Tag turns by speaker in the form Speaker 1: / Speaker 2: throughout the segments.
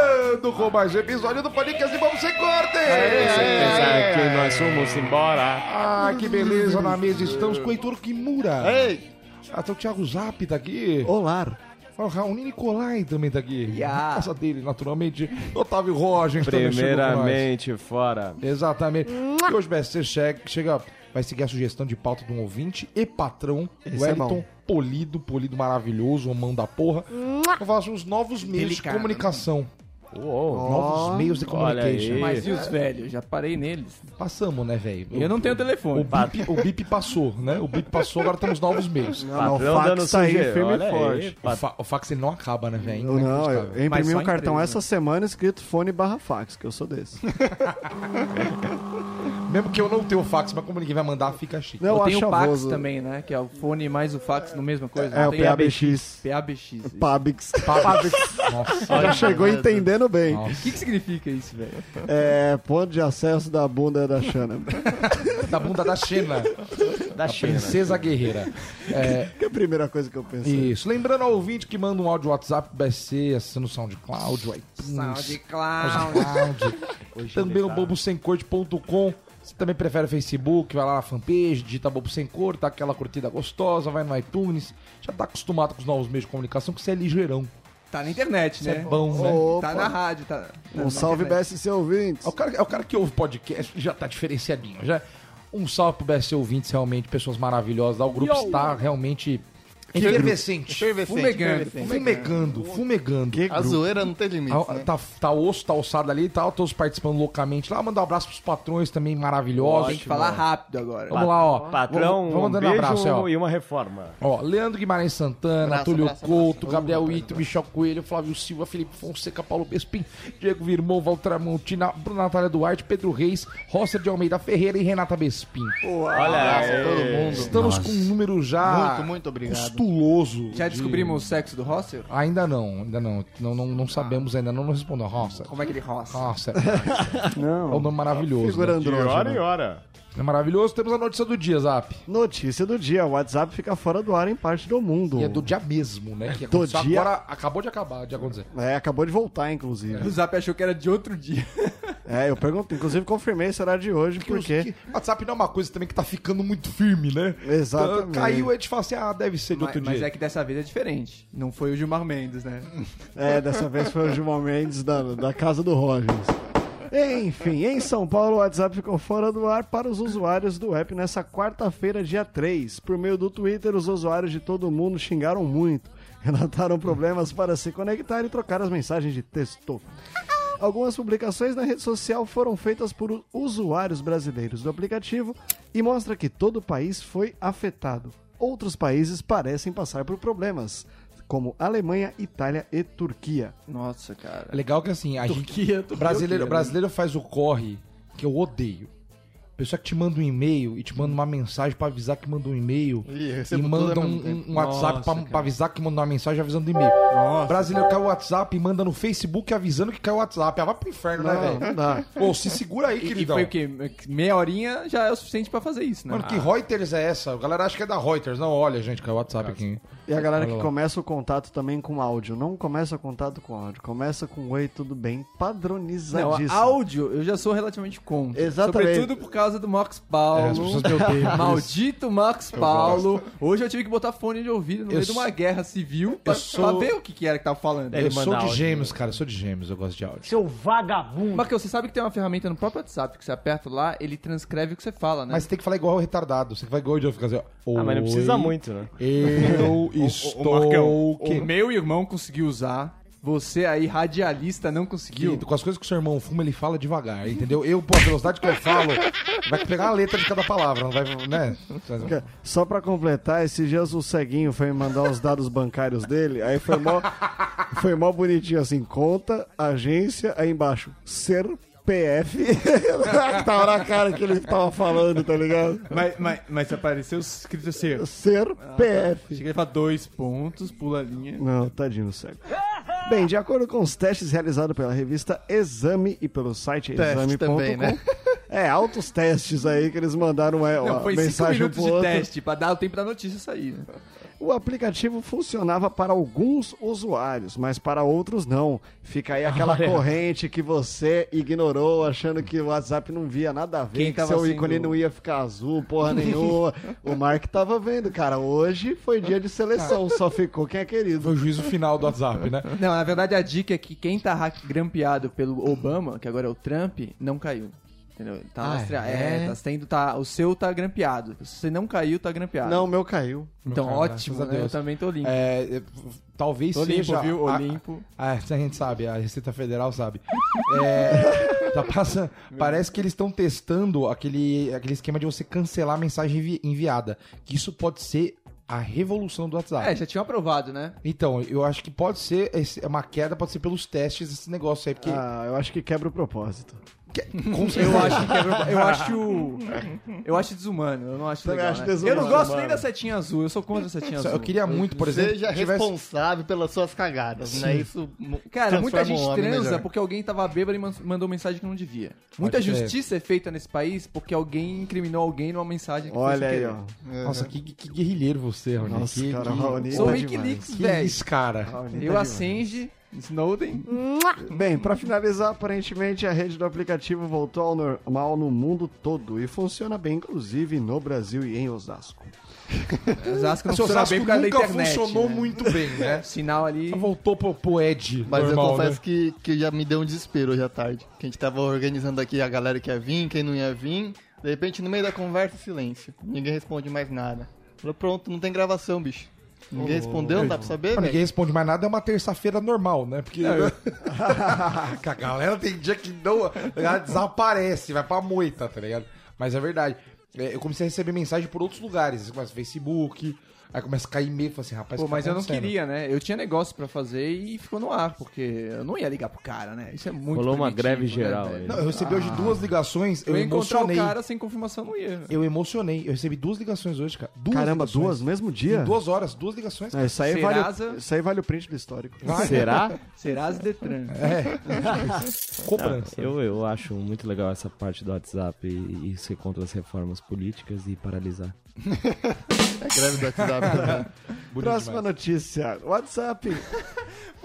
Speaker 1: começou mais um episódio do podcast de Bobo Sem Corte!
Speaker 2: É, Certeza que nós fomos embora.
Speaker 1: Ah, que beleza, na mesa estamos com o Heitor Kimura.
Speaker 2: Ei!
Speaker 1: Até o Thiago Zap tá aqui. Ah,
Speaker 3: Olá.
Speaker 1: O Raoni Nicolai também tá aqui.
Speaker 3: Ya.
Speaker 1: Essa dele, naturalmente. Otávio Rogens também chegou com nós.
Speaker 2: Primeiramente fora.
Speaker 1: Exatamente. E hoje, Bess, você chega, chega- vai seguir a sugestão de pauta de um ouvinte e patrão,
Speaker 3: Esse é
Speaker 1: Wellington
Speaker 3: bom.
Speaker 1: Polido, Polido maravilhoso, mão da porra. Eu faço uns novos meios
Speaker 3: Delicado.
Speaker 1: de comunicação.
Speaker 2: Uou!
Speaker 1: Novos meios de
Speaker 2: Olha
Speaker 1: communication.
Speaker 2: aí.
Speaker 4: Mas e os velhos? Já parei neles.
Speaker 1: Passamos, né, velho?
Speaker 4: Eu não tenho
Speaker 1: O
Speaker 4: telefone.
Speaker 1: bip, o bip passou, né? O bip passou, agora temos novos meios.
Speaker 3: Não, não, o fax tá aí
Speaker 2: sujeira.
Speaker 3: firme
Speaker 2: Olha
Speaker 3: e
Speaker 2: aí,
Speaker 3: forte.
Speaker 1: O,
Speaker 2: pat-
Speaker 1: fa o fax ele não acaba, né, velho?
Speaker 3: Eu não, eu, eu
Speaker 4: Mas
Speaker 3: imprimi
Speaker 4: só
Speaker 3: um cartão
Speaker 4: empresa.
Speaker 3: essa semana escrito fone barra fax, que eu sou desse.
Speaker 1: Mesmo que eu não tenho fax, mas como ninguém vai mandar, fica chique.
Speaker 3: Não, eu
Speaker 4: Ou tem
Speaker 3: acho
Speaker 4: o fax
Speaker 3: chavoso.
Speaker 4: também, né? Que é o fone mais o fax, não mesma coisa.
Speaker 3: É,
Speaker 4: Não
Speaker 3: o
Speaker 4: tem
Speaker 3: PABX.
Speaker 4: PABX. isso.
Speaker 3: Pabix.
Speaker 1: Pabix. Nossa.
Speaker 3: Já chegou entendendo bem.
Speaker 1: Nossa.
Speaker 4: O que, que significa isso, velho?
Speaker 3: É, ponto de acesso da bunda da Xana.
Speaker 1: Da bunda da Xena.
Speaker 2: Da
Speaker 1: A
Speaker 2: China.
Speaker 1: princesa guerreira. É,
Speaker 3: Que é a primeira coisa que eu pensei.
Speaker 1: Isso. Lembrando ao ouvinte que manda um áudio WhatsApp pro BSC, acessando o SoundCloud, o iTunes, SoundCloud. também no bobosemcorte.com. Se também prefere o Facebook, vai lá na fanpage, digita Bobo Sem Cor, tá aquela curtida gostosa, vai no iTunes. Já tá acostumado com os novos meios de comunicação, que você é ligeirão.
Speaker 4: Tá na internet,
Speaker 1: Você é
Speaker 4: né?
Speaker 1: bom, né?
Speaker 3: Opa.
Speaker 4: Tá na rádio, tá. tá na
Speaker 3: Um salve
Speaker 4: internet.
Speaker 3: BSC ouvintes.
Speaker 1: É o, cara, é o cara que ouve podcast já tá diferenciadinho. Já. Um salve pro BSC ouvintes, realmente, pessoas maravilhosas. lá. O grupo
Speaker 4: Yo.
Speaker 1: está realmente efervescente. é
Speaker 4: Fumegando.
Speaker 1: Fumegando, fumegando.
Speaker 3: Que
Speaker 5: A
Speaker 3: grupo.
Speaker 5: zoeira não tem limite.
Speaker 1: Ah,
Speaker 5: né?
Speaker 1: Tá, tá osso, tá ossado ali e tal. Todos participando loucamente lá. Mandar um abraço pros patrões também maravilhosos.
Speaker 4: Tem que falar rápido agora.
Speaker 1: Vamos lá, ó.
Speaker 2: Patrão,
Speaker 1: Vamos- vamos
Speaker 2: um
Speaker 1: dando
Speaker 2: beijo
Speaker 1: abraço, ó.
Speaker 2: e uma reforma.
Speaker 1: Ó, Leandro Guimarães Santana,
Speaker 5: Abraço,
Speaker 1: Túlio
Speaker 5: abraço,
Speaker 1: Couto,
Speaker 5: abraço.
Speaker 1: Gabriel
Speaker 5: Abraço,
Speaker 1: Ito, Michel Coelho, Flávio Silva, Felipe Fonseca, Paulo Pespim, Diego Virmão, Walter Montina, Bruna Natália Duarte, Pedro Reis, Rosser de Almeida Ferreira e Renata Bespin.
Speaker 3: Um
Speaker 2: Olha
Speaker 5: Abraço a
Speaker 2: aí.
Speaker 5: todo mundo.
Speaker 1: Estamos com um número já
Speaker 5: Muito, muito obrigado.
Speaker 1: custuloso.
Speaker 4: Já
Speaker 1: de-
Speaker 4: descobrimos o sexo do Rosser?
Speaker 1: Ainda não, ainda não. Não, não, não sabemos ainda, não nos respondeu. Roça.
Speaker 4: Como é que ele roça?
Speaker 1: Roça. É
Speaker 3: Não.
Speaker 1: um nome maravilhoso. né?
Speaker 3: Figura
Speaker 2: De hora em
Speaker 3: andrógena.
Speaker 2: hora.
Speaker 1: É maravilhoso. Temos a notícia do dia, Zap.
Speaker 3: Notícia do dia. O WhatsApp fica fora do ar em parte do mundo.
Speaker 1: E é do dia mesmo, né? Que
Speaker 3: É Do
Speaker 1: aconteceu
Speaker 3: dia-
Speaker 1: agora acabou de acabar de acontecer.
Speaker 3: É, acabou de voltar, inclusive.
Speaker 4: O Zap achou que era de outro dia.
Speaker 3: É, eu perguntei. Inclusive, confirmei esse horário de hoje,
Speaker 1: Que os-
Speaker 3: porque...
Speaker 1: que- WhatsApp não é uma coisa também que tá ficando muito firme, né?
Speaker 3: Exatamente.
Speaker 1: Então, Caiu, a gente fala assim, ah, deve ser de
Speaker 4: Mas,
Speaker 1: outro
Speaker 4: mas
Speaker 1: dia.
Speaker 4: é que dessa vez é diferente. Não foi o Gilmar Mendes, né?
Speaker 3: É, dessa vez foi o Gilmar Mendes da, da casa do Rogers. Enfim, em São Paulo, o WhatsApp ficou fora do ar para os usuários do app nessa quarta-feira, dia 3. Por meio do Twitter, os usuários de todo o mundo xingaram muito, relataram problemas para se conectar e trocar as mensagens de texto. Algumas publicações na rede social foram feitas por usuários brasileiros do aplicativo e mostra que todo o país foi afetado. Outros países parecem passar por problemas, como Alemanha, Itália e Turquia.
Speaker 4: Nossa, cara.
Speaker 1: É legal que assim, a gente.
Speaker 4: Tá. Turquia, Turquia,
Speaker 1: Brasileiro,
Speaker 4: né?
Speaker 1: brasileiro faz o corre que eu odeio. Pessoa que te manda um e-mail e te manda uma mensagem pra avisar que mandou um e-mail.
Speaker 5: Ih, eu
Speaker 1: E
Speaker 5: recebo tudo
Speaker 1: manda
Speaker 5: ao
Speaker 1: um,
Speaker 5: mesmo tempo.
Speaker 1: um WhatsApp pra, pra avisar que mandou uma mensagem avisando do e-mail. Brasileiro cai o WhatsApp e manda no Facebook avisando que caiu o WhatsApp. Ah, vai pro inferno, né,
Speaker 3: Não,
Speaker 1: velho?
Speaker 3: não dá.
Speaker 1: Pô, se segura aí,
Speaker 4: E, e
Speaker 1: é queridão.
Speaker 4: foi o quê? Meia horinha já é o suficiente pra fazer isso, né?
Speaker 1: Mano, que Reuters é essa? A galera acha que é da Reuters. Não, olha, gente, caiu o WhatsApp aqui.
Speaker 3: E a galera
Speaker 1: Olha
Speaker 3: que
Speaker 1: lá.
Speaker 3: começa o contato também com áudio. Não começa contato com áudio, começa com oi, tudo bem,
Speaker 4: Não,
Speaker 3: padronizadíssimo.
Speaker 4: áudio eu já sou relativamente contra.
Speaker 3: Exatamente.
Speaker 4: Sobretudo por causa do Max
Speaker 1: É, as pessoas
Speaker 4: Paulo.
Speaker 1: me odeiam.
Speaker 4: Maldito Max Paulo. Hoje eu tive que botar fone de ouvido no
Speaker 1: Eu
Speaker 4: meio de uma
Speaker 1: sou-
Speaker 4: guerra civil pra,
Speaker 1: sou-
Speaker 4: pra ver o que, que era que tava falando.
Speaker 2: É.
Speaker 1: Eu
Speaker 2: Ele
Speaker 1: sou
Speaker 2: manda
Speaker 1: de
Speaker 2: áudio.
Speaker 1: gêmeos, cara. Eu sou de gêmeos, eu gosto de áudio.
Speaker 2: Seu vagabundo.
Speaker 4: Marcão, você sabe que tem uma ferramenta no próprio WhatsApp que você aperta lá, ele transcreve o que você fala, né?
Speaker 1: É. Mas tem que falar igual o retardado. Você que vai igual o Joe, fica assim, ó.
Speaker 2: Ah, mas não precisa
Speaker 1: "Oi,
Speaker 2: muito, né?
Speaker 1: Eu estou...
Speaker 4: O meu irmão conseguiu usar, você aí, radialista, não conseguiu.
Speaker 1: Querido, com as coisas que o seu irmão fuma, ele fala devagar, entendeu? Eu, pô, a velocidade que eu falo, vai pegar a letra de cada palavra, não vai, né?
Speaker 3: Só pra completar, esses dias o ceguinho foi me mandar os dados bancários dele, aí foi mó, foi mó bonitinho assim, conta, agência, aí embaixo, ser PF. tava na cara que ele tava falando, tá ligado?
Speaker 4: Mas, mas, mas apareceu escrito assim, ó.
Speaker 3: Ser PF.
Speaker 4: Chega e fala dois pontos, pula a linha.
Speaker 3: Não, tadinho do cego. Bem, de acordo com os testes realizados pela revista Exame e pelo site
Speaker 5: Teste
Speaker 3: exame.com,
Speaker 5: também, né?
Speaker 3: é, altos testes aí que eles mandaram é,
Speaker 4: Não,
Speaker 3: uma
Speaker 4: foi cinco
Speaker 3: mensagem
Speaker 4: minutos
Speaker 3: pro
Speaker 4: de
Speaker 3: outro.
Speaker 4: teste pra dar o tempo da notícia sair. né?
Speaker 3: O aplicativo funcionava para alguns usuários, mas para outros não. Fica aí aquela
Speaker 1: Olha.
Speaker 3: corrente que você ignorou, achando que o WhatsApp não via nada a ver,
Speaker 4: Quem
Speaker 3: que
Speaker 4: tava
Speaker 3: seu
Speaker 4: sendo-
Speaker 3: ícone não ia ficar azul, porra nenhuma. o Mark tava vendo, cara. Hoje foi dia de seleção, só ficou quem é querido.
Speaker 1: Foi o juízo final do WhatsApp, né?
Speaker 4: Não, na verdade a dica é que quem tá hack- grampeado pelo Obama, que agora é o Trump, não caiu. Entendeu? Tá
Speaker 3: Ah,
Speaker 4: lastreado.
Speaker 3: é?
Speaker 4: É, tá sendo, tá, o seu tá grampeado. Se você não caiu, tá grampeado.
Speaker 3: Não, o meu caiu.
Speaker 4: então
Speaker 1: Meu cara,
Speaker 4: ótimo,
Speaker 1: graças a
Speaker 4: né? Eu
Speaker 1: Deus.
Speaker 4: também tô limpo.
Speaker 1: É, eh, talvez
Speaker 4: Tô limpo,
Speaker 1: seja.
Speaker 4: viu?
Speaker 1: a-
Speaker 4: Olimpo.
Speaker 1: Ah, isso a gente sabe, a Receita Federal sabe. É, tá passando- parece que eles estão testando aquele, aquele esquema de você cancelar a mensagem envi- enviada. Que isso pode ser a revolução do
Speaker 3: tá.
Speaker 1: WhatsApp.
Speaker 4: É, já tinham aprovado, né?
Speaker 1: Então, eu acho que pode ser esse- é uma queda, pode ser pelos testes esse negócio aí, porque
Speaker 3: Ah, eu acho que quebra o propósito.
Speaker 1: com
Speaker 4: Eu
Speaker 1: certeza
Speaker 4: acho que é- eu acho eu acho desumano, eu não acho
Speaker 3: Também
Speaker 4: legal,
Speaker 3: acho
Speaker 4: né?
Speaker 3: desumano,
Speaker 4: Eu não gosto
Speaker 3: mano.
Speaker 4: nem da setinha azul, eu sou contra a setinha azul.
Speaker 1: eu queria muito, por exemplo,
Speaker 5: Seja
Speaker 1: que tivesse
Speaker 5: responsável pelas suas cagadas, né? Isso. mo-
Speaker 4: Cara, muita
Speaker 5: transforma um
Speaker 4: gente
Speaker 5: homem
Speaker 4: transa
Speaker 5: melhor.
Speaker 4: porque alguém tava bêbado e man- mandou mensagem que não devia. Muita
Speaker 1: crer.
Speaker 4: justiça é feita nesse país porque alguém incriminou alguém numa mensagem que foi
Speaker 3: Olha
Speaker 4: sem
Speaker 3: aí,
Speaker 4: querer.
Speaker 3: ó.
Speaker 1: Nossa, que, que guerrilheiro você, Raoni.
Speaker 3: Nossa,
Speaker 1: que,
Speaker 3: cara,
Speaker 1: que-
Speaker 3: Raoni
Speaker 4: Sou
Speaker 3: tá
Speaker 4: o
Speaker 3: demais.
Speaker 4: Wikileaks,
Speaker 1: que
Speaker 4: velho.
Speaker 1: isso, cara. Hum.
Speaker 3: Raoni tá
Speaker 4: Eu,
Speaker 3: demais.
Speaker 4: Assange, Snowden.
Speaker 3: Bem, para finalizar, aparentemente a rede do aplicativo voltou ao normal no mundo todo e funciona bem, inclusive no Brasil e em Osasco.
Speaker 4: Osasco não
Speaker 1: Seu
Speaker 4: funciona
Speaker 1: Zasco
Speaker 4: bem por causa da
Speaker 1: nunca
Speaker 4: internet.
Speaker 1: funcionou
Speaker 4: né?
Speaker 1: muito bem, né?
Speaker 4: Sinal ali.
Speaker 1: Voltou pro, pro Ed,
Speaker 5: Mas
Speaker 1: normal,
Speaker 5: eu confesso
Speaker 1: né?
Speaker 5: que, que já me deu um desespero hoje à tarde. Que a gente tava organizando aqui a galera que ia vir, quem não ia vir. De repente, no meio da conversa, silêncio. Ninguém responde mais nada. Falei, pronto, não tem gravação, bicho. Ninguém respondeu, não dá pra saber, né?
Speaker 1: Pra
Speaker 5: velho.
Speaker 1: ninguém responde mais nada, é uma terça-feira normal, né? Porque
Speaker 4: É.
Speaker 1: Que a galera tem dia que não, ela desaparece, vai pra moita, tá ligado? Mas é verdade. É, Eu comecei a receber mensagem por outros lugares. Você começa no Facebook, aí começa a cair e-mail, fala assim, rapaz, o
Speaker 4: Pô,
Speaker 1: que
Speaker 4: mas
Speaker 1: tá
Speaker 4: eu não
Speaker 1: acontecendo?
Speaker 4: queria, né? Eu tinha negócio pra fazer e ficou no ar, porque eu não ia ligar pro cara, né? Isso é muito
Speaker 2: Rolou uma
Speaker 4: primitivo,
Speaker 2: greve geral
Speaker 4: velho?
Speaker 2: aí.
Speaker 1: Não, eu recebi hoje duas ligações, eu,
Speaker 4: Eu ia encontrar o
Speaker 1: emocionei.
Speaker 4: cara sem confirmação não ia.
Speaker 1: Eu emocionei. Eu recebi duas ligações hoje, cara. Duas
Speaker 3: Caramba,
Speaker 1: ligações.
Speaker 3: duas no mesmo dia?
Speaker 1: Em duas horas, duas ligações.
Speaker 3: Não, É, isso, aí
Speaker 4: Serasa.
Speaker 3: vale, isso aí vale o print do histórico.
Speaker 1: Vai.
Speaker 2: Será?
Speaker 4: Serasa e Detran.
Speaker 1: É. Cobrança.
Speaker 2: Eu, eu acho muito legal essa parte do WhatsApp e, e ser contra as reformas políticas e paralisar.
Speaker 5: É greve do WhatsApp. também.
Speaker 1: né? Bonito
Speaker 3: É. Próxima
Speaker 1: demais.
Speaker 3: notícia: WhatsApp.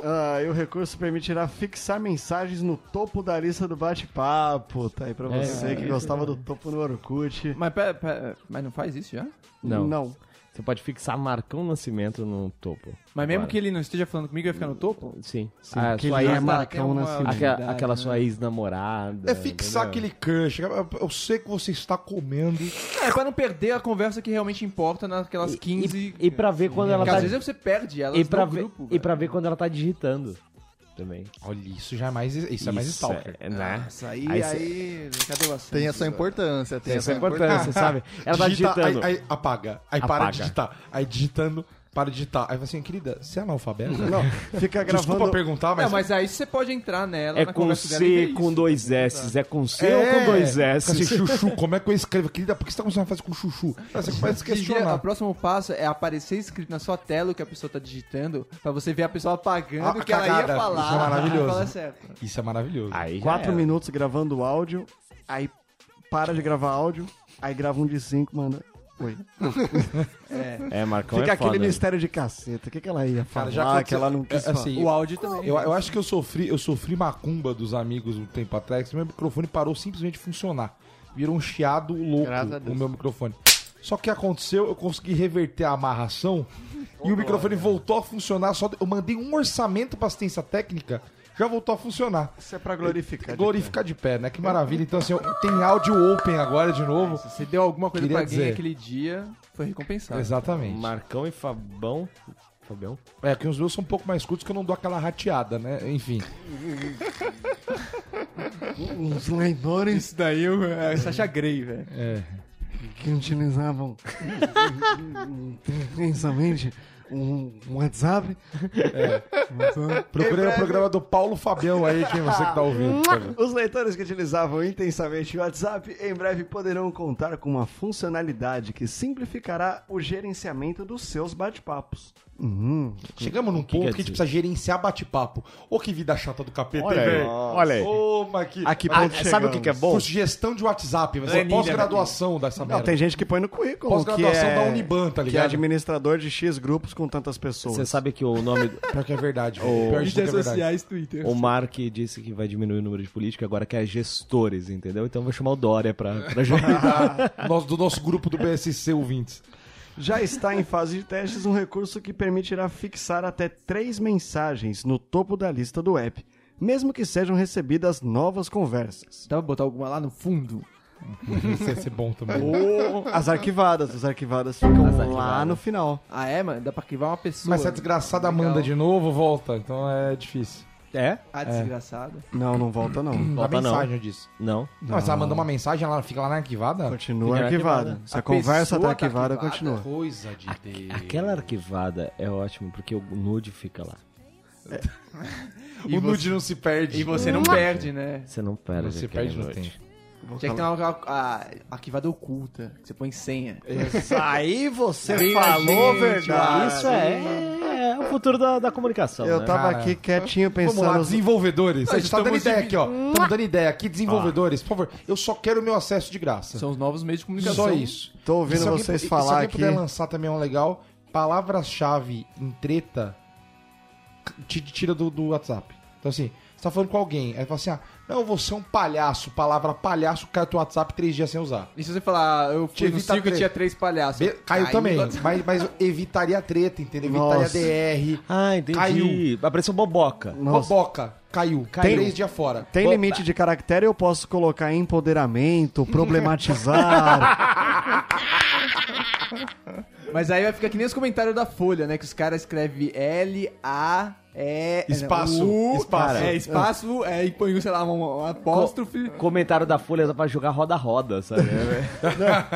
Speaker 3: Ah, e o recurso permitirá fixar mensagens no topo da lista do bate-papo. Tá aí pra
Speaker 2: É,
Speaker 3: você que
Speaker 2: é,
Speaker 3: gostava do topo no Orkut.
Speaker 4: Mas, pera, pera, mas não faz isso já?
Speaker 2: Não.
Speaker 3: Não.
Speaker 2: Você pode fixar Marcão Nascimento no topo.
Speaker 4: Mas mesmo
Speaker 2: Agora.
Speaker 4: que Ah, ele não esteja falando comigo, vai ficar no topo?
Speaker 2: Sim.
Speaker 3: Sim,
Speaker 2: a
Speaker 3: que
Speaker 2: sua
Speaker 3: ele
Speaker 2: ex,
Speaker 3: é Marcão
Speaker 4: Tem
Speaker 3: Nascimento.
Speaker 4: uma-
Speaker 2: aquela,
Speaker 4: Verdade,
Speaker 2: aquela
Speaker 4: né?
Speaker 2: sua ex-namorada.
Speaker 1: É fixar
Speaker 2: entendeu?
Speaker 1: aquele crush. Eu- Eu sei que você está comendo.
Speaker 4: É, pra não perder a conversa que realmente importa naquelas 15...
Speaker 2: E, e pra ver quando ela
Speaker 4: Porque
Speaker 2: tá.
Speaker 4: às vezes você perde elas
Speaker 2: E
Speaker 4: no
Speaker 2: pra, ver,
Speaker 4: grupo.
Speaker 2: e pra ver quando ela tá digitando. Também.
Speaker 1: Olha, isso já é mais. Isso, é mais stalker.
Speaker 2: É, né?
Speaker 4: Nossa, aí, aí, assim.
Speaker 2: Aí cê-
Speaker 4: cadê o assunto?
Speaker 5: Tem a sua importância, tem, a
Speaker 2: Essa
Speaker 5: sua
Speaker 2: é a importância, sabe? Ela tá
Speaker 1: Digita,
Speaker 2: digitando.
Speaker 1: Aí, aí apaga. Aí para
Speaker 2: Apaga.
Speaker 1: de digitar. Aí digitando, para de digitar. Aí fala assim, querida, você é analfabeta?
Speaker 3: Não,
Speaker 1: Desculpa
Speaker 3: fica gravando.
Speaker 1: perguntar, mas.
Speaker 4: Não, mas aí você pode entrar nela,
Speaker 2: É
Speaker 4: na
Speaker 2: com
Speaker 4: conversa dela e ver
Speaker 2: C, com
Speaker 4: isso.
Speaker 2: dois S. É com C
Speaker 1: É,
Speaker 2: ou com dois
Speaker 1: fica assim,
Speaker 2: S?
Speaker 1: chuchu, como é que eu escrevo? Querida, por que você tá começando a fazer com chuchu? Aí Você começa a
Speaker 4: Devia- O
Speaker 1: questionar.
Speaker 4: próximo passo é aparecer escrito na sua tela o que a pessoa tá digitando, pra você ver a pessoa apagando
Speaker 1: Ah,
Speaker 4: o que ela
Speaker 1: cagada.
Speaker 4: ia falar.
Speaker 1: Isso é maravilhoso.
Speaker 4: Fala certo.
Speaker 1: Isso é maravilhoso.
Speaker 2: Aí já
Speaker 3: Quatro
Speaker 2: era.
Speaker 3: minutos gravando áudio, aí para de gravar áudio, aí grava um de cinco, manda. Oi.
Speaker 2: É, Marcão
Speaker 3: Fica
Speaker 2: é
Speaker 3: aquele
Speaker 2: foda.
Speaker 3: mistério de caceta. O que, que ela ia falar?
Speaker 1: já
Speaker 3: Ah, que
Speaker 1: aconteceu-
Speaker 3: ela não quis
Speaker 1: é, assim,
Speaker 3: falar.
Speaker 4: O áudio também.
Speaker 1: Eu, eu acho que eu sofri, eu sofri macumba dos amigos um tempo atrás, que meu microfone parou simplesmente de funcionar. Virou um chiado louco
Speaker 5: Graças a
Speaker 1: o
Speaker 5: Deus.
Speaker 1: meu microfone. Só que aconteceu, eu consegui reverter a amarração e o microfone voltou a funcionar. Só eu mandei um orçamento pra assistência técnica, já voltou a funcionar.
Speaker 3: Isso é pra glorificar.
Speaker 1: Glorificar de pé, né? Que maravilha. Então, assim, eu- tem áudio open agora de novo.
Speaker 4: Se você deu alguma coisa
Speaker 1: Queria
Speaker 4: pra alguém
Speaker 1: dizer.
Speaker 4: aquele dia, foi recompensado.
Speaker 1: Exatamente.
Speaker 2: Marcão e Fabão. Fabião?
Speaker 1: É, que os meus são um pouco mais curtos que eu não dou aquela rateada, né? Enfim.
Speaker 3: Os leitores
Speaker 4: Isso daí é Sasha Grey, velho.
Speaker 1: É.
Speaker 3: que utilizavam intensamente um WhatsApp. É.
Speaker 1: Procurei o programa do Paulo Fabião aí, quem você que tá ouvindo. por favor.
Speaker 3: Os leitores que utilizavam intensamente o WhatsApp em breve poderão contar com uma funcionalidade que simplificará o gerenciamento dos seus bate-papos.
Speaker 1: Chegamos num ponto que
Speaker 2: quer
Speaker 1: a gente
Speaker 2: dizer?
Speaker 1: precisa gerenciar bate-papo. Ô, que vida chata do capeta, hein,
Speaker 6: Olha aí,
Speaker 1: velho?
Speaker 6: olha aí.
Speaker 1: Ô, mas que...
Speaker 3: Aqui
Speaker 6: Ah,
Speaker 3: ponto
Speaker 6: sabe o que, que é
Speaker 3: chegamos?
Speaker 6: bom?
Speaker 1: Por sugestão de WhatsApp, vai ser
Speaker 6: Planilha,
Speaker 1: pós-graduação dessa
Speaker 3: Não,
Speaker 1: merda.
Speaker 3: tem gente que põe no currículo. que
Speaker 1: Pós-graduação
Speaker 3: é-
Speaker 1: da Uniban, tá
Speaker 3: Que é
Speaker 1: ligado?
Speaker 3: administrador de X grupos com tantas pessoas.
Speaker 2: Você sabe que o nome.
Speaker 1: Pior que é verdade. velho.
Speaker 2: Ô,
Speaker 1: Pior que é
Speaker 4: Mídias
Speaker 1: verdade.
Speaker 4: sociais, Twitter.
Speaker 2: O Mark disse que vai diminuir o número de políticos, agora quer gestores, entendeu? Então eu vou chamar o Dória pra, pra jogar.
Speaker 1: Nós- do nosso grupo do BSC ouvintes.
Speaker 3: Já está em fase de testes um recurso que permitirá fixar até três mensagens no topo da lista do app, mesmo que sejam recebidas novas conversas.
Speaker 4: Dá pra botar alguma lá no fundo?
Speaker 1: Isso ia ser bom também.
Speaker 3: As arquivadas, as arquivadas ficam lá no final.
Speaker 4: Ah, é, mano? Dá pra arquivar uma pessoa.
Speaker 1: Mas é se a desgraçada
Speaker 4: Legal.
Speaker 1: manda de novo, volta. Então é difícil.
Speaker 2: é?
Speaker 4: Ah, desgraçada.
Speaker 3: Não, não volta não.
Speaker 1: Dá
Speaker 2: Volta Tá não.
Speaker 1: mensagem disso.
Speaker 2: Não.
Speaker 1: Não, mas ela manda uma mensagem, ela fica lá na arquivada?
Speaker 3: Continua
Speaker 2: Fica
Speaker 3: arquivada. Se a,
Speaker 4: A
Speaker 3: conversa tá
Speaker 4: pessoa tá
Speaker 3: arquivada,
Speaker 4: arquivada.
Speaker 3: continua.
Speaker 1: Coisa de Deus.
Speaker 2: Aquela arquivada é ótimo, porque o nude fica lá.
Speaker 1: É. O nude não se perde.
Speaker 4: E você não perde, né?
Speaker 2: Você não perde.
Speaker 1: Você
Speaker 2: aquele
Speaker 1: perde no
Speaker 2: nude.
Speaker 1: tempo.
Speaker 4: Tinha que ter uma a- arquivada oculta, que você põe senha.
Speaker 3: Aí você
Speaker 4: Vem na
Speaker 3: falou
Speaker 4: gente,
Speaker 3: verdade.
Speaker 2: Isso é, é o futuro da, da comunicação.
Speaker 3: Eu
Speaker 2: né?
Speaker 3: tava
Speaker 1: Cara,
Speaker 3: aqui quietinho
Speaker 1: Vamos lá,
Speaker 3: pensando.
Speaker 1: desenvolvedores. A gente tá dando
Speaker 4: estamos
Speaker 1: ideia aqui, ó. Estamos Ah. dando ideia aqui, desenvolvedores. Por favor, eu só quero o meu acesso de graça.
Speaker 4: São os novos meios de comunicação.
Speaker 1: Só isso. E se
Speaker 3: Tô ouvindo
Speaker 1: alguém-
Speaker 3: vocês
Speaker 1: e
Speaker 3: falar
Speaker 1: Se alguém
Speaker 3: aqui.
Speaker 1: puder lançar também um legal, palavras-chave em treta te te tira do, do WhatsApp. Então assim, você tá falando com alguém, aí fala assim, ah, não, você é um palhaço, palavra palhaço, cai teu WhatsApp três dias sem usar.
Speaker 4: E se você falar, "Ah, eu fui
Speaker 1: Te
Speaker 4: no
Speaker 1: evita
Speaker 4: circo e
Speaker 1: treta.
Speaker 4: tinha três palhaços.
Speaker 1: Be- caiu
Speaker 4: Aí,
Speaker 1: também, mas, mas eu evitaria treta, entendeu? Evitaria
Speaker 3: Nossa.
Speaker 1: DR,
Speaker 2: Ah, entendi.
Speaker 1: Caiu.
Speaker 2: Apareceu boboca.
Speaker 3: Nossa.
Speaker 1: boboca, caiu, caiu três dias fora.
Speaker 3: Tem limite de caractere, eu posso colocar empoderamento, problematizar.
Speaker 4: Mas aí vai ficar que nem os comentários da Folha, né? Que os caras escrevem L, A, E...
Speaker 1: Espaço,
Speaker 4: U,
Speaker 1: espaço.
Speaker 4: É, espaço, é, e põe, sei lá, um, um apóstrofe.
Speaker 2: Comentário da Folha pra jogar roda-roda, sabe?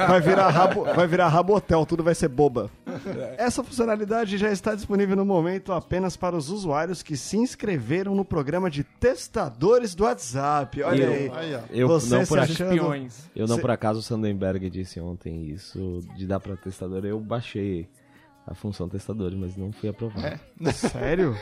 Speaker 3: vai, virar rabo, vai virar rabotel, tudo vai ser boba.
Speaker 2: É.
Speaker 3: Essa funcionalidade já está disponível no momento apenas para os usuários que se inscreveram no programa de testadores do WhatsApp. Olha
Speaker 2: Eu-
Speaker 3: aí.
Speaker 5: Aí, ó.
Speaker 2: Eu
Speaker 3: Você
Speaker 2: não por
Speaker 3: se
Speaker 2: acaso-
Speaker 3: achando-
Speaker 4: Peões.
Speaker 2: Eu não,
Speaker 3: Cê-
Speaker 2: por acaso, o Sandenberg disse ontem isso de dar pra testador. Eu baixei a função testador, mas não fui aprovado.
Speaker 3: Sério?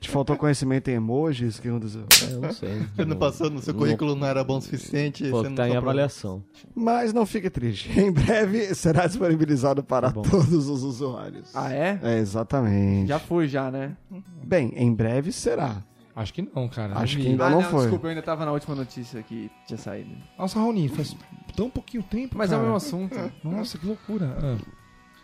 Speaker 3: Te faltou conhecimento em emojis? O que aconteceu?
Speaker 2: Eu não sei.
Speaker 5: Você não passou no seu currículo, não era bom o suficiente.
Speaker 2: Pô,
Speaker 5: você não
Speaker 2: tá em
Speaker 5: só aprovou.
Speaker 2: avaliação.
Speaker 3: Mas não fique triste. Em breve será disponibilizado para
Speaker 2: Tá
Speaker 3: todos os usuários.
Speaker 4: Ah, é?
Speaker 3: É, exatamente.
Speaker 4: Já foi, já, né?
Speaker 3: Bem, em breve será.
Speaker 1: Acho que não, cara. Ah,
Speaker 3: Acho
Speaker 1: Não
Speaker 3: que
Speaker 1: vi.
Speaker 3: ainda não, foi.
Speaker 4: Ah, desculpa, eu ainda tava na última notícia que tinha saído.
Speaker 1: Nossa, Raoni, faz tão pouquinho tempo,
Speaker 4: Mas é o
Speaker 1: cara.
Speaker 4: mesmo assunto.
Speaker 1: Nossa, que loucura. Ah.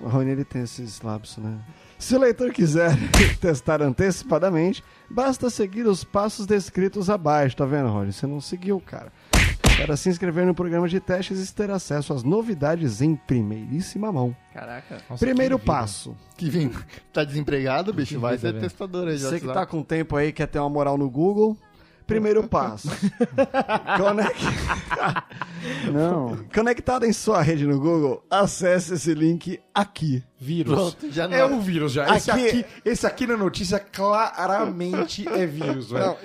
Speaker 3: O Raoni ele tem esses lapsos, né? Se o leitor quiser testar antecipadamente, basta seguir os passos descritos abaixo. Tá vendo, Raoni? Você não seguiu, cara. Para se inscrever no programa de testes e ter acesso às novidades em primeiríssima mão.
Speaker 4: Caraca.
Speaker 1: Nossa,
Speaker 3: Primeiro
Speaker 1: que vida.
Speaker 3: passo.
Speaker 5: Que vem. Tá desempregado, bicho? Vai
Speaker 2: é, né?
Speaker 5: ser testador aí, já
Speaker 3: Você que tá com tempo aí, quer ter uma moral no Google. Primeiro passo. Conec...
Speaker 4: Não.
Speaker 3: Conectado em sua rede no Google, acesse esse link aqui.
Speaker 1: Vírus.
Speaker 5: Pronto, já não.
Speaker 1: É um vírus já. Esse
Speaker 3: Aqui-
Speaker 1: aqui, esse aqui na notícia claramente é vírus, velho.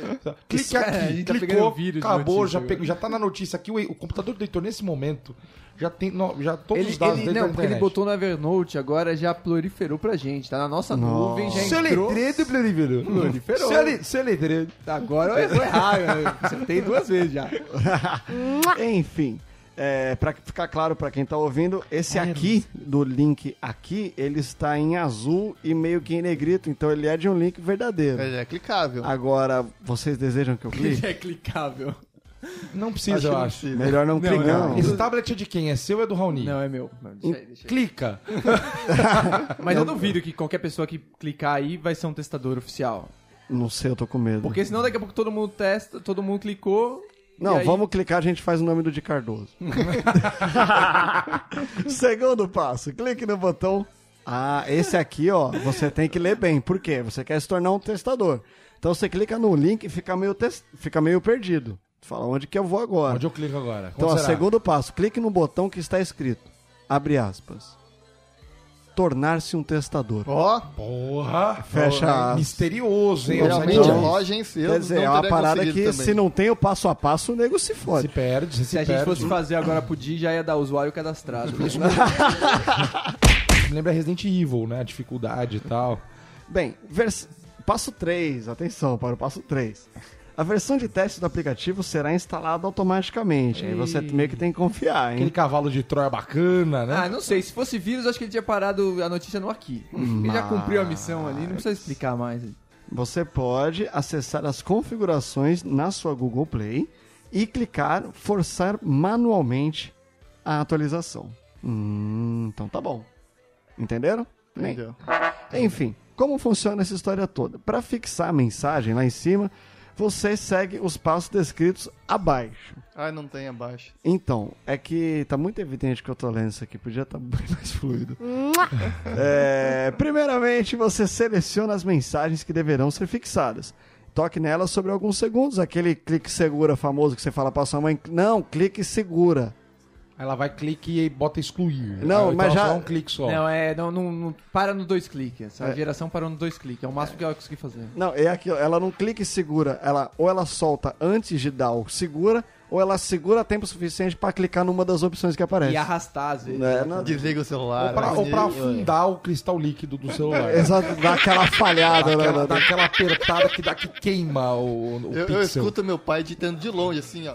Speaker 1: Clique aqui,
Speaker 4: a gente tá
Speaker 1: clicou,
Speaker 4: pegando vírus de
Speaker 1: acabou,
Speaker 4: notícia
Speaker 1: já, pegou, já tá na notícia aqui. O, o computador do Heitor, nesse momento, já tem no- já todos
Speaker 4: Ele,
Speaker 1: os dados
Speaker 4: ele-
Speaker 1: dele na
Speaker 4: não, porque ele
Speaker 1: internet.
Speaker 4: botou no Evernote, agora já proliferou pra gente. Tá na nossa nuvem, já
Speaker 1: Seu
Speaker 4: entrou.
Speaker 1: letreiro,
Speaker 4: Proliferou.
Speaker 1: Seu le- Seu letreiro.
Speaker 4: Agora eu vou errar, eu acertei duas vezes já.
Speaker 3: Enfim, é, para ficar claro para quem tá ouvindo, esse aqui, do link aqui, ele está em azul e meio que em negrito, então ele é de um link verdadeiro.
Speaker 5: Ele é clicável.
Speaker 3: Agora, vocês desejam que eu clique?
Speaker 4: Ele é clicável.
Speaker 1: Não precisa, eu acho.
Speaker 3: Melhor não, clicar.
Speaker 4: não.
Speaker 1: Esse tablet é de quem? É seu ou é do Raoni?
Speaker 4: Não, é meu. Não, deixa aí, deixa aí.
Speaker 1: Clica.
Speaker 4: Mas eu duvido que qualquer pessoa que clicar aí vai ser um testador oficial.
Speaker 3: Não sei, eu tô com medo.
Speaker 4: Porque senão daqui a pouco todo mundo testa, todo mundo clicou. e
Speaker 3: Não,
Speaker 4: aí-
Speaker 3: vamos clicar, a gente faz o nome do de Cardoso. Segundo passo, clique no botão. Ah, esse aqui, ó, você tem que ler bem. Por quê? Você quer se tornar um testador. Então você clica no link e fica meio, tes- fica meio perdido. Fala, onde que eu vou agora?
Speaker 1: Onde eu clico agora?
Speaker 3: Então, ó,
Speaker 1: Como será?
Speaker 3: segundo passo, clique no botão que está escrito. Abre aspas. Tornar-se um testador.
Speaker 5: Ó,
Speaker 1: Ah, Porra.
Speaker 3: Fecha aspas.
Speaker 1: Misterioso, hein?
Speaker 5: realmente
Speaker 4: é um
Speaker 1: Ousadinha.
Speaker 5: loja, hein? Eu
Speaker 3: Quer dizer,
Speaker 5: não
Speaker 3: é uma
Speaker 5: teria
Speaker 3: parada que
Speaker 5: conseguido
Speaker 3: se
Speaker 5: também.
Speaker 3: não tem o passo a passo, o nego se
Speaker 1: Se
Speaker 3: fode.
Speaker 1: perde, se,
Speaker 4: Se a gente
Speaker 1: perde.
Speaker 4: fosse um- fazer agora pro dia, já ia dar usuário cadastrado.
Speaker 1: Me lembra Resident Evil, né? A dificuldade e tal.
Speaker 3: Bem, vers- passo 3, atenção para o passo 3. A versão de teste do aplicativo será instalada automaticamente. Aí você meio que tem que confiar,
Speaker 1: Aquele
Speaker 3: hein?
Speaker 1: cavalo de Troia bacana, né?
Speaker 4: Ah, não sei. Se fosse vírus, acho que ele tinha parado a notícia no aqui. Ele já cumpriu a missão ali, não precisa explicar mais.
Speaker 3: Você pode acessar as configurações na sua Google Play e clicar forçar manualmente a atualização. Hum, então tá bom. Entenderam? Bem,
Speaker 5: Entendeu?
Speaker 3: Enfim, como funciona essa história toda? Para fixar a mensagem lá em cima, você segue os passos descritos abaixo.
Speaker 5: Ai, Ah, não tem abaixo.
Speaker 3: Então, é que tá muito evidente que eu tô lendo isso aqui, podia estar bem mais fluido. É, primeiramente, você seleciona as mensagens que deverão ser fixadas. Toque nelas sobre alguns segundos, aquele clique segura famoso que você fala pra sua mãe, não, clique segura.
Speaker 1: Aí ela vai clique e bota excluir.
Speaker 3: Não,
Speaker 1: Aí,
Speaker 3: mas
Speaker 1: então,
Speaker 3: já-
Speaker 1: Só um clique só.
Speaker 4: Não, é. Não, não, não- para no dois cliques. Essa geração parou no dois cliques. É o máximo que ela conseguiu fazer.
Speaker 3: Não, é aquilo, ela não clica e segura, ela ou ela solta antes de dar o segura, ou ela segura tempo suficiente pra clicar numa das opções que aparece.
Speaker 4: E arrastar, às vezes.
Speaker 1: É.
Speaker 3: Né, não-
Speaker 5: Desliga o celular. assim, é.
Speaker 1: Ou pra, ou pra afundar o cristal líquido do celular.
Speaker 3: Exato, dá aquela falhada, né?
Speaker 1: Aquela,
Speaker 3: né,
Speaker 1: dá aquela apertada que dá que queima o, o
Speaker 5: Eu, eu
Speaker 1: pixel.
Speaker 5: escuto meu pai ditando de longe, assim, ó.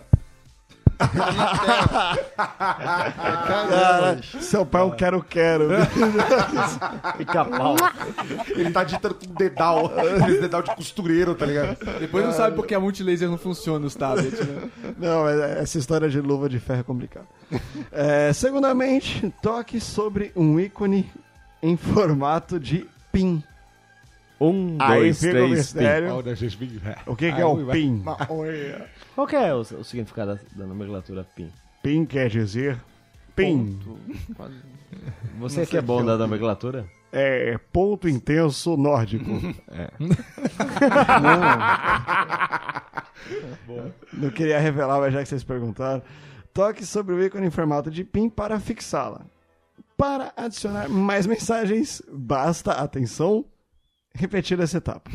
Speaker 5: Na tela. É
Speaker 3: Cara,
Speaker 5: cagado, bicho.
Speaker 3: seu pai é um quero-quero.
Speaker 2: Fica pau.
Speaker 1: Ele tá digitando com dedal. Aquele dedal de costureiro, tá ligado?
Speaker 4: Depois não sabe porque a multilaser não funciona os tablets, né?
Speaker 3: Não, mas essa história de luva de ferro é complicada. É, segundamente, toque sobre um ícone em formato de pin.
Speaker 2: Um,
Speaker 3: Aí
Speaker 2: dois,
Speaker 3: fica o
Speaker 2: três, pim.
Speaker 3: mistério.
Speaker 1: Olha, gente, me-
Speaker 3: O que, que
Speaker 1: Aí
Speaker 3: é
Speaker 1: vai-
Speaker 3: o pin?
Speaker 2: Qual que é o, o significado da- da nomenclatura PIN?
Speaker 3: Pin quer dizer pin.
Speaker 4: Ponto. Quase.
Speaker 2: Você que é bom da nomenclatura?
Speaker 3: É ponto intenso nórdico. Não. Não queria revelar, mas já que vocês perguntaram. Toque sobre o ícone em formato de PIN para fixá-la. Para adicionar mais mensagens, basta, atenção, repetir essa etapa.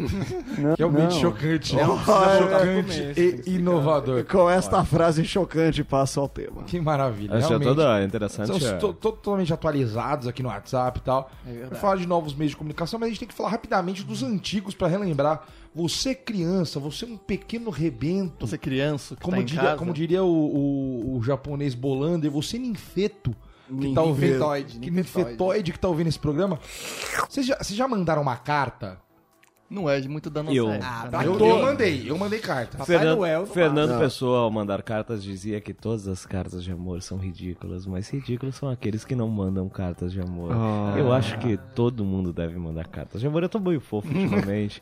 Speaker 1: Realmente chocante, né? chocante e inovador.
Speaker 3: Com esta frase chocante, passo ao tema.
Speaker 1: Que maravilha.
Speaker 2: Acho
Speaker 1: realmente.
Speaker 2: toda interessante.
Speaker 1: Estamos
Speaker 2: é.
Speaker 1: to- totalmente atualizados aqui no WhatsApp e tal.
Speaker 5: É
Speaker 1: Vamos falar de novos meios de comunicação, mas a gente tem que falar rapidamente dos antigos para relembrar. Você criança, você um pequeno rebento.
Speaker 5: Você criança, que
Speaker 1: como,
Speaker 5: tá em
Speaker 1: diria,
Speaker 5: casa.
Speaker 1: como diria o, o, o japonês Bolander, você é ninfeto. Que tá ouvindo,
Speaker 4: Ninfetoide,
Speaker 1: que
Speaker 4: ninfetoide.
Speaker 1: ninfetoide que tá ouvindo esse programa. Vocês já, vocês já mandaram uma carta?
Speaker 5: Não é de muito da nossa
Speaker 2: Eu.
Speaker 5: época,
Speaker 4: Ah,
Speaker 5: né?
Speaker 4: tá.
Speaker 1: Eu,
Speaker 4: tô.
Speaker 1: eu mandei, eu mandei carta.
Speaker 4: Papai
Speaker 2: Fernan-
Speaker 4: Noel no
Speaker 2: Fernando
Speaker 3: máximo.
Speaker 2: Pessoa, ao mandar cartas, dizia que todas as cartas de amor são ridículas, mas ridículos são aqueles que não mandam cartas de amor. Eu acho que todo mundo deve mandar cartas de amor. Eu tô meio fofo ultimamente.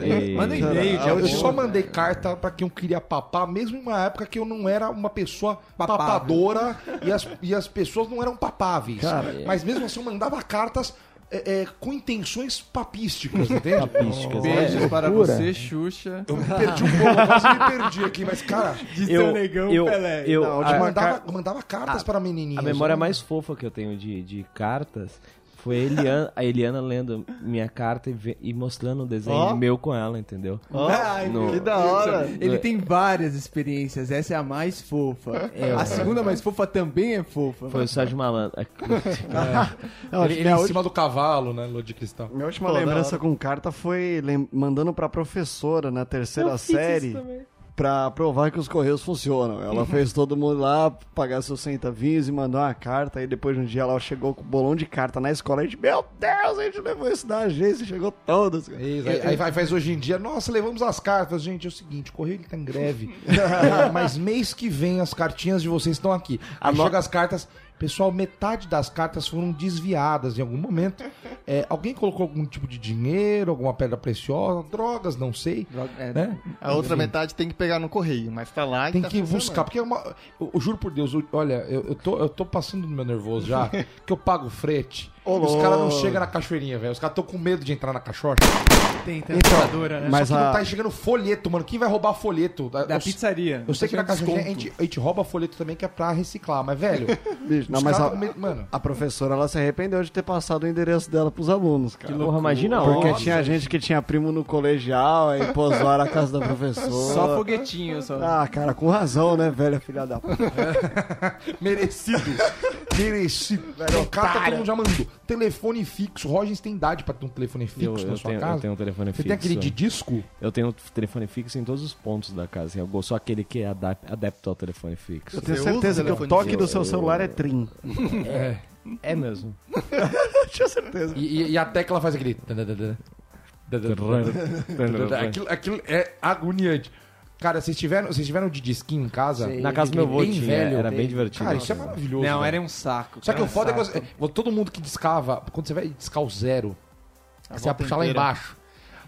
Speaker 2: E-
Speaker 4: Manda um e-mail, que é
Speaker 1: Eu
Speaker 4: o
Speaker 1: só mandei carta pra quem eu queria papar, mesmo em uma época que eu não era uma pessoa
Speaker 4: Papável.
Speaker 1: papadora e as, e as pessoas não eram papáveis.
Speaker 3: Cara,
Speaker 1: Mas mesmo assim eu mandava cartas é, é, com intenções papísticas, entende?
Speaker 2: Papísticas, né?
Speaker 1: é
Speaker 4: Beijos para
Speaker 3: loucura.
Speaker 4: você, Xuxa.
Speaker 1: Eu me perdi um pouco, quase me perdi aqui, mas cara,
Speaker 4: De
Speaker 2: É, Eu,
Speaker 4: seu negão,
Speaker 2: eu,
Speaker 4: Pelé.
Speaker 2: eu-
Speaker 3: Não,
Speaker 1: eu
Speaker 3: Ah,
Speaker 1: mandava,
Speaker 3: car-
Speaker 1: eu mandava cartas para menininhas. né?
Speaker 2: A memória é mais fofa que eu tenho de, de cartas foi a Eliana, a Eliana lendo minha carta e, ve- e mostrando um desenho
Speaker 5: Ó.
Speaker 2: meu com ela, entendeu?
Speaker 5: Ó,
Speaker 2: No-
Speaker 5: que da hora.
Speaker 4: Ele
Speaker 1: É.
Speaker 4: tem várias experiências. Essa é a mais fofa.
Speaker 1: É.
Speaker 4: A segunda mais fofa também é fofa.
Speaker 2: Foi o Sérgio Malandro.
Speaker 3: Não,
Speaker 1: Ele, ele
Speaker 3: minha,
Speaker 1: em
Speaker 3: última,
Speaker 1: cima do cavalo, né, Lua de Cristal.
Speaker 3: minha última
Speaker 5: Pô, da
Speaker 3: lembrança com carta foi lem- mandando pra professora na terceira série. Pra provar que os correios funcionam. Ela fez todo mundo lá pagar seus centavinhos e mandou uma carta. Aí depois de um dia ela chegou com um bolão de carta na escola. A gente, meu Deus, a gente levou isso da agência, chegou todas. cara."
Speaker 1: Isso, aí, aí vai- faz hoje em dia, nossa, levamos as cartas, gente, é o seguinte, o correio ele tá em greve, É, mas mês que vem as cartinhas de vocês estão aqui. Aí chega as cartas, pessoal, metade das cartas foram desviadas em algum momento. É, alguém colocou algum tipo de dinheiro, alguma pedra preciosa, drogas, não sei,
Speaker 4: Droga- é,
Speaker 1: né?
Speaker 5: A outra metade tem que pegar no correio, mas tá lá e
Speaker 1: Tem
Speaker 5: tá
Speaker 1: que
Speaker 5: funcionando.
Speaker 1: buscar, porque é uma, eu, eu juro por Deus, eu- olha, eu, eu tô, eu tô passando do meu nervoso já, que eu pago frete,
Speaker 3: Ô,
Speaker 1: e os caras não
Speaker 3: louco.
Speaker 1: chegam na cachoeirinha, velho, os caras estão com medo de entrar na cachoeira.
Speaker 4: Tem
Speaker 1: Então,
Speaker 4: transportadora, né?
Speaker 3: Mas
Speaker 1: Só que
Speaker 3: a-
Speaker 1: não tá chegando folheto, mano. Quem vai roubar folheto?
Speaker 4: Da
Speaker 1: eu,
Speaker 4: pizzaria.
Speaker 1: eu sei que na casa a gente, a gente rouba folheto também, que é pra reciclar, mas, velho,
Speaker 3: Bicho, não,
Speaker 1: os
Speaker 3: mas
Speaker 1: caras
Speaker 3: a,
Speaker 1: tão meio- mano.
Speaker 3: a professora ela se arrependeu de ter passado o endereço dela pros alunos, cara.
Speaker 2: Porra, imagina a
Speaker 3: Porque
Speaker 2: hora.
Speaker 3: tinha gente que tinha primo no colegial, aí posaram a casa da professora.
Speaker 4: Só foguetinho, só.
Speaker 3: Ah, cara, com razão, né, velha filha da puta.
Speaker 1: Merecido. Merecido. Velho, carta todo mundo já mandou. telefone fixo. Rogers tem idade pra ter um telefone
Speaker 2: Eu,
Speaker 1: fixo
Speaker 2: eu
Speaker 1: na sua
Speaker 2: tenho,
Speaker 1: casa.
Speaker 2: eu tenho um telefone
Speaker 1: Você
Speaker 2: fixo.
Speaker 1: tem aquele de disco?
Speaker 2: Eu tenho um telefone fixo em todos os pontos da casa. Eu gosto só aquele que é adap- adepto ao telefone fixo.
Speaker 3: Eu tenho
Speaker 5: Você
Speaker 3: certeza
Speaker 5: usa
Speaker 3: que o
Speaker 5: telefone
Speaker 3: toque
Speaker 5: fixo?
Speaker 3: do seu celular é trim.
Speaker 2: É mesmo.
Speaker 3: Tinha certeza.
Speaker 1: E, e- e a tecla faz aquele. tadadadã, tadadadã, tadadadã. aquilo, aquilo é agoniante. Cara, vocês tiveram, vocês tiveram de disquinho em casa?
Speaker 4: Sim.
Speaker 2: Na casa do meu avô
Speaker 1: Bem
Speaker 2: tinha,
Speaker 1: velho,
Speaker 2: era
Speaker 4: tem.
Speaker 2: bem divertido.
Speaker 1: Cara, isso é maravilhoso.
Speaker 4: Não,
Speaker 1: velho.
Speaker 4: era um saco.
Speaker 1: Só
Speaker 4: cara,
Speaker 1: que o foda é que
Speaker 4: um
Speaker 1: você,
Speaker 4: saco.
Speaker 1: é, todo mundo que discava, quando você vai discar o zero, você ia
Speaker 5: volta
Speaker 1: puxar lá
Speaker 5: inteira.
Speaker 1: embaixo.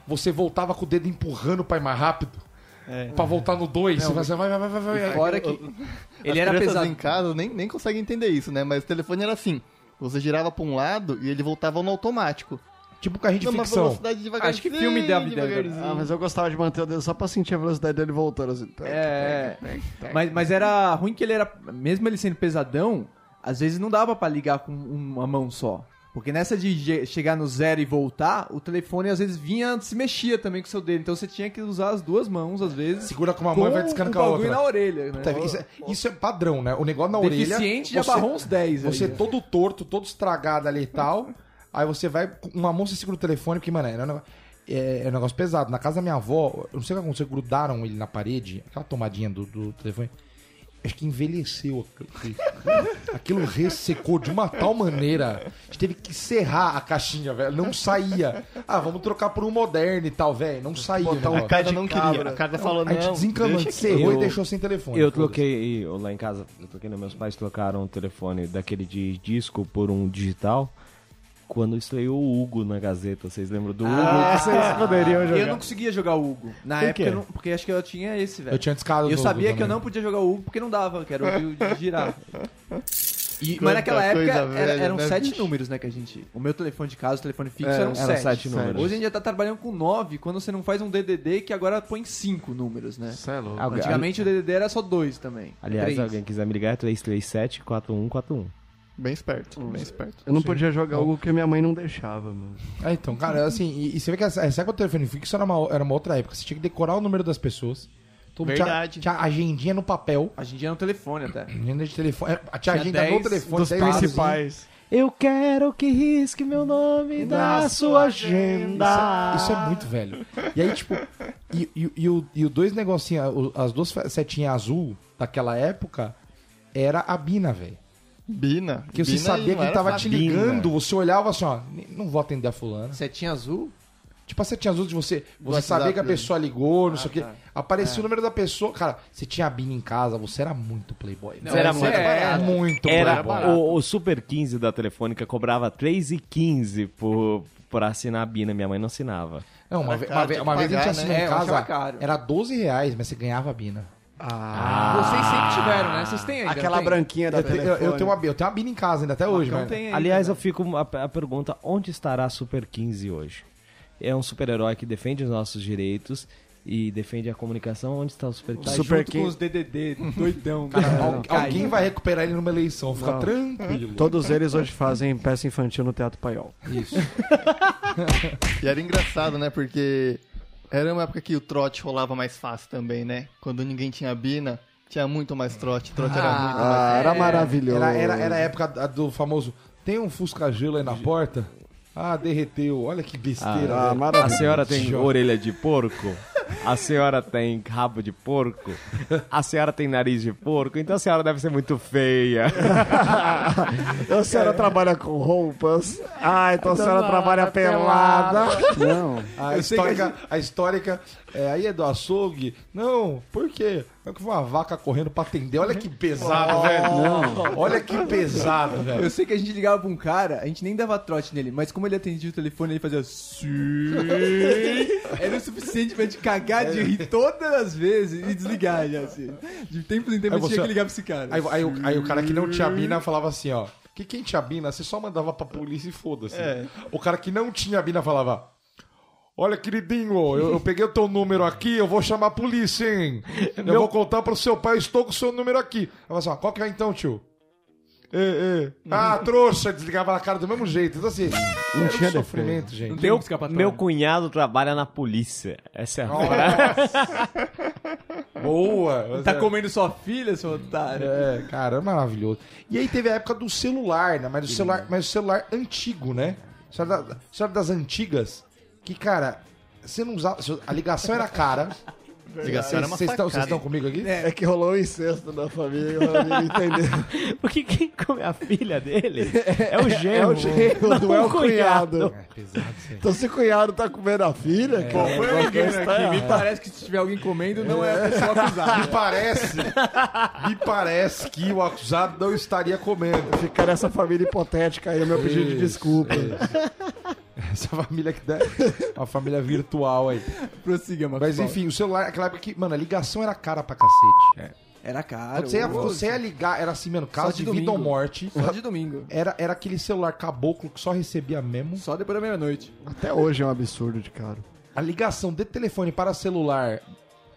Speaker 1: Você voltava com o dedo empurrando pra ir mais rápido,
Speaker 5: É.
Speaker 1: pra voltar no dois. Você vai, vai, vai, vai, vai. vai.
Speaker 4: Fora que ele
Speaker 5: As
Speaker 4: era
Speaker 5: crianças
Speaker 4: pesado.
Speaker 5: em casa nem, nem conseguem entender isso, né? Mas o telefone era assim. Você girava pra um lado e ele voltava no automático.
Speaker 1: Tipo carrinho de
Speaker 5: Numa
Speaker 1: ficção.
Speaker 5: velocidade devagarzinho.
Speaker 4: Acho que filme da vida.
Speaker 5: devagarzinho.
Speaker 3: Ah, mas eu gostava de manter o dedo só pra sentir a velocidade dele voltando assim.
Speaker 4: É, mas, mas era ruim que ele era. Mesmo ele sendo pesadão, às vezes não dava pra ligar com um, uma mão só. Porque nessa de ge- chegar no zero e voltar, o telefone às vezes vinha, se mexia também com o seu dedo. Então você tinha que usar as duas mãos, às vezes.
Speaker 1: Segura com uma mão e vai
Speaker 4: o
Speaker 1: descando com a
Speaker 4: bagulho
Speaker 1: outra.
Speaker 4: na orelha, né?
Speaker 1: Puta, Isso, é, isso é padrão, né? O negócio na orelha.
Speaker 4: Deficiente já barrou uns 10
Speaker 1: Você
Speaker 4: aí. né?
Speaker 1: todo torto, todo estragado ali e tal. aí você vai, com uma mão você segura o telefone, porque, mano, é um, negócio, é- é um negócio pesado. Na casa da minha avó, eu não sei o que aconteceu, grudaram ele na parede, aquela tomadinha do, do telefone. Acho que envelheceu aquilo. Aquilo ressecou de uma tal maneira. A gente teve que serrar a caixinha, velho. Não saía. Ah, vamos trocar por um moderno e tal, velho. Não saía. o
Speaker 5: A
Speaker 1: negócio.
Speaker 5: cara não queria. A cara falou,
Speaker 1: a gente
Speaker 5: não,
Speaker 1: desencanou, a
Speaker 5: deixa
Speaker 1: gente serrou
Speaker 2: Eu-
Speaker 1: e deixou sem telefone.
Speaker 2: Eu
Speaker 1: Foda-se.
Speaker 2: troquei, eu, lá em casa, eu troquei, não, meus pais trocaram o telefone daquele de disco por um digital quando estreou o Hugo na Gazeta. Vocês lembram do
Speaker 3: Ah, vocês poderiam
Speaker 4: Eu
Speaker 3: jogar.
Speaker 4: não conseguia jogar o Hugo. Na
Speaker 2: Por
Speaker 4: época,
Speaker 2: quê?
Speaker 4: eu não- porque acho que eu tinha esse, velho.
Speaker 1: Eu tinha descado
Speaker 4: Eu
Speaker 1: do-
Speaker 4: sabia
Speaker 1: do
Speaker 4: que eu
Speaker 1: também.
Speaker 4: não podia jogar o Hugo porque não dava, que era o de girar. E- mas
Speaker 5: Quanta
Speaker 4: naquela época
Speaker 5: coisa
Speaker 4: era-
Speaker 5: velha,
Speaker 4: eram
Speaker 5: né,
Speaker 4: sete
Speaker 5: bicho?
Speaker 4: números, né? Que a gente. O meu telefone de casa, o telefone fixo,
Speaker 2: É,
Speaker 4: eram
Speaker 2: eram
Speaker 4: sete.
Speaker 2: sete números.
Speaker 4: Hoje a gente já tá trabalhando com nove quando você não faz um DDD que agora põe cinco números, né?
Speaker 3: Isso é louco.
Speaker 2: Algu-
Speaker 4: Antigamente o DDD era só dois também.
Speaker 2: ali- Aliás,
Speaker 4: três.
Speaker 2: alguém quiser me ligar, é 337-4141.
Speaker 5: Bem esperto, bem esperto.
Speaker 3: Eu não podia jogar algo que minha mãe não deixava, mano.
Speaker 1: É, então, cara, assim, e, e você vê que essa, essa época do telefone fixo era uma, era uma outra época. Você tinha que decorar o número das pessoas. Então,
Speaker 5: Verdade.
Speaker 1: Tinha, tinha agendinha no papel.
Speaker 4: A gente tinha no telefone até.
Speaker 1: Agenda de telefone. é, Tinha, agenda no
Speaker 4: dez
Speaker 1: telefone.
Speaker 3: Dos
Speaker 1: dez passos.
Speaker 3: principais.
Speaker 2: Eu quero que risque meu nome da sua agenda.
Speaker 1: Isso é muito velho. E aí, tipo, e, e, e o, e o dois negocinhos, o- as duas setinhas azul daquela época era a Bina, velho.
Speaker 5: Bina.
Speaker 1: Porque você
Speaker 5: Bina
Speaker 1: sabia
Speaker 5: não
Speaker 1: que
Speaker 5: era
Speaker 1: tava
Speaker 5: fácil.
Speaker 1: te ligando, você olhava assim, ó, não vou atender a fulana.
Speaker 4: Setinha azul?
Speaker 1: Tipo a setinha azul de você, você
Speaker 5: WhatsApp,
Speaker 1: sabia que a
Speaker 5: né?
Speaker 1: pessoa ligou, não sei o quê.
Speaker 4: tá.
Speaker 1: Aparecia o número da pessoa. Cara, você tinha a Bina em casa, você era muito playboy.
Speaker 4: Não, é-
Speaker 1: Você
Speaker 2: era
Speaker 1: você
Speaker 2: muito
Speaker 4: barato.
Speaker 1: muito
Speaker 2: Era
Speaker 1: playboy.
Speaker 2: o, o Super 15 da Telefônica cobrava 3,15 por, por assinar a Bina. Minha mãe não assinava.
Speaker 1: Não, uma,
Speaker 5: Era
Speaker 1: ve-
Speaker 5: caro,
Speaker 1: uma, ve-
Speaker 5: tinha que
Speaker 1: uma vez a gente
Speaker 5: pagar,
Speaker 1: assinou
Speaker 4: né?
Speaker 1: em
Speaker 4: É, eu achava
Speaker 1: casa,
Speaker 4: caro.
Speaker 1: era 12 reais, mas você ganhava a Bina.
Speaker 4: Vocês sempre tiveram, né? Vocês têm ainda.
Speaker 3: Aquela
Speaker 4: não tem?
Speaker 3: branquinha da
Speaker 1: Eu, te- eu- eu
Speaker 3: telefone.
Speaker 1: tenho uma, eu tenho uma Bina em casa ainda até hoje,
Speaker 4: Não
Speaker 1: mano.
Speaker 4: tem ainda.
Speaker 2: Aliás, eu fico a, a pergunta: onde estará Super 15 hoje? É um super-herói que defende os nossos direitos e defende a comunicação. Onde está o Super 15?
Speaker 4: Tá
Speaker 3: Super
Speaker 4: junto
Speaker 3: King.
Speaker 4: com os DDD, doidão.
Speaker 1: Cara, al-
Speaker 4: Não,
Speaker 1: alguém
Speaker 4: caiu.
Speaker 1: vai recuperar ele numa eleição, fica
Speaker 3: Não.
Speaker 1: tranquilo.
Speaker 3: Todos eles hoje fazem peça infantil no Teatro Paiol.
Speaker 1: Isso.
Speaker 5: E era engraçado, né? Porque era uma época que o trote rolava mais fácil também, né? Quando ninguém tinha Bina, tinha muito mais trote. Trote era muito mais
Speaker 3: Ah, era
Speaker 4: é.
Speaker 3: maravilhoso.
Speaker 1: Era, era, era a época da- do famoso. Tem um Fusca Gelo aí na porta? Ah, derreteu. Olha que besteira.
Speaker 3: Ah,
Speaker 1: velho.
Speaker 2: A
Speaker 3: maravilhoso.
Speaker 2: senhora tem orelha de porco? A senhora tem rabo de porco? A senhora tem nariz de porco? Então a senhora deve ser muito feia.
Speaker 3: A senhora trabalha com roupas. Ah, então a senhora trabalha pelada. Não.
Speaker 1: A histórica, a histórica é, aí é do açougue? Não, por quê? É que foi uma vaca correndo pra atender. Olha que pesado, velho. Olha que pesado, velho.
Speaker 4: Eu sei que a gente ligava pra um cara, a gente nem dava trote nele, mas como ele atendia o telefone, ele fazia sim. Era o suficiente pra te cagar de rir todas as vezes e desligar já, assim. De tempos em
Speaker 1: Aí
Speaker 4: tempos a gente tinha
Speaker 1: você-
Speaker 4: que ligar pra esse cara.
Speaker 1: Aí, aí o- aí o cara que não tinha Bina falava assim, ó. Que quem tinha Bina, você só mandava pra polícia e foda-se. O cara que não tinha Bina falava. Olha, queridinho, eu, eu peguei o teu número aqui, eu vou chamar a polícia, hein? Eu vou contar pro seu pai, eu estou com o seu número aqui. Aí fala assim, ó, qual que é então, tio? É, é. Ah, trouxa, desligava na cara do mesmo jeito. Então assim,
Speaker 3: Não tinha
Speaker 1: Era um sofrimento,
Speaker 3: defeito.
Speaker 1: gente.
Speaker 6: Não tem
Speaker 2: Meu,
Speaker 6: como escapar
Speaker 2: meu
Speaker 6: também.
Speaker 2: cunhado trabalha na polícia. Essa é a frase.
Speaker 1: Boa!
Speaker 4: Tá comendo sua filha, seu otário?
Speaker 1: É, cara, é maravilhoso. E aí teve a época do celular, né? Mas o celular, mas o celular antigo, né? Isso era, da- isso era das antigas. Que, cara, você não usava. A ligação era cara.
Speaker 5: Ligação era uma
Speaker 1: Vocês estão-
Speaker 5: facada.
Speaker 1: vocês estão tá comigo aqui?
Speaker 3: É que rolou um incesto na família, eu não entender.
Speaker 2: O que quem come a filha dele é o gêmeo.
Speaker 3: É o gênio
Speaker 2: Não,
Speaker 3: do El
Speaker 2: cunhado.
Speaker 3: Cunhado.
Speaker 1: É pesado isso aí.
Speaker 3: Então se o cunhado tá comendo a filha, cara,
Speaker 6: Foi
Speaker 3: alguma
Speaker 6: alguém
Speaker 3: coisa tá
Speaker 4: É.
Speaker 6: aqui,
Speaker 3: errada.
Speaker 6: me parece que se tiver alguém comendo, não é a pessoa
Speaker 1: Me
Speaker 6: acusada.
Speaker 1: parece. Me parece que o acusado não estaria comendo.
Speaker 3: Ficar nessa família hipotética aí, o meu pedido de
Speaker 1: Isso,
Speaker 3: desculpa.
Speaker 1: Essa família que dá. Uma família virtual aí.
Speaker 4: Prossiga, Marcos
Speaker 1: Mas
Speaker 4: Paulo.
Speaker 1: enfim, o celular, aquela época que. Mano, a ligação era cara pra cacete.
Speaker 4: É. Era caro.
Speaker 1: Quando você, ia,
Speaker 4: ô,
Speaker 1: você ia ligar, era assim, mano,
Speaker 4: Só
Speaker 1: caso
Speaker 4: de
Speaker 1: de, vida
Speaker 4: domingo.
Speaker 1: ou morte.
Speaker 4: Só de domingo.
Speaker 1: Era, era aquele celular caboclo que só recebia mesmo.
Speaker 4: Só depois da meia-noite.
Speaker 3: Até hoje é um absurdo de caro.
Speaker 1: A ligação de telefone para celular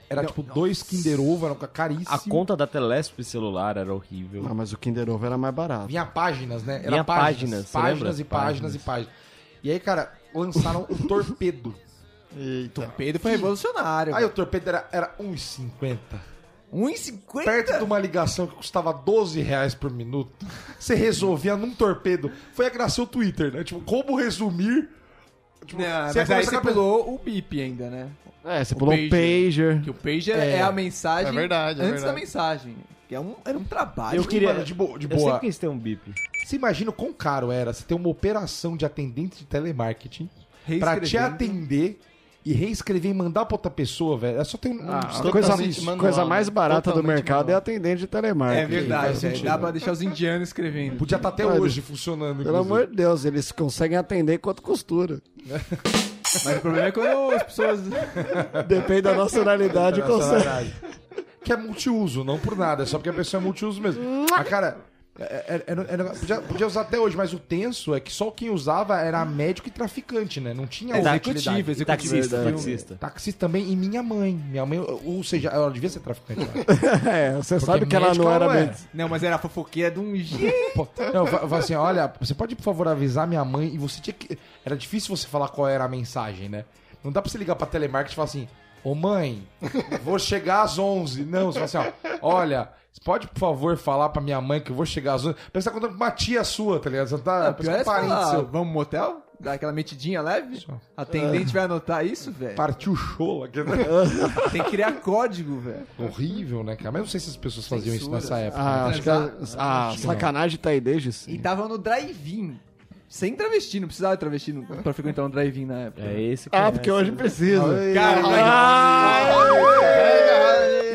Speaker 1: era tipo dois Kinder Ovo, era um caríssimo.
Speaker 2: A conta da Telesp celular era horrível.
Speaker 3: Ah, mas o Kinder Ovo era mais barato.
Speaker 1: Vinha páginas, né? Era
Speaker 2: Vinha
Speaker 1: páginas.
Speaker 2: páginas, você
Speaker 1: Páginas
Speaker 2: lembra?
Speaker 1: e páginas e páginas. E aí, cara, lançaram o torpedo.
Speaker 5: Eita.
Speaker 4: Pedro foi revolucionário.
Speaker 1: Aí o torpedo era, era 1,50.
Speaker 4: 1,50?
Speaker 1: Perto de uma ligação que custava 12 reais por minuto, você resolvia num torpedo. Foi a graça o Twitter, né? Tipo, como resumir. Tipo,
Speaker 4: Não,
Speaker 1: você
Speaker 4: né? mas aí
Speaker 1: conversa
Speaker 4: você
Speaker 1: com a
Speaker 4: pulou o bip ainda, né?
Speaker 3: É, você
Speaker 4: O
Speaker 3: pulou um
Speaker 4: pager.
Speaker 3: pager.
Speaker 4: Que o pager é, a mensagem
Speaker 5: É verdade, é
Speaker 4: antes da
Speaker 5: verdade.
Speaker 4: mensagem. Que é um, era um trabalho.
Speaker 2: Eu
Speaker 1: Sim,
Speaker 2: queria-
Speaker 1: Tipo, mano, de, bo- de
Speaker 2: Eu sempre
Speaker 1: boa.
Speaker 2: quis ter um bip.
Speaker 1: Você imagina o quão caro era você ter uma operação de atendente de telemarketing pra
Speaker 4: Reescrevendo.
Speaker 1: te atender e reescrever e mandar pra outra pessoa, velho. É só tem um.
Speaker 3: Ah, a
Speaker 5: Totalmente
Speaker 3: coisa,
Speaker 5: manual,
Speaker 3: coisa mais
Speaker 5: né?
Speaker 3: barata do
Speaker 5: Totalmente
Speaker 3: mercado é
Speaker 5: manual.
Speaker 3: atendente de telemarketing. Então,
Speaker 4: É verdade,
Speaker 3: Faz
Speaker 4: é,
Speaker 3: sentido.
Speaker 4: dá pra deixar os indianos escrevendo.
Speaker 1: Podia estar até
Speaker 3: Olha,
Speaker 1: hoje funcionando.
Speaker 3: Pelo
Speaker 1: inclusive.
Speaker 3: amor de Deus, eles conseguem atender enquanto costura.
Speaker 4: Mas o problema é quando as pessoas.
Speaker 3: Depende da nacionalidade, consegue.
Speaker 1: Personalidade. Que é multiuso, não por nada. É só porque a pessoa é multiuso mesmo. Mas, cara, é- é- é- é- podia, podia usar até hoje, mas o tenso é que só quem usava era médico e traficante, né? Não
Speaker 3: É,
Speaker 1: tinha outra utilidade.
Speaker 4: Executivo, executivo.
Speaker 2: Taxista,
Speaker 4: Viu?
Speaker 2: taxista.
Speaker 1: Taxista também e minha mãe. Minha mãe, ou seja, ela devia ser traficante. eu acho.
Speaker 3: É, você sabe
Speaker 1: Porque
Speaker 3: que ela
Speaker 1: médico
Speaker 3: não
Speaker 1: ela
Speaker 3: era
Speaker 1: não é.
Speaker 3: médica.
Speaker 4: Não, mas era fofoqueira de um jeito.
Speaker 1: Pô, Não, eu fa- eu falo assim, olha, você pode, por favor, avisar minha mãe e você tinha que... Era difícil você falar qual era a mensagem, né? Não dá pra você ligar pra telemarketing e falar assim, ô mãe, vou chegar às 11. Não, você fala assim, ó, olha, você pode, por favor, falar pra minha mãe que eu vou chegar às 11. Parece que você tá contando com uma tia sua, tá ligado? Você tá...
Speaker 4: Ah,
Speaker 1: parece
Speaker 4: pior
Speaker 1: que
Speaker 4: é
Speaker 1: um
Speaker 4: você
Speaker 1: parente
Speaker 4: falar,
Speaker 1: seu.
Speaker 4: vamos pro motel? Dar aquela metidinha leve?
Speaker 1: Só.
Speaker 4: Atendente vai anotar isso, velho?
Speaker 1: Partiu o show aqui, né?
Speaker 4: Tem que criar código, velho.
Speaker 1: Horrível, né, cara? Mas eu não sei se as pessoas faziam
Speaker 4: Censura.
Speaker 1: isso nessa época.
Speaker 3: Ah,
Speaker 1: né?
Speaker 3: acho que a, a sacanagem tá aí desde
Speaker 4: E
Speaker 3: sim.
Speaker 4: tava no drive-in. Sem travesti, não precisava de travesti no- pra frequentar um drive-in na época.
Speaker 2: É esse que
Speaker 3: Ah,
Speaker 2: é.
Speaker 3: porque hoje precisa.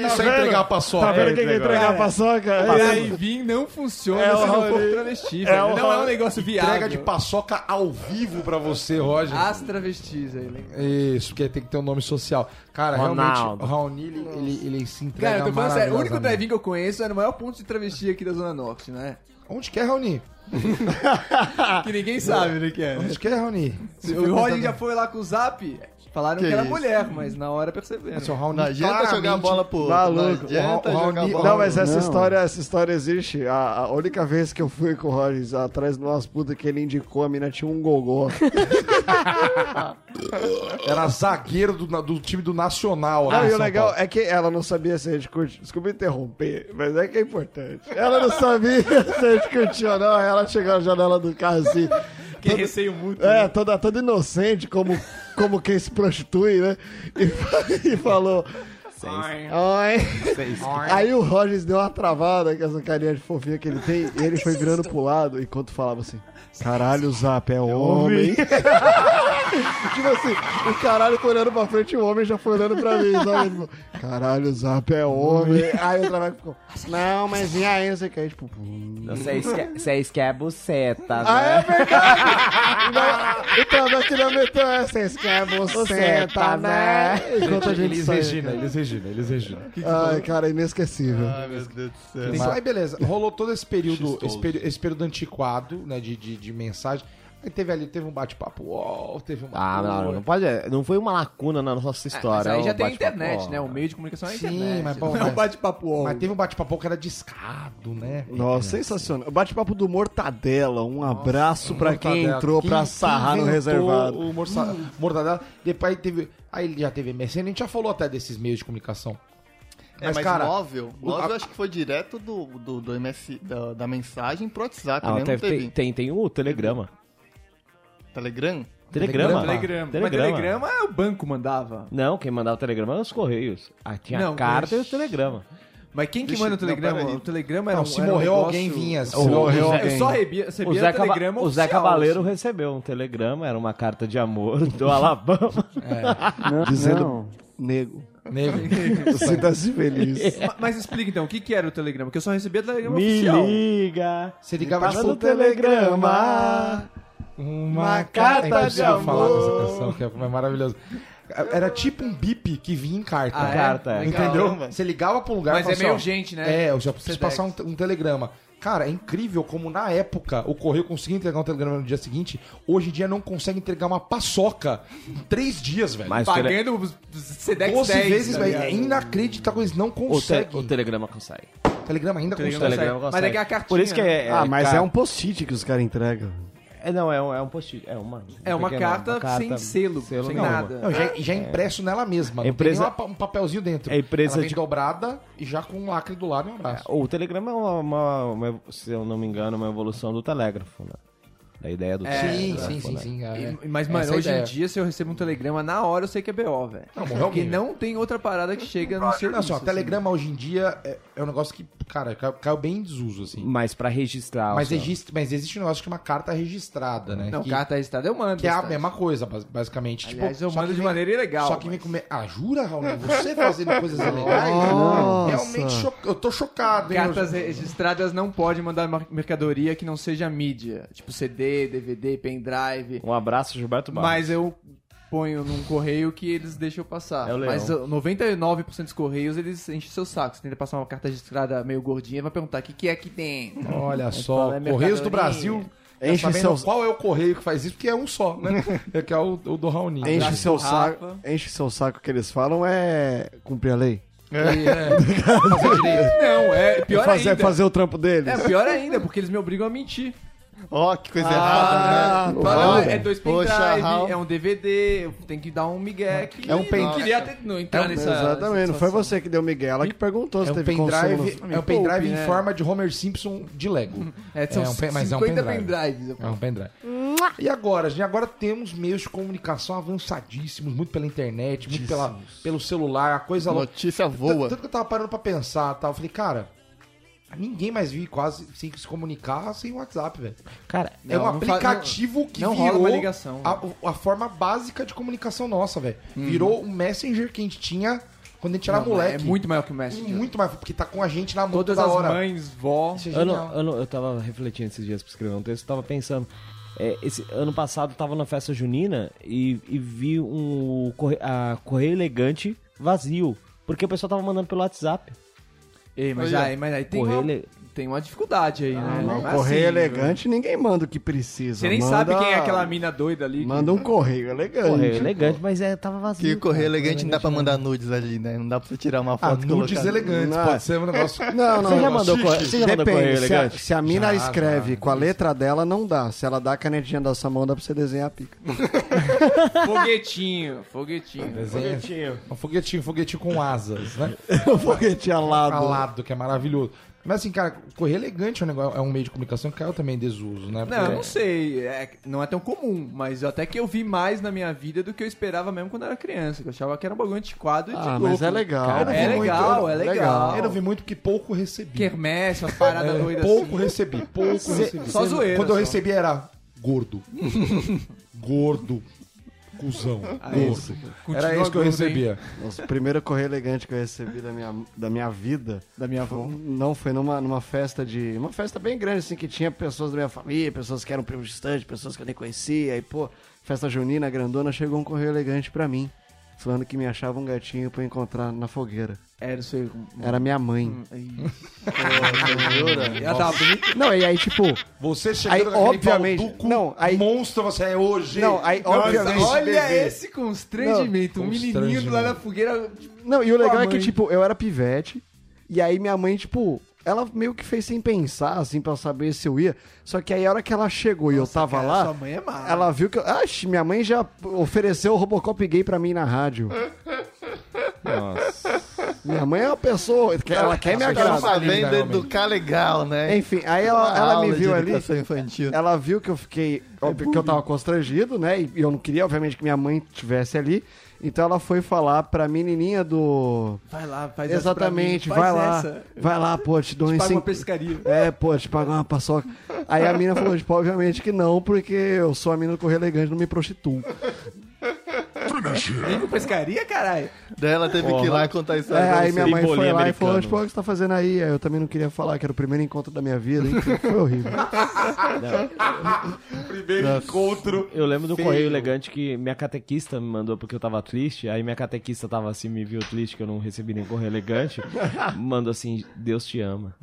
Speaker 1: Isso é entregar pra só.
Speaker 3: Tá vendo quem quer entregar a paçoca?
Speaker 4: Tá Drive-in não funciona
Speaker 3: É
Speaker 4: se não
Speaker 3: horror-
Speaker 4: for travesti, velho. Não é um
Speaker 3: horror-
Speaker 4: negócio viável.
Speaker 1: Entrega de paçoca ao vivo pra você, Roger.
Speaker 4: As travestis aí, né? lembra?
Speaker 1: Isso, porque tem que ter um nome social. Cara, realmente,
Speaker 2: Ronaldo.
Speaker 1: o Raoni, ele, ele, ele se entrega
Speaker 4: Cara, eu tô falando sério, o único
Speaker 1: maravilhosamente.
Speaker 4: drive-in que eu conheço é no maior ponto de travesti aqui da Zona Norte, né?
Speaker 1: Onde quer, Raoni?
Speaker 4: Que ninguém sabe o que é. né?
Speaker 1: Onde quer, Raoni?
Speaker 4: O Roger já foi lá com o zap, falaram que,
Speaker 5: Que
Speaker 4: era
Speaker 5: isso?
Speaker 4: mulher, mas na hora perceberam.
Speaker 1: Assim, o Raoni
Speaker 5: Não adianta jogar a
Speaker 1: claramente-
Speaker 5: bola pro outro.
Speaker 3: Maluco.
Speaker 5: Não adianta
Speaker 1: O Ra- o
Speaker 5: jogar a
Speaker 1: Raoni-
Speaker 5: bola
Speaker 3: Não, mas
Speaker 5: pro
Speaker 3: essa
Speaker 5: outro.
Speaker 3: história, essa história existe. A, a única vez que eu fui com o Rollins atrás de umas putas que ele indicou, a mina tinha um gogó.
Speaker 1: Era zagueiro do, na- do time do Nacional. lá em
Speaker 3: Não, e o
Speaker 1: São
Speaker 3: legal
Speaker 1: Paulo.
Speaker 3: é que ela não sabia se a gente curte. Desculpa interromper, mas é que é importante. Ela não sabia se a gente curtia ou não. aí Ela chegou na janela do carro assim.
Speaker 4: Que receio muito.
Speaker 3: É, toda, toda inocente, como, como quem se prostitui, né? E, fa- e falou. Oi. Aí o Rogers deu uma travada com essa carinha de fofinha que ele tem e ele foi virando pro lado enquanto falava assim: Caralho, o Zap é homem. tipo assim, o caralho foi olhando pra frente e o homem já foi olhando pra mim. Sabe? Ele ficou, caralho, o Zap é homem. Aí o trabalho ficou: Não, mas e aí? Não sei o que. Aí, tipo, "Hum."
Speaker 2: Vocês que- Vocês que é buceta,
Speaker 3: Ah,
Speaker 2: né?
Speaker 3: é verdade! Não, o Trabeck não então meteu essa, esse que é você, tá, né? Enquanto a gente
Speaker 1: Eles
Speaker 3: sai.
Speaker 1: Regina, eles Regina, eles Regina. Então,
Speaker 3: Ai, cara, inesquecível.
Speaker 5: Ai, meu Deus do céu.
Speaker 1: Mas- Aí beleza, rolou todo esse período, esse período, esse período antiquado, né, de, de, de mensagem. Aí teve ali, teve um bate-papo UOL, teve um
Speaker 2: Ah, não, não, não pode. Não foi uma lacuna na
Speaker 6: É,
Speaker 2: nossa história.
Speaker 6: mas aí
Speaker 2: é
Speaker 6: já
Speaker 2: um
Speaker 6: tem a
Speaker 2: bate-papo,
Speaker 6: internet,
Speaker 2: ó.
Speaker 6: né? O meio de comunicação é a
Speaker 1: Sim,
Speaker 6: internet.
Speaker 1: mas,
Speaker 4: né?
Speaker 1: bom,
Speaker 6: não é
Speaker 1: mas-
Speaker 6: um bate-papo UOL.
Speaker 1: Mas teve um bate-papo que era discado, né?
Speaker 3: Nossa, sensacional. O bate-papo do Mortadela. Um abraço pra quem
Speaker 1: Mortadela.
Speaker 3: entrou pra
Speaker 1: Quem-
Speaker 3: sarrar
Speaker 1: quem
Speaker 3: no
Speaker 1: inventou
Speaker 3: reservado.
Speaker 1: O morsa, Mortadela. Depois aí teve. Aí ele já teve MSN, a gente já falou até desses meios de comunicação.
Speaker 5: É,
Speaker 1: Mas,
Speaker 5: mas,
Speaker 1: cara,
Speaker 5: móvel,
Speaker 1: o-
Speaker 5: móvel
Speaker 1: a-
Speaker 5: acho que foi direto do, do, do MS, da, da mensagem pro WhatsApp,
Speaker 2: Ah,
Speaker 5: né? Não
Speaker 2: teve-
Speaker 5: teve
Speaker 2: tem, tem, tem o Telegrama.
Speaker 5: Telegram?
Speaker 2: Telegrama.
Speaker 6: Telegrama.
Speaker 2: Telegrama.
Speaker 4: Mas telegrama é o banco mandava.
Speaker 2: Não, quem mandava o telegrama eram os Correios. Ah, tinha
Speaker 4: Não,
Speaker 2: a carta e
Speaker 4: mas-
Speaker 2: o telegrama.
Speaker 4: Mas quem que
Speaker 5: Vixe,
Speaker 4: manda o
Speaker 5: não,
Speaker 4: telegrama?
Speaker 5: peraí.
Speaker 4: o telegrama era
Speaker 1: Não,
Speaker 4: um,
Speaker 1: se
Speaker 4: era um
Speaker 1: morreu
Speaker 4: negócio-
Speaker 1: alguém, vinha. Se
Speaker 2: O-
Speaker 1: morreu
Speaker 4: Eu
Speaker 1: alguém.
Speaker 4: só recebia, recebia
Speaker 2: O Zé, Cava-
Speaker 4: telegrama
Speaker 2: o Zé
Speaker 4: oficial,
Speaker 2: Cavaleiro recebeu um telegrama, era uma carta de amor do Alabama.
Speaker 3: Dizendo, nego,
Speaker 1: Nego.
Speaker 3: sinta-se feliz.
Speaker 4: Ma- Mas explica então, o que, que era o telegrama? Porque eu só recebia telegrama
Speaker 2: Me
Speaker 4: oficial.
Speaker 2: liga.
Speaker 1: Você ligava
Speaker 2: Passa
Speaker 1: tipo,
Speaker 2: o telegrama.
Speaker 1: Uma
Speaker 2: carta
Speaker 1: É impossível
Speaker 2: de
Speaker 1: falar
Speaker 2: amor.
Speaker 1: dessa canção, que é maravilhoso. Era tipo um bip que vinha em carta.
Speaker 2: A
Speaker 4: Ah,
Speaker 2: carta. é.
Speaker 6: Legal.
Speaker 1: Entendeu?
Speaker 5: Caramba.
Speaker 1: Você ligava pra um lugar e
Speaker 6: Mas é
Speaker 1: falava
Speaker 6: meio
Speaker 1: assim, ó,
Speaker 6: urgente, né?
Speaker 1: É, eu já preciso
Speaker 6: Sedex.
Speaker 1: passar um, te- um telegrama. Cara, é incrível como na época o correio conseguia entregar um telegrama no dia seguinte. Hoje em dia não consegue entregar uma paçoca em três dias, velho.
Speaker 2: Mas o, tele-
Speaker 6: Pagando os Sedex
Speaker 1: 12
Speaker 6: 10,
Speaker 1: vezes,
Speaker 6: tá
Speaker 1: velho.
Speaker 6: ligado?
Speaker 1: É inacreditável, eles não
Speaker 2: o, te-
Speaker 1: conseguem.
Speaker 2: o telegrama consegue.
Speaker 1: O telegrama ainda
Speaker 2: O
Speaker 1: consegue.
Speaker 2: telegrama
Speaker 6: Mas
Speaker 2: consegue.
Speaker 6: é que é a cartinha,
Speaker 2: Por isso que é. é
Speaker 3: ah, mas
Speaker 2: ca-
Speaker 3: é um post-it que os caras entregam.
Speaker 2: é, não, é um, é um post É uma.
Speaker 6: É uma
Speaker 2: pequena-
Speaker 6: carta sem selo, sem
Speaker 2: nenhuma.
Speaker 6: nada.
Speaker 1: Não, já, é- já é impresso nela mesma. Não
Speaker 2: Empresa-
Speaker 1: tem nem uma pa- um papelzinho dentro.
Speaker 2: É empresa
Speaker 1: Ela vem
Speaker 2: de-
Speaker 1: dobrada e já com um lacre do lado e um abraço.
Speaker 2: O telegrama é uma, uma- uma- se eu não me engano, uma evolução do telégrafo, né? Da ideia do
Speaker 5: É,
Speaker 1: sim,
Speaker 2: telégrafo.
Speaker 1: sim, sim,
Speaker 2: né?
Speaker 1: sim, é.
Speaker 6: E-
Speaker 4: Mas, mano,
Speaker 1: Essa é a
Speaker 4: hoje em
Speaker 1: ideia.
Speaker 4: dia, se eu recebo um telegrama na hora, eu sei que é BO, velho.
Speaker 1: Não, morreu
Speaker 4: Porque
Speaker 1: alguém.
Speaker 4: não tem outra parada que chega no serviço.
Speaker 1: Não, assim, ó,
Speaker 4: assim.
Speaker 1: telegrama hoje em dia é, é um negócio que, cara, caiu, caiu bem em desuso, assim.
Speaker 2: Mas pra registrar.
Speaker 1: Mas,
Speaker 2: o seu-
Speaker 1: existe, mas existe um negócio que é uma carta registrada, né?
Speaker 4: Não,
Speaker 1: que,
Speaker 4: carta registrada eu mando.
Speaker 1: que é a
Speaker 4: cara.
Speaker 1: mesma coisa, bas- basicamente.
Speaker 4: Aliás,
Speaker 1: tipo,
Speaker 4: eu
Speaker 1: só
Speaker 4: mando
Speaker 1: que
Speaker 4: de
Speaker 1: vem-
Speaker 4: maneira ilegal.
Speaker 1: Só que vem
Speaker 4: mas-
Speaker 1: comer. Ah, jura, Raul? Você fazendo coisas ilegais? Realmente cho- eu tô chocado, hein?
Speaker 4: Cartas
Speaker 1: eu...
Speaker 4: registradas não pode mandar mar- mercadoria que não seja mídia. Tipo CD, DVD, pendrive.
Speaker 2: Um abraço, Gilberto Barros.
Speaker 4: Mas eu ponho num correio que eles deixam eu passar.
Speaker 2: É o leão.
Speaker 4: Mas uh, ó, 99% dos correios, eles enchem seu saco. Você tenta passar uma carta registrada meio gordinha e vai perguntar o que, que é que tem.
Speaker 1: Olha só,
Speaker 4: fala, é
Speaker 1: Correios do
Speaker 4: mercadoria.
Speaker 1: Brasil. já
Speaker 4: Tá
Speaker 3: Enche
Speaker 1: sabendo
Speaker 3: seus-
Speaker 1: Qual é o correio que faz isso? Porque é um só, né? É que é o, o do Raoni.
Speaker 3: Enche seu,
Speaker 4: Rafa.
Speaker 3: saco, enche seu saco que eles falam é cumprir a lei.
Speaker 4: é, Não, é pior
Speaker 3: fazer,
Speaker 4: ainda.
Speaker 3: fazer o trampo deles.
Speaker 4: É pior ainda, porque eles me obrigam a mentir.
Speaker 5: Ó, que
Speaker 1: Ah,
Speaker 5: coisa
Speaker 3: Ah,
Speaker 5: errada, né?
Speaker 4: Fala,
Speaker 5: Olha.
Speaker 4: é dois
Speaker 5: Poxa, Raul.
Speaker 4: pendrive, é um DVD, eu tenho que dar um migué que
Speaker 1: É um
Speaker 4: Não
Speaker 1: pendrive.
Speaker 4: queria ter, não entrar né, nessa...
Speaker 3: É um- Exatamente, não
Speaker 4: nessa
Speaker 3: foi
Speaker 4: situação.
Speaker 3: você que deu Miguel, ela que perguntou se
Speaker 1: É um
Speaker 3: teve consumo.
Speaker 1: pendrive,
Speaker 3: no-
Speaker 1: é um pendrive
Speaker 4: poupe,
Speaker 1: em
Speaker 4: né?
Speaker 1: forma de Homer Simpson de Lego.
Speaker 4: É, são
Speaker 1: É um pen- mas é um
Speaker 4: 50
Speaker 1: pendrive.
Speaker 4: pendrives. eu
Speaker 1: É
Speaker 4: falo.
Speaker 1: um pendrive. E agora, gente? Agora temos meios de comunicação avançadíssimos, muito pela internet, muito pela, pelo celular, a coisa louca.
Speaker 5: Notícia
Speaker 1: Tanto,
Speaker 5: voa.
Speaker 1: tanto que eu tava parando pra pensar tal. Eu falei, cara, ninguém mais vive quase sem se comunicar sem WhatsApp, velho.
Speaker 2: Cara,
Speaker 1: É um
Speaker 4: Não, não fa-
Speaker 1: aplicativo que
Speaker 4: não rola
Speaker 1: virou
Speaker 4: uma ligação, Uhum.
Speaker 1: a, a forma básica de comunicação nossa, velho. Virou o Messenger que a gente tinha quando a gente era
Speaker 4: Não,
Speaker 1: "Ah, moleque.
Speaker 4: É muito maior que o
Speaker 1: E
Speaker 4: Messenger.
Speaker 1: muito mais, porque tá com a gente na mão
Speaker 4: Todas
Speaker 1: toda
Speaker 4: as
Speaker 1: hora.
Speaker 4: mães, vó...
Speaker 1: Isso é
Speaker 2: ano,
Speaker 1: genial.
Speaker 2: ano, eu tava refletindo esses dias pra escrever um texto, eu tava pensando. é, esse ano passado eu tava na festa junina e, e vi um corre, a correio elegante vazio. Porque o pessoal tava mandando pelo WhatsApp.
Speaker 4: Ei, mas,
Speaker 5: Olha.
Speaker 4: aí, mas aí tem,
Speaker 2: Correio
Speaker 4: uma,
Speaker 2: ele-
Speaker 4: tem uma dificuldade aí, né?
Speaker 3: Não,
Speaker 4: Não é
Speaker 3: correio
Speaker 4: assim,
Speaker 3: elegante, ninguém manda o que precisa.
Speaker 4: Você nem
Speaker 3: manda-
Speaker 4: sabe quem é aquela mina doida ali. que-
Speaker 3: Manda um correio elegante.
Speaker 2: Correio elegante, mas é, tava vazio.
Speaker 5: Que correr
Speaker 2: cara.
Speaker 5: elegante não dá pra mandar nudes ali, né? Não dá pra você tirar uma
Speaker 1: Ah,
Speaker 5: foto e
Speaker 1: nudes
Speaker 5: colocar.
Speaker 1: elegantes,
Speaker 3: Não.
Speaker 1: pode ser um negócio.
Speaker 3: Não, não.
Speaker 2: Você já
Speaker 3: não.
Speaker 2: mandou correio- você já mandou correio
Speaker 3: Depende, se a,
Speaker 2: elegante?
Speaker 3: se a mina
Speaker 1: Já,
Speaker 3: escreve
Speaker 1: já.
Speaker 3: com a letra dela, não dá. Se ela dá a canetinha da sua mão, dá pra você desenhar a pica.
Speaker 4: Foguetinho, foguetinho.
Speaker 1: Foguetinho. Um foguetinho, foguetinho com asas, né?
Speaker 3: o foguete alado.
Speaker 1: Alado, que é maravilhoso. Mas assim, cara, correr elegante é um, negócio, é um meio de comunicação que caiu também em desuso, né?
Speaker 4: Não, eu
Speaker 1: Porque-
Speaker 4: não sei. é- não é tão comum, mas até que eu vi mais na minha vida do que eu esperava mesmo quando eu era criança. Que eu achava que era um bagulho antiquado e de
Speaker 3: Ah,
Speaker 4: louco.
Speaker 3: mas é legal.
Speaker 1: Cara, Eu não
Speaker 4: É
Speaker 1: vi muito,
Speaker 4: legal,
Speaker 1: eu-
Speaker 4: é legal.
Speaker 1: Eu não vi muito porque pouco recebi.
Speaker 4: Quermesse, umas paradas
Speaker 1: É,
Speaker 4: doidas
Speaker 1: pouco
Speaker 4: assim.
Speaker 1: recebi, pouco recebi.
Speaker 4: só zoeira,
Speaker 1: Quando eu
Speaker 4: só.
Speaker 1: recebi era gordo. gordo. Cusão. gordo. Era
Speaker 4: Continua
Speaker 1: isso que eu
Speaker 4: gordo, hein?
Speaker 1: recebia.
Speaker 3: Nossa, o primeiro correio elegante que eu recebi da minha, da minha vida.
Speaker 4: Da minha
Speaker 3: Foi-
Speaker 4: avó.
Speaker 3: Não, foi numa, numa festa de. Uma festa bem grande, assim, que tinha pessoas da minha família, pessoas que eram primo distante, pessoas que eu nem conhecia. E, pô, festa junina, grandona, chegou um correio elegante pra mim. falando que me achava um gatinho pra eu encontrar na fogueira.
Speaker 4: Era isso aí. um-
Speaker 3: Era minha mãe.
Speaker 4: Ela tava bonita.
Speaker 3: Não, e aí, tipo.
Speaker 1: Você
Speaker 3: Aí,
Speaker 1: chegando com aquele
Speaker 3: obviamente-
Speaker 1: pau do cu,
Speaker 3: não, aí-
Speaker 1: monstro você é hoje.
Speaker 3: Não, aí,
Speaker 1: Nossa,
Speaker 3: obviamente-
Speaker 4: Olha
Speaker 1: bebê.
Speaker 4: esse constrangimento. Um menininho do lado da fogueira.
Speaker 3: Não, e o legal
Speaker 4: Tua
Speaker 3: é que,
Speaker 4: mãe.
Speaker 3: tipo, eu era pivete, e aí minha mãe, tipo, ela meio que fez sem pensar, assim, pra saber se eu ia. Só que aí a hora que ela chegou e eu tava
Speaker 4: cara,
Speaker 3: lá.
Speaker 4: sua mãe é má.
Speaker 3: Ela viu que eu. Acho, minha mãe já ofereceu o Robocop gay pra mim na rádio.
Speaker 2: Nossa.
Speaker 3: Minha mãe é uma pessoa. que- Ela quer me
Speaker 5: Ela
Speaker 3: agradar.
Speaker 5: sabendo é educar legal, né?
Speaker 3: Enfim, aí ela, ela me
Speaker 5: Aula de
Speaker 3: viu ali.
Speaker 5: educação infantil.
Speaker 3: Ela viu que eu fiquei. Óbvio que eu tava constrangido, né? E eu não queria, obviamente, que minha mãe estivesse ali. Então ela foi falar pra menininha do.
Speaker 4: Vai lá, faz essa pra mim,
Speaker 3: Exatamente,
Speaker 4: faz
Speaker 3: vai lá.
Speaker 4: essa.
Speaker 3: Vai lá, pô, te dou um
Speaker 4: Paga uma
Speaker 3: incentivo.
Speaker 4: pescaria.
Speaker 3: É, pô, te pagar uma paçoca. Aí a mina falou, tipo, obviamente que não, porque eu sou a mina do Correio Elegante, não me prostituo.
Speaker 4: Nem com pescaria, caralho.
Speaker 5: Daí ela teve que ir lá contar isso
Speaker 3: É, aí minha mãe foi
Speaker 2: Pimbolim
Speaker 3: lá e falou,
Speaker 2: americano.
Speaker 3: tipo, "Ah, o que você tá fazendo aí? Aí eu também não queria falar, que era o primeiro encontro da minha vida, enfim, foi horrível.
Speaker 1: Primeiro encontro.
Speaker 2: Eu lembro do correio elegante que minha catequista me mandou porque eu tava triste. Aí minha catequista tava assim, me viu triste que eu não recebi nem correio elegante. Mandou assim: Deus te ama.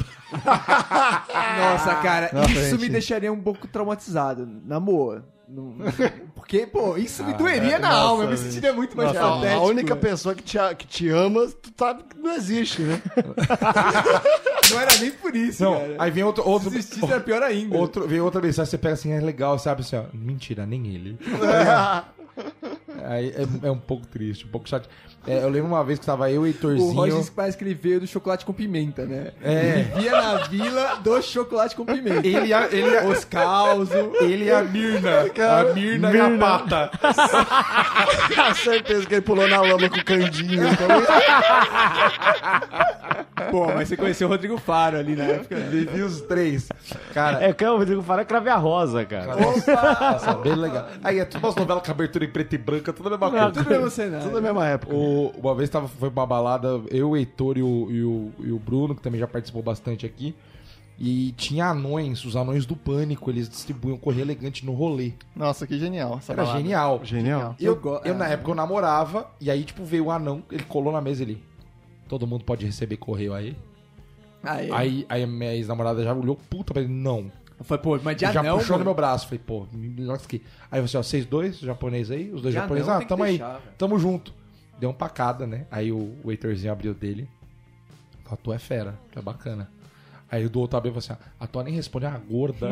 Speaker 3: Ah.
Speaker 4: Nossa, cara,
Speaker 5: Nossa,
Speaker 4: isso
Speaker 5: gente.
Speaker 4: me deixaria um pouco traumatizado. Na boa. Não- Porque, pô, isso
Speaker 3: Ah,
Speaker 4: me doeria na alma. Eu me sentiria muito mais
Speaker 3: A,
Speaker 4: patético.
Speaker 3: única pessoa que te, que te ama, tu sabe que não existe, né?
Speaker 4: Não era nem por isso,
Speaker 1: Não,
Speaker 4: cara.
Speaker 1: aí vem outro. outro
Speaker 4: Desistir era pior ainda.
Speaker 1: Outro, vem outra mensagem, você pega assim, é legal, sabe assim, ó. Mentira, nem ele. Aí é, é um pouco triste, um pouco chato. É, eu lembro uma vez que tava eu e
Speaker 4: O
Speaker 1: Heitorzinho.
Speaker 4: Rogers parece que ele veio do chocolate com pimenta, né?
Speaker 1: É.
Speaker 4: Ele vivia na vila do chocolate com pimenta.
Speaker 1: Ele e a, ele e a-
Speaker 4: Os causos.
Speaker 1: ele e a Mirna. A Mirna, e a Pata.
Speaker 3: Com certeza que ele pulou na lama com o candinho.
Speaker 4: Pô, mas você conheceu o Rodrigo Faro ali na época.
Speaker 1: Vivi os três. Cara,
Speaker 2: É que o Rodrigo fala crave a rosa, cara.
Speaker 4: É.
Speaker 1: nossa, bem legal. Aí é tudo umas novelas com abertura em preto e branca, tudo a mesma coisa.
Speaker 4: Tudo bem você, né?
Speaker 3: Tudo na mesma época.
Speaker 1: O- uma vez tava, foi pra uma balada, eu, o Heitor e o, e, o, e o Bruno, que também já participou bastante aqui. E tinha anões, os anões do pânico, eles distribuíam correio elegante no rolê.
Speaker 5: Nossa, que genial. Essa
Speaker 1: Era
Speaker 5: balada.
Speaker 1: genial.
Speaker 3: Genial.
Speaker 1: Eu,
Speaker 4: Eu go-
Speaker 1: eu, na
Speaker 4: ah.
Speaker 1: época eu namorava, e aí, tipo, veio o anão, ele colou na mesa ali. Todo mundo pode receber correio aí.
Speaker 4: Aí,
Speaker 1: Aí, aí a minha ex-namorada já olhou puta pra ele, não.
Speaker 4: Foi, pô, mas já,
Speaker 1: já
Speaker 4: não.
Speaker 1: puxou no
Speaker 4: mano.
Speaker 1: meu braço. Falei, pô, me lasquei. Aí você, ó, vocês dois, japonês aí, os dois
Speaker 4: Já
Speaker 1: japoneses,
Speaker 4: não,
Speaker 1: ah,
Speaker 4: tem que
Speaker 1: tamo aí,
Speaker 4: deixar, velho.
Speaker 1: tamo junto. Deu uma pacada, né? Aí o, o Heitorzinho abriu dele. Falou, a tua é fera, tu é bacana. Aí o do outro abriu e falou assim, ah, a tua nem responde, é uma gorda.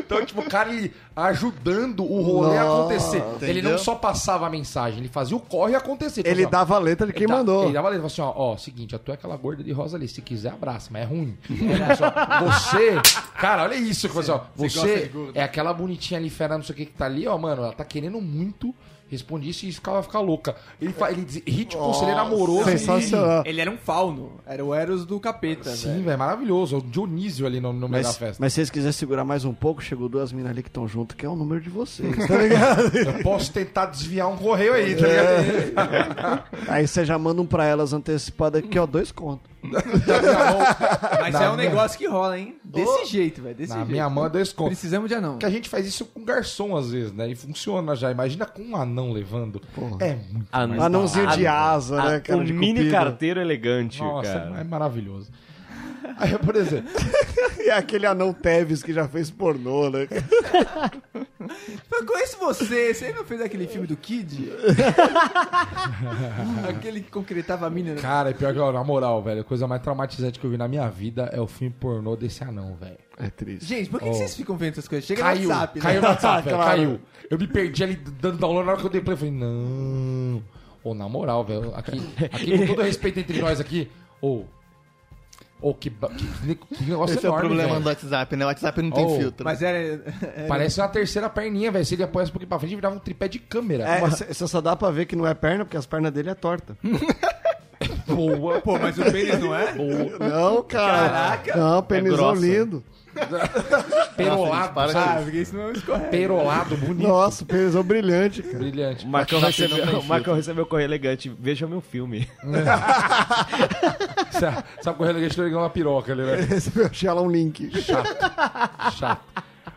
Speaker 1: então, tipo, o cara, ele ajudando o rolê a acontecer. Ele não
Speaker 5: entendeu?
Speaker 1: só passava a mensagem, ele fazia o corre acontecer. Tipo
Speaker 3: Ele
Speaker 1: assim, ó,
Speaker 3: dava a letra de quem
Speaker 1: ele dá-
Speaker 3: mandou.
Speaker 1: Ele dava letra, ele falou assim, ó, ó, seguinte, a tua é aquela gorda de rosa ali, se quiser abraça, mas é ruim. Ele falou assim, ó, você, cara, olha isso, que você, ó, você é aquela bonitinha ali, fera, não sei o que que tá ali, ó, mano, ela tá querendo muito responde isso e isso que ela vai ficar louca. Ele, fa- ele é diz, hit conselheiro amoroso.
Speaker 3: Sensacional.
Speaker 4: Ele era um fauno. Era o Eros do capeta,
Speaker 1: E,
Speaker 4: velho.
Speaker 1: sim, velho, maravilhoso. é O Dionísio ali no, no meio da
Speaker 3: Mas,
Speaker 1: festa.
Speaker 3: mas se vocês quiserem segurar mais um pouco, chegou duas minas ali que estão junto, que é o número de vocês, tá ligado?
Speaker 1: Eu posso tentar desviar um correio aí, tá
Speaker 3: É.
Speaker 1: ligado?
Speaker 3: Aí você já manda um pra elas antecipada aqui, ó, dois contos.
Speaker 4: Mas é um negócio que rola, hein? Desse jeito, velho. Desse
Speaker 1: Na
Speaker 4: jeito.
Speaker 1: minha mão, é dois contos.
Speaker 4: Precisamos de anão.
Speaker 1: Que a gente faz isso com garçom às vezes, né? E funciona já. Imagina com um anão levando. É muito
Speaker 2: Anão-
Speaker 3: Anãozinho de asa, né, cara?
Speaker 2: Ah, tá o
Speaker 3: de
Speaker 2: mini
Speaker 3: cupido.
Speaker 2: carteiro elegante,
Speaker 1: Nossa, é
Speaker 2: cara.
Speaker 1: maravilhoso. Aí, por exemplo,
Speaker 3: E aquele anão Teves que já fez pornô, né?
Speaker 4: Eu conheço você. Você não fez aquele filme do Kid? aquele que concretava a mina. né?
Speaker 1: cara, é pior que, ó, na moral, velho, a coisa mais traumatizante que eu vi na minha vida é o filme pornô desse anão, velho.
Speaker 3: É triste.
Speaker 4: Gente, por que,
Speaker 1: Oh.
Speaker 4: que vocês ficam vendo essas coisas? Chega
Speaker 1: Caiu,
Speaker 4: no WhatsApp,
Speaker 1: caiu
Speaker 4: né?
Speaker 1: no WhatsApp, velho,
Speaker 3: Claro.
Speaker 1: caiu. Eu me perdi ali dando download na hora que eu dei play, eu falei, não. Ô, na moral, velho, aqui, aqui com todo respeito entre nós aqui, ô, ô, que, ba- que, que negócio
Speaker 5: Esse é o
Speaker 1: enorme,
Speaker 5: problema
Speaker 1: velho.
Speaker 5: do WhatsApp, né? O WhatsApp não tem
Speaker 1: Oh,
Speaker 5: filtro.
Speaker 4: Mas é, era...
Speaker 1: Parece uma terceira perninha, velho, se ele apoiasse um pouquinho pra frente, virava um tripé de câmera.
Speaker 3: É,
Speaker 1: Uma-
Speaker 3: você só dá pra ver que não é perna, porque as pernas dele é torta.
Speaker 1: boa,
Speaker 4: Pô, mas o pênis não é?
Speaker 1: boa,
Speaker 3: Não, cara.
Speaker 4: Caraca.
Speaker 3: Não, penizão
Speaker 2: grossa.
Speaker 3: lindo.
Speaker 1: perolado,
Speaker 5: para
Speaker 1: sabe?
Speaker 4: Ah, porque isso não é escorrega.
Speaker 1: Perolado, bonito,
Speaker 3: Nossa, penizão brilhante, cara.
Speaker 1: brilhante.
Speaker 2: O Marcão,
Speaker 5: WhatsApp não tem
Speaker 2: recebeu, o
Speaker 5: filtro.
Speaker 2: Marcão recebeu o correio elegante. Veja meu filme.
Speaker 1: Sabe, sabe correndo que a gente uma piroca ali, né?
Speaker 3: Esse meu tinha lá um link.
Speaker 1: Chato. Chato.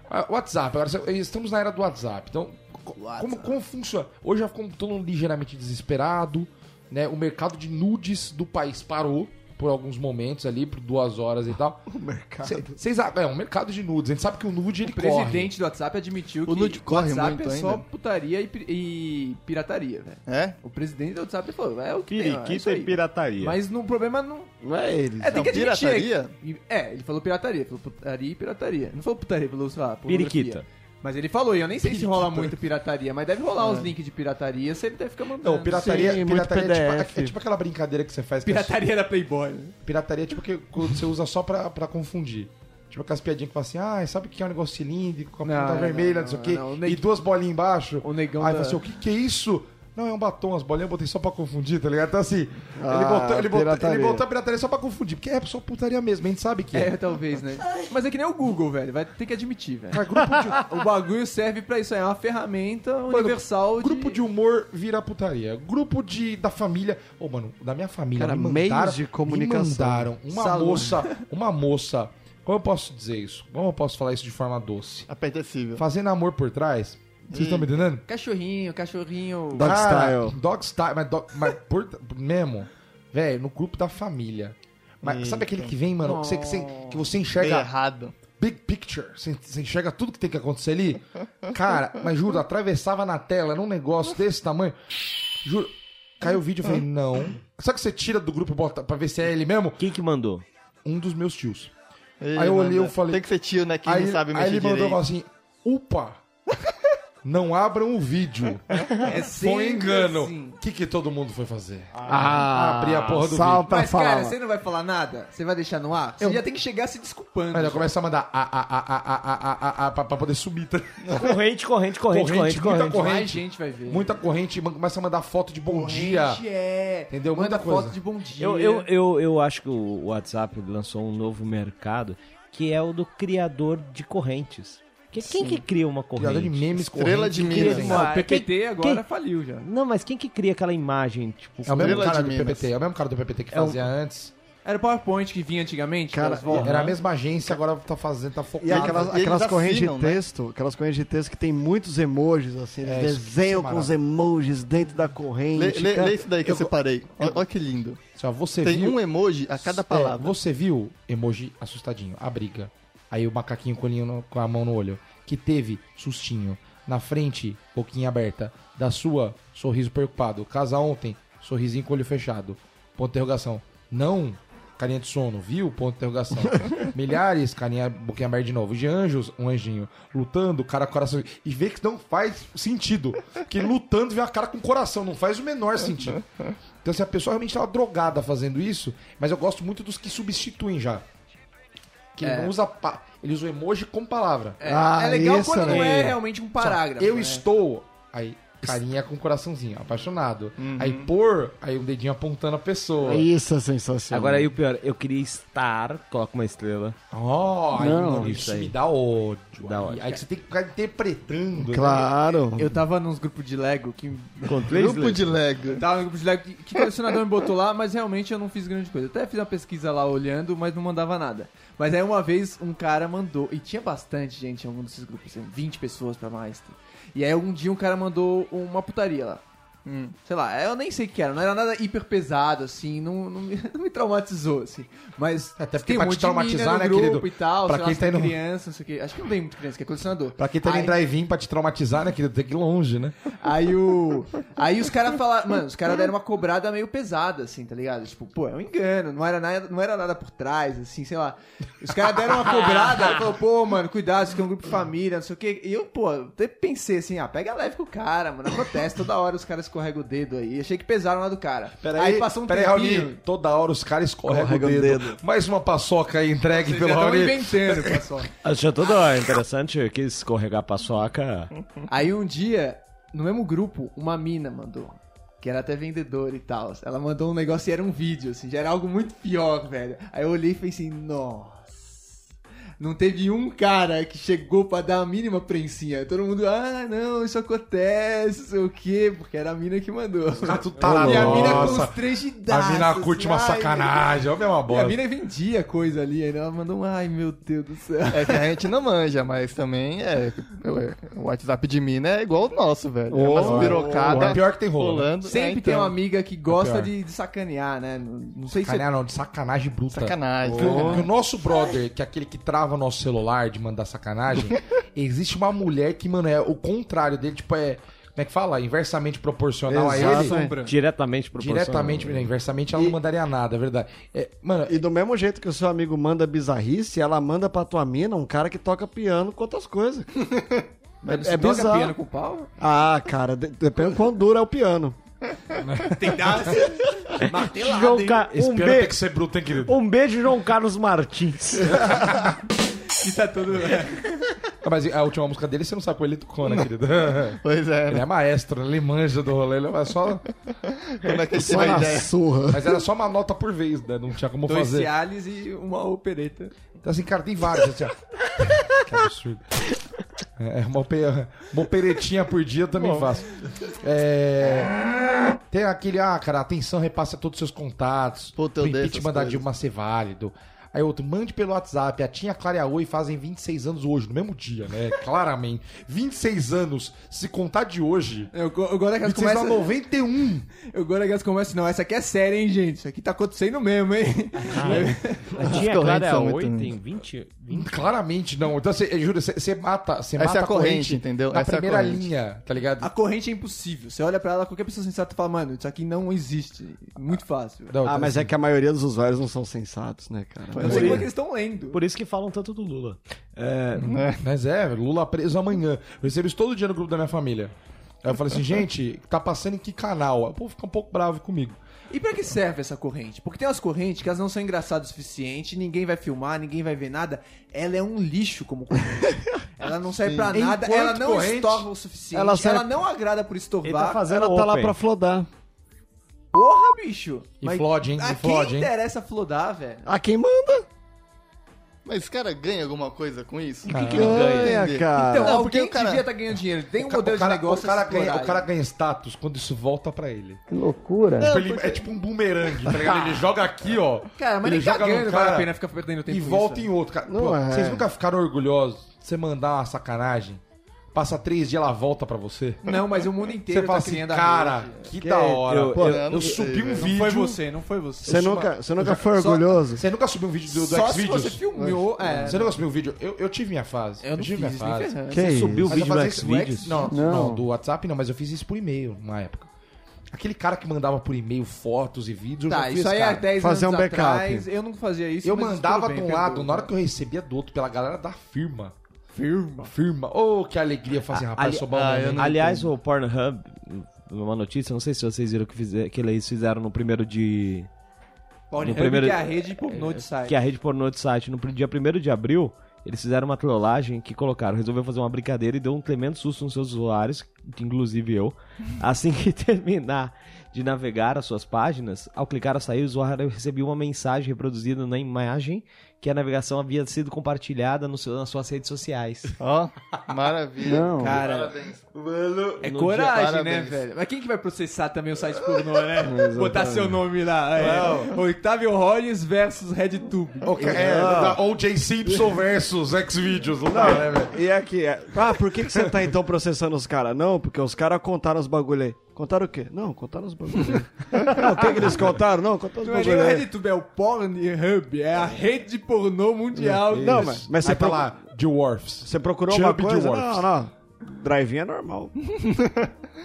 Speaker 1: Ah, WhatsApp, agora estamos na era do WhatsApp. Então, co- como, como funciona? Hoje já ficou todo mundo ligeiramente desesperado, né? O mercado de nudes do país parou por alguns momentos ali, por duas horas e tal.
Speaker 5: O mercado.
Speaker 1: Vocês é um mercado de nudes. A gente sabe que o nude ele
Speaker 4: O
Speaker 1: corre.
Speaker 4: presidente do WhatsApp admitiu que
Speaker 5: O nude corre
Speaker 4: WhatsApp
Speaker 5: muito
Speaker 4: é só
Speaker 5: ainda.
Speaker 4: putaria e, pi- e pirataria, velho.
Speaker 5: É?
Speaker 4: O presidente do WhatsApp falou, é o que tem, ó, é isso
Speaker 2: Periquita
Speaker 4: aí.
Speaker 2: e pirataria.
Speaker 4: Mas no problema não...
Speaker 3: Não é ele.
Speaker 4: É, tem que admitir.
Speaker 5: pirataria?
Speaker 4: E- É, ele falou pirataria, falou putaria e pirataria. Não falou putaria, falou, sei lá, pornografia.
Speaker 2: Periquita.
Speaker 4: Mas ele falou, e eu nem sei se rola muito pirataria, mas deve rolar uns links de pirataria, se ele deve ficar mandando.
Speaker 1: Não, pirataria,
Speaker 3: Sim, muito
Speaker 1: pirataria é,
Speaker 3: PDF.
Speaker 1: tipo, é tipo aquela brincadeira que você faz. que é
Speaker 4: Pirataria da Playboy. né?
Speaker 1: Pirataria é tipo que quando você usa só pra, pra confundir. Tipo aquelas piadinhas que falam assim, ah, sabe o que é um negócio cilíndrico, com a
Speaker 4: Não,
Speaker 1: ponta
Speaker 4: não,
Speaker 1: vermelha, não,
Speaker 4: não,
Speaker 1: sei o quê,
Speaker 4: não, o
Speaker 1: e
Speaker 4: neg-
Speaker 1: duas bolinhas embaixo.
Speaker 4: O negão
Speaker 1: Aí
Speaker 4: da-
Speaker 1: fala assim, o que, que é isso? Não, é um batom, as bolinhas eu botei só pra confundir, tá ligado? Então assim, ele,
Speaker 3: Ah,
Speaker 1: botou, ele, botou,
Speaker 3: pirataria.
Speaker 1: ele botou a pirataria só pra confundir, porque é só putaria mesmo, a gente sabe que
Speaker 4: É,
Speaker 1: é.
Speaker 4: talvez, né? Mas é que nem o Google, velho. Vai ter que admitir, velho.
Speaker 1: Cara, grupo de,
Speaker 4: O bagulho serve pra isso, é uma ferramenta universal de...
Speaker 1: grupo de humor vira putaria. Grupo de da família. Ô, mano, da minha família.
Speaker 3: Cara,
Speaker 1: me
Speaker 3: meios
Speaker 1: mandaram,
Speaker 3: de comunicação.
Speaker 1: Me mandaram uma
Speaker 4: Salão.
Speaker 1: moça. Uma moça. Como eu posso dizer isso? Como eu posso falar isso de forma doce?
Speaker 5: Apetecível.
Speaker 1: fazendo amor por trás. Vocês
Speaker 5: Hum.
Speaker 1: estão me entendendo?
Speaker 4: Cachorrinho, cachorrinho...
Speaker 3: Dog
Speaker 1: Cara,
Speaker 3: style.
Speaker 1: Dog style, mas, dog- mas por, mesmo, velho, no grupo da família. Mas sabe aquele que vem, mano, que você, que você, que você
Speaker 5: Dei
Speaker 1: enxerga
Speaker 5: errado.
Speaker 1: big picture, você, você enxerga tudo que tem que acontecer ali? Cara, mas juro, atravessava na tela, era um negócio desse tamanho. Juro, caiu o vídeo, eu falei, não. Sabe que você tira do grupo e bota pra ver se é ele mesmo?
Speaker 2: Quem que mandou?
Speaker 1: Um dos meus tios.
Speaker 5: Ei,
Speaker 1: Aí eu olhei,
Speaker 5: mano,
Speaker 1: eu falei-
Speaker 5: Tem que ser tio, né? Que
Speaker 1: aí,
Speaker 5: não sabe
Speaker 1: aí
Speaker 5: mexer
Speaker 1: ele mandou
Speaker 5: direito.
Speaker 1: falar assim, upa, não abram o vídeo.
Speaker 4: É
Speaker 1: Foi um
Speaker 4: sempre
Speaker 1: engano. O
Speaker 4: assim.
Speaker 1: que, que todo mundo foi fazer?
Speaker 3: Ah,
Speaker 1: Abri a porra do
Speaker 3: sal
Speaker 1: vídeo.
Speaker 3: pra
Speaker 4: Mas,
Speaker 3: falar.
Speaker 4: cara, você não vai falar nada? Você vai deixar no ar? Você
Speaker 1: Eu-
Speaker 4: já tem que chegar se desculpando.
Speaker 1: Mas já começa a mandar a, a, a, a, a, a, a, a, pra, pra poder subir. Tá?
Speaker 2: Corrente, corrente, corrente, corrente,
Speaker 1: muita
Speaker 2: corrente.
Speaker 1: é corrente.
Speaker 4: Mais gente vai ver.
Speaker 1: Muita corrente, man- começa a mandar foto de bom
Speaker 4: Gente,
Speaker 1: dia.
Speaker 4: é.
Speaker 1: Entendeu?
Speaker 4: Manda
Speaker 1: Muita coisa.
Speaker 4: foto de bom dia.
Speaker 2: Eu, eu, eu, eu acho que o WhatsApp lançou um novo mercado que é o do criador de correntes. Que, quem que cria uma corrente?
Speaker 1: Criador de memes,
Speaker 5: Estrela
Speaker 1: corrente.
Speaker 5: de Minas.
Speaker 2: Quem-
Speaker 4: Não, o PPT
Speaker 2: quem-
Speaker 4: agora
Speaker 2: quem-
Speaker 4: faliu já.
Speaker 2: Não, mas quem que cria aquela imagem, tipo,
Speaker 1: É o mesmo
Speaker 5: Estrela
Speaker 1: cara
Speaker 5: de
Speaker 1: do
Speaker 5: Minas.
Speaker 1: PPT, é o mesmo cara do PPT que
Speaker 2: É um-
Speaker 1: fazia antes.
Speaker 4: Era o PowerPoint que vinha antigamente? né?
Speaker 3: Cara,
Speaker 4: aquelas voltas.
Speaker 1: Era a mesma agência, agora tá fazendo, tá focado.
Speaker 3: E aquelas,
Speaker 5: eles
Speaker 3: aquelas correntes de
Speaker 5: assinam, né?
Speaker 3: texto, aquelas correntes de texto que tem muitos emojis, assim, eles
Speaker 1: É, isso-
Speaker 3: desenham
Speaker 1: isso é
Speaker 3: com os emojis dentro da
Speaker 5: Lê,
Speaker 3: corrente.
Speaker 5: lê-
Speaker 3: cara.
Speaker 5: lê isso daí que né? eu, separei. Olha olha que lindo.
Speaker 1: Assim, ó, você
Speaker 5: Tem
Speaker 1: viu...
Speaker 5: um emoji a cada
Speaker 1: É,
Speaker 5: palavra.
Speaker 1: você viu, emoji assustadinho, a briga. Aí o macaquinho com, o olhinho no- com a mão no olho. Que teve sustinho. Na frente, boquinha aberta. Da sua, sorriso preocupado. Casa ontem, sorrisinho com o olho fechado. Ponto de interrogação. Não, carinha de sono, viu? Ponto de interrogação. Milhares, carinha, boquinha aberta de novo. De anjos, um anjinho. Lutando, cara com coração. E vê que não faz sentido. Que lutando vê a cara com coração. Não faz o menor sentido. Então, se a pessoa realmente tava drogada fazendo isso, mas eu gosto muito dos que substituem já. Que ele
Speaker 4: É.
Speaker 1: não usa. Pa... Ele usa o emoji com palavra.
Speaker 4: É,
Speaker 3: Ah,
Speaker 4: é legal
Speaker 3: isso
Speaker 4: quando não é
Speaker 3: aí.
Speaker 4: realmente um parágrafo.
Speaker 1: Eu
Speaker 4: né?
Speaker 1: estou. Aí, carinha com coraçãozinho, apaixonado.
Speaker 4: Uhum.
Speaker 1: Aí, por. Aí, o dedinho apontando a pessoa.
Speaker 3: Isso é sensacional.
Speaker 2: Agora aí o pior, eu queria estar, coloca uma estrela.
Speaker 1: Ó, aí,
Speaker 3: Não,
Speaker 1: mano,
Speaker 2: isso
Speaker 1: isso me
Speaker 2: aí.
Speaker 1: dá ódio.
Speaker 2: Dá
Speaker 1: aí,
Speaker 2: ódio.
Speaker 1: aí que você tem que ficar interpretando. né?
Speaker 3: Claro.
Speaker 4: Eu tava nos grupos de Lego que. eu
Speaker 2: Com três
Speaker 5: Grupo de Lego.
Speaker 4: Tava no grupo de Lego que, que o colecionador me botou lá, mas realmente eu não fiz grande coisa. Até fiz uma pesquisa lá olhando, mas não mandava nada. Mas aí uma vez um cara mandou, e tinha bastante gente em algum desses grupos, assim, 20 pessoas pra mais. E aí um dia um cara mandou uma putaria lá.
Speaker 1: Hum.
Speaker 4: Sei lá, eu nem sei o que era, não era nada hiper pesado, assim, não, não, me, não me traumatizou, assim. Mas
Speaker 1: É, Até porque
Speaker 4: tem
Speaker 1: pra
Speaker 4: um
Speaker 1: te
Speaker 4: monte de mina
Speaker 1: traumatizar,
Speaker 4: no
Speaker 1: né,
Speaker 4: grupo
Speaker 1: querido?
Speaker 4: e tal,
Speaker 1: Pra
Speaker 4: sei
Speaker 1: quem
Speaker 4: lá,
Speaker 1: tá
Speaker 4: tem
Speaker 1: indo-
Speaker 4: criança, não sei o que. Acho que não tem muito criança, que é colecionador.
Speaker 1: Pra quem tá
Speaker 4: Aí-
Speaker 1: em drive-in pra te traumatizar, né, querido? Tem que ir longe, né?
Speaker 4: Aí o. Aí os caras falaram. Mano, os caras deram uma cobrada meio pesada, assim, tá ligado? Tipo, pô, é um engano, não era nada, não era nada por trás, assim, sei lá. Os caras deram uma cobrada, falou, pô, mano, cuidado, isso aqui é um grupo de família, não sei o quê. E eu, pô, até pensei assim, ah, pega leve com o cara, mano. Acontece, toda hora os caras escorregam o dedo aí. Achei que pesaram lá do cara. aí passou um
Speaker 1: peraí,
Speaker 4: tempinho.
Speaker 1: Raoni, toda hora os caras escorregam o
Speaker 3: Escorrega o
Speaker 1: dedo. Mais uma paçoca aí entregue
Speaker 4: Vocês
Speaker 1: pelo
Speaker 4: já tão
Speaker 1: Raoni.
Speaker 4: inventando, pessoal.
Speaker 2: Achou tudo ó, é interessante que escorregar paçoca.
Speaker 4: Aí um dia, no mesmo grupo, uma mina mandou. Que era até vendedora e tal. Ela mandou um negócio e era um vídeo, assim, já era algo muito pior, velho. Aí eu olhei e falei assim, nossa. Não teve um cara que chegou pra dar a mínima prensinha. Todo mundo, ah, não, isso acontece, não sei o quê, porque era a mina que mandou.
Speaker 1: Ah, tu tá
Speaker 4: E a mina
Speaker 1: Nossa.
Speaker 4: constrangidaça.
Speaker 1: A mina curte uma sacanagem, é ó, mesma
Speaker 4: assim, E a
Speaker 1: bola.
Speaker 4: mina vendia coisa ali, aí ela mandou um, ai meu Deus do céu.
Speaker 5: É que a gente não manja, mas também é. O WhatsApp de mina é igual o nosso, velho. é
Speaker 1: Oh,
Speaker 5: umas pirocadas.
Speaker 1: é pior que tem rolo, né?
Speaker 5: rolando.
Speaker 4: Sempre
Speaker 5: É,
Speaker 4: tem uma
Speaker 5: então,
Speaker 4: amiga que gosta
Speaker 1: pior.
Speaker 4: de, de sacanear, né? Não, não
Speaker 1: é
Speaker 4: sei se.
Speaker 1: Sacanagem não, de sacanagem bruta.
Speaker 5: Sacanagem.
Speaker 1: Que o, que o nosso brother, que é aquele que trava nosso celular de mandar sacanagem, existe uma mulher que, mano, é o contrário dele, tipo, é. Como é que fala? Inversamente proporcional a ele.
Speaker 3: Exato.
Speaker 2: Diretamente proporcional.
Speaker 1: Diretamente, né, inversamente, ela não mandaria nada, é verdade. É, mano,
Speaker 3: E do mesmo jeito que o seu amigo manda bizarrice, ela manda pra tua mina um cara que toca piano com outras coisas. é
Speaker 4: Mas você toca
Speaker 3: bizarro.
Speaker 4: piano com pau?
Speaker 3: Ah, cara, de- depende do quão duro é o piano.
Speaker 7: Tem dado. Martelado.
Speaker 2: João
Speaker 7: hein?
Speaker 2: Ca-
Speaker 1: esse
Speaker 2: um,
Speaker 1: piano
Speaker 2: be-
Speaker 1: tem que ser bruto, hein, querido?
Speaker 2: um beijo, João Carlos Martins.
Speaker 4: Que tá todo.
Speaker 1: Ah, Mas a última música dele você não sabe qual ele tocou, né, querido?
Speaker 5: Pois é,
Speaker 1: Ele
Speaker 5: né?
Speaker 1: é maestro, né? ele manja do rolê, ele é só...
Speaker 5: Como é que a gente
Speaker 3: Só
Speaker 5: vai
Speaker 3: na
Speaker 5: ideia?
Speaker 3: surra.
Speaker 1: Mas era só uma nota por vez, né? Não tinha como
Speaker 4: Dois
Speaker 1: fazer.
Speaker 4: Cialis e uma opereta.
Speaker 1: Então, assim, cara, tem vários. Assim, ó. Que absurdo. É, uma, ope- uma operetinha por dia eu também faço. É, tem aquele, ah, cara, atenção, repasse a todos os seus contatos.
Speaker 5: Puta, eu
Speaker 1: Pro
Speaker 5: odeio
Speaker 1: impeachment
Speaker 5: essas
Speaker 1: da
Speaker 5: coisas.
Speaker 1: Dilma ser válido. Aí outro, mande pelo WhatsApp. A Tinha Clara e a Oi fazem 26 anos hoje, no mesmo dia, né? Claramente. 26 anos, se contar de hoje.
Speaker 4: Eu, go- eu gosto daquelas
Speaker 1: 26 a
Speaker 4: conversas.
Speaker 1: 91.
Speaker 4: Eu gosto daquelas conversas. Não, essa aqui é séria, hein, gente? Isso aqui tá acontecendo mesmo, hein?
Speaker 3: Ah, é.
Speaker 2: A tia
Speaker 5: correntes
Speaker 2: Clara
Speaker 5: são muito
Speaker 2: 8
Speaker 5: ruins.
Speaker 2: tem 20, 20
Speaker 1: Claramente não. Então, você, juro, você- você mata, você
Speaker 5: Essa
Speaker 1: mata
Speaker 5: é a corrente, entendeu?
Speaker 1: Na
Speaker 5: Essa é a
Speaker 1: primeira
Speaker 5: corrente.
Speaker 1: linha, tá ligado?
Speaker 4: A corrente é impossível. Você olha pra ela, qualquer pessoa sensata fala, mano, isso aqui não existe. Muito fácil.
Speaker 1: Não,
Speaker 3: Ah,
Speaker 1: tá-
Speaker 3: mas é que a maioria dos usuários não são sensatos, né,
Speaker 4: Eu
Speaker 3: cara?
Speaker 4: não sei como é que eles estão lendo.
Speaker 2: Por isso que falam tanto do Lula. É,
Speaker 1: Mas é, Lula preso amanhã. Eu recebo isso todo dia no grupo da minha família. Aí eu falei assim, gente, tá passando em que canal? O povo fica um pouco bravo comigo.
Speaker 4: E pra que serve essa corrente? Porque tem umas correntes que elas não são engraçadas o suficiente, ninguém vai filmar, ninguém vai ver nada. Ela é um lixo como corrente. ela não serve pra nada,
Speaker 1: Enquanto
Speaker 4: ela não
Speaker 1: corrente,
Speaker 4: estorva o suficiente,
Speaker 3: ela
Speaker 4: ela,
Speaker 3: serve-
Speaker 4: não agrada por
Speaker 2: ele tá
Speaker 4: estorvar.
Speaker 2: fazendo
Speaker 3: Ela tá lá
Speaker 2: open.
Speaker 3: pra flodar.
Speaker 4: Porra, bicho!
Speaker 1: E flode, hein?
Speaker 4: A
Speaker 1: E flode,
Speaker 4: quem
Speaker 1: hein?
Speaker 4: interessa flodar, velho?
Speaker 3: Ah, quem manda?
Speaker 5: Mas esse cara ganha alguma coisa com isso?
Speaker 1: Ah.
Speaker 5: Que que-
Speaker 3: Ganha,
Speaker 5: Entendi.
Speaker 3: cara.
Speaker 4: Então,
Speaker 5: Não,
Speaker 4: alguém
Speaker 5: porque o cara-
Speaker 4: devia estar ganhando dinheiro. Tem um
Speaker 1: O ca-
Speaker 4: modelo
Speaker 1: o cara,
Speaker 4: de negócio
Speaker 1: o cara
Speaker 4: a explorar
Speaker 1: ganha, o
Speaker 4: aí.
Speaker 1: cara ganha status quando isso volta pra ele.
Speaker 5: Não,
Speaker 1: Tipo, ele-
Speaker 5: porque-
Speaker 1: É tipo um bumerangue, tá ligado? Ele joga aqui, ó.
Speaker 4: Cara, mas
Speaker 1: ele
Speaker 4: nem cagando
Speaker 1: no
Speaker 4: vale a
Speaker 1: cara
Speaker 4: pena ficar perdendo tempo né?
Speaker 1: e
Speaker 4: com
Speaker 1: volta
Speaker 4: isso,
Speaker 1: em outro. Cara,
Speaker 3: Não
Speaker 1: Pô,
Speaker 3: é.
Speaker 1: Vocês nunca ficaram orgulhosos de você mandar uma sacanagem? Passa três dias, ela volta pra você.
Speaker 4: né? Não, mas o mundo inteiro
Speaker 1: Você fala
Speaker 4: tá
Speaker 1: assim,
Speaker 4: criando a
Speaker 1: cara,
Speaker 4: rede.
Speaker 1: que da hora.
Speaker 2: eu-
Speaker 1: Pô,
Speaker 5: eu- eu não sei,
Speaker 1: subi um
Speaker 5: velho. Não
Speaker 1: vídeo.
Speaker 4: Foi você, não foi você.
Speaker 3: Você nunca, você nunca foi orgulhoso?
Speaker 1: Você nunca subiu um vídeo do, do
Speaker 4: Só se
Speaker 1: Xvideos?
Speaker 4: você filmou, é.
Speaker 1: Você nunca subiu um vídeo? Eu, eu tive minha fase.
Speaker 4: Eu não
Speaker 1: tive minha
Speaker 4: fiz, nem
Speaker 1: fase.
Speaker 4: ferrando.
Speaker 3: Que
Speaker 2: Você
Speaker 3: isso?
Speaker 2: subiu o
Speaker 1: Mas eu
Speaker 2: vídeo no
Speaker 1: fazia isso- o
Speaker 2: Xvideos?
Speaker 1: X- Não,
Speaker 3: Não.
Speaker 1: não, do WhatsApp não, mas eu fiz isso por e-mail na época. Aquele cara que mandava por e-mail fotos e vídeos, eu não
Speaker 4: Tá,
Speaker 1: fiz,
Speaker 4: isso aí
Speaker 1: cara.
Speaker 4: é 10
Speaker 3: Fazer
Speaker 4: anos
Speaker 3: um backup.
Speaker 4: atrás, eu não fazia isso.
Speaker 1: Eu
Speaker 4: mas
Speaker 1: mandava
Speaker 4: tudo
Speaker 1: de
Speaker 4: bem,
Speaker 1: um
Speaker 4: perdoa.
Speaker 1: lado, na hora que eu recebia do outro, pela galera da firma.
Speaker 4: Firma.
Speaker 1: Firma. Ô, que alegria. Eu falei assim, rapaz,
Speaker 2: ali-
Speaker 1: sou bom.
Speaker 5: Ah,
Speaker 1: né?
Speaker 5: eu não-
Speaker 2: Aliás, o Pornhub, uma notícia, não sei se vocês viram que, fizer, que eles fizeram no primeiro de.
Speaker 4: Pornhub,
Speaker 2: No primeiro-
Speaker 4: que é a rede pornô de site.
Speaker 2: Que a rede pornô de site, no pr- dia 1 de abril, eles fizeram uma trollagem que colocaram, resolveu fazer uma brincadeira e deu um tremendo susto nos seus usuários, inclusive eu. Assim que terminar de navegar as suas páginas, ao clicar a sair, o usuário recebeu uma mensagem reproduzida na imagem que a navegação havia sido compartilhada no seu- nas suas redes sociais.
Speaker 5: Ó, maravilha.
Speaker 3: Não.
Speaker 4: Cara,
Speaker 5: Parabéns. Mano.
Speaker 4: É
Speaker 2: No
Speaker 4: coragem,
Speaker 5: dia-
Speaker 4: né,
Speaker 5: Parabéns.
Speaker 4: velho? Mas quem que vai processar também o site pornô, né? Botar seu nome lá. É. Octavio Rogers versus RedTube.
Speaker 1: Ô, cara, é, da O.J. Simpson versus Xvideos. Não, dá, né, velho?
Speaker 3: E aqui, é- ah, por que, que você tá então processando os caras? Não, porque os caras contaram os bagulho aí. Contaram o quê? Não, contaram os bagulho aí. Não, o que, que eles contaram? Não, contaram os
Speaker 4: Não é nem o
Speaker 3: bagulho aí.
Speaker 4: RedTube, é o Pornhub. É a rede pornô mundial.
Speaker 3: Não, mas, mas você,
Speaker 1: Aí tá
Speaker 3: procu-
Speaker 1: lá, Dwarfs.
Speaker 3: você procurou
Speaker 1: Chubb
Speaker 3: uma coisa?
Speaker 1: Dwarfs.
Speaker 3: Não, não. Drive-in é normal.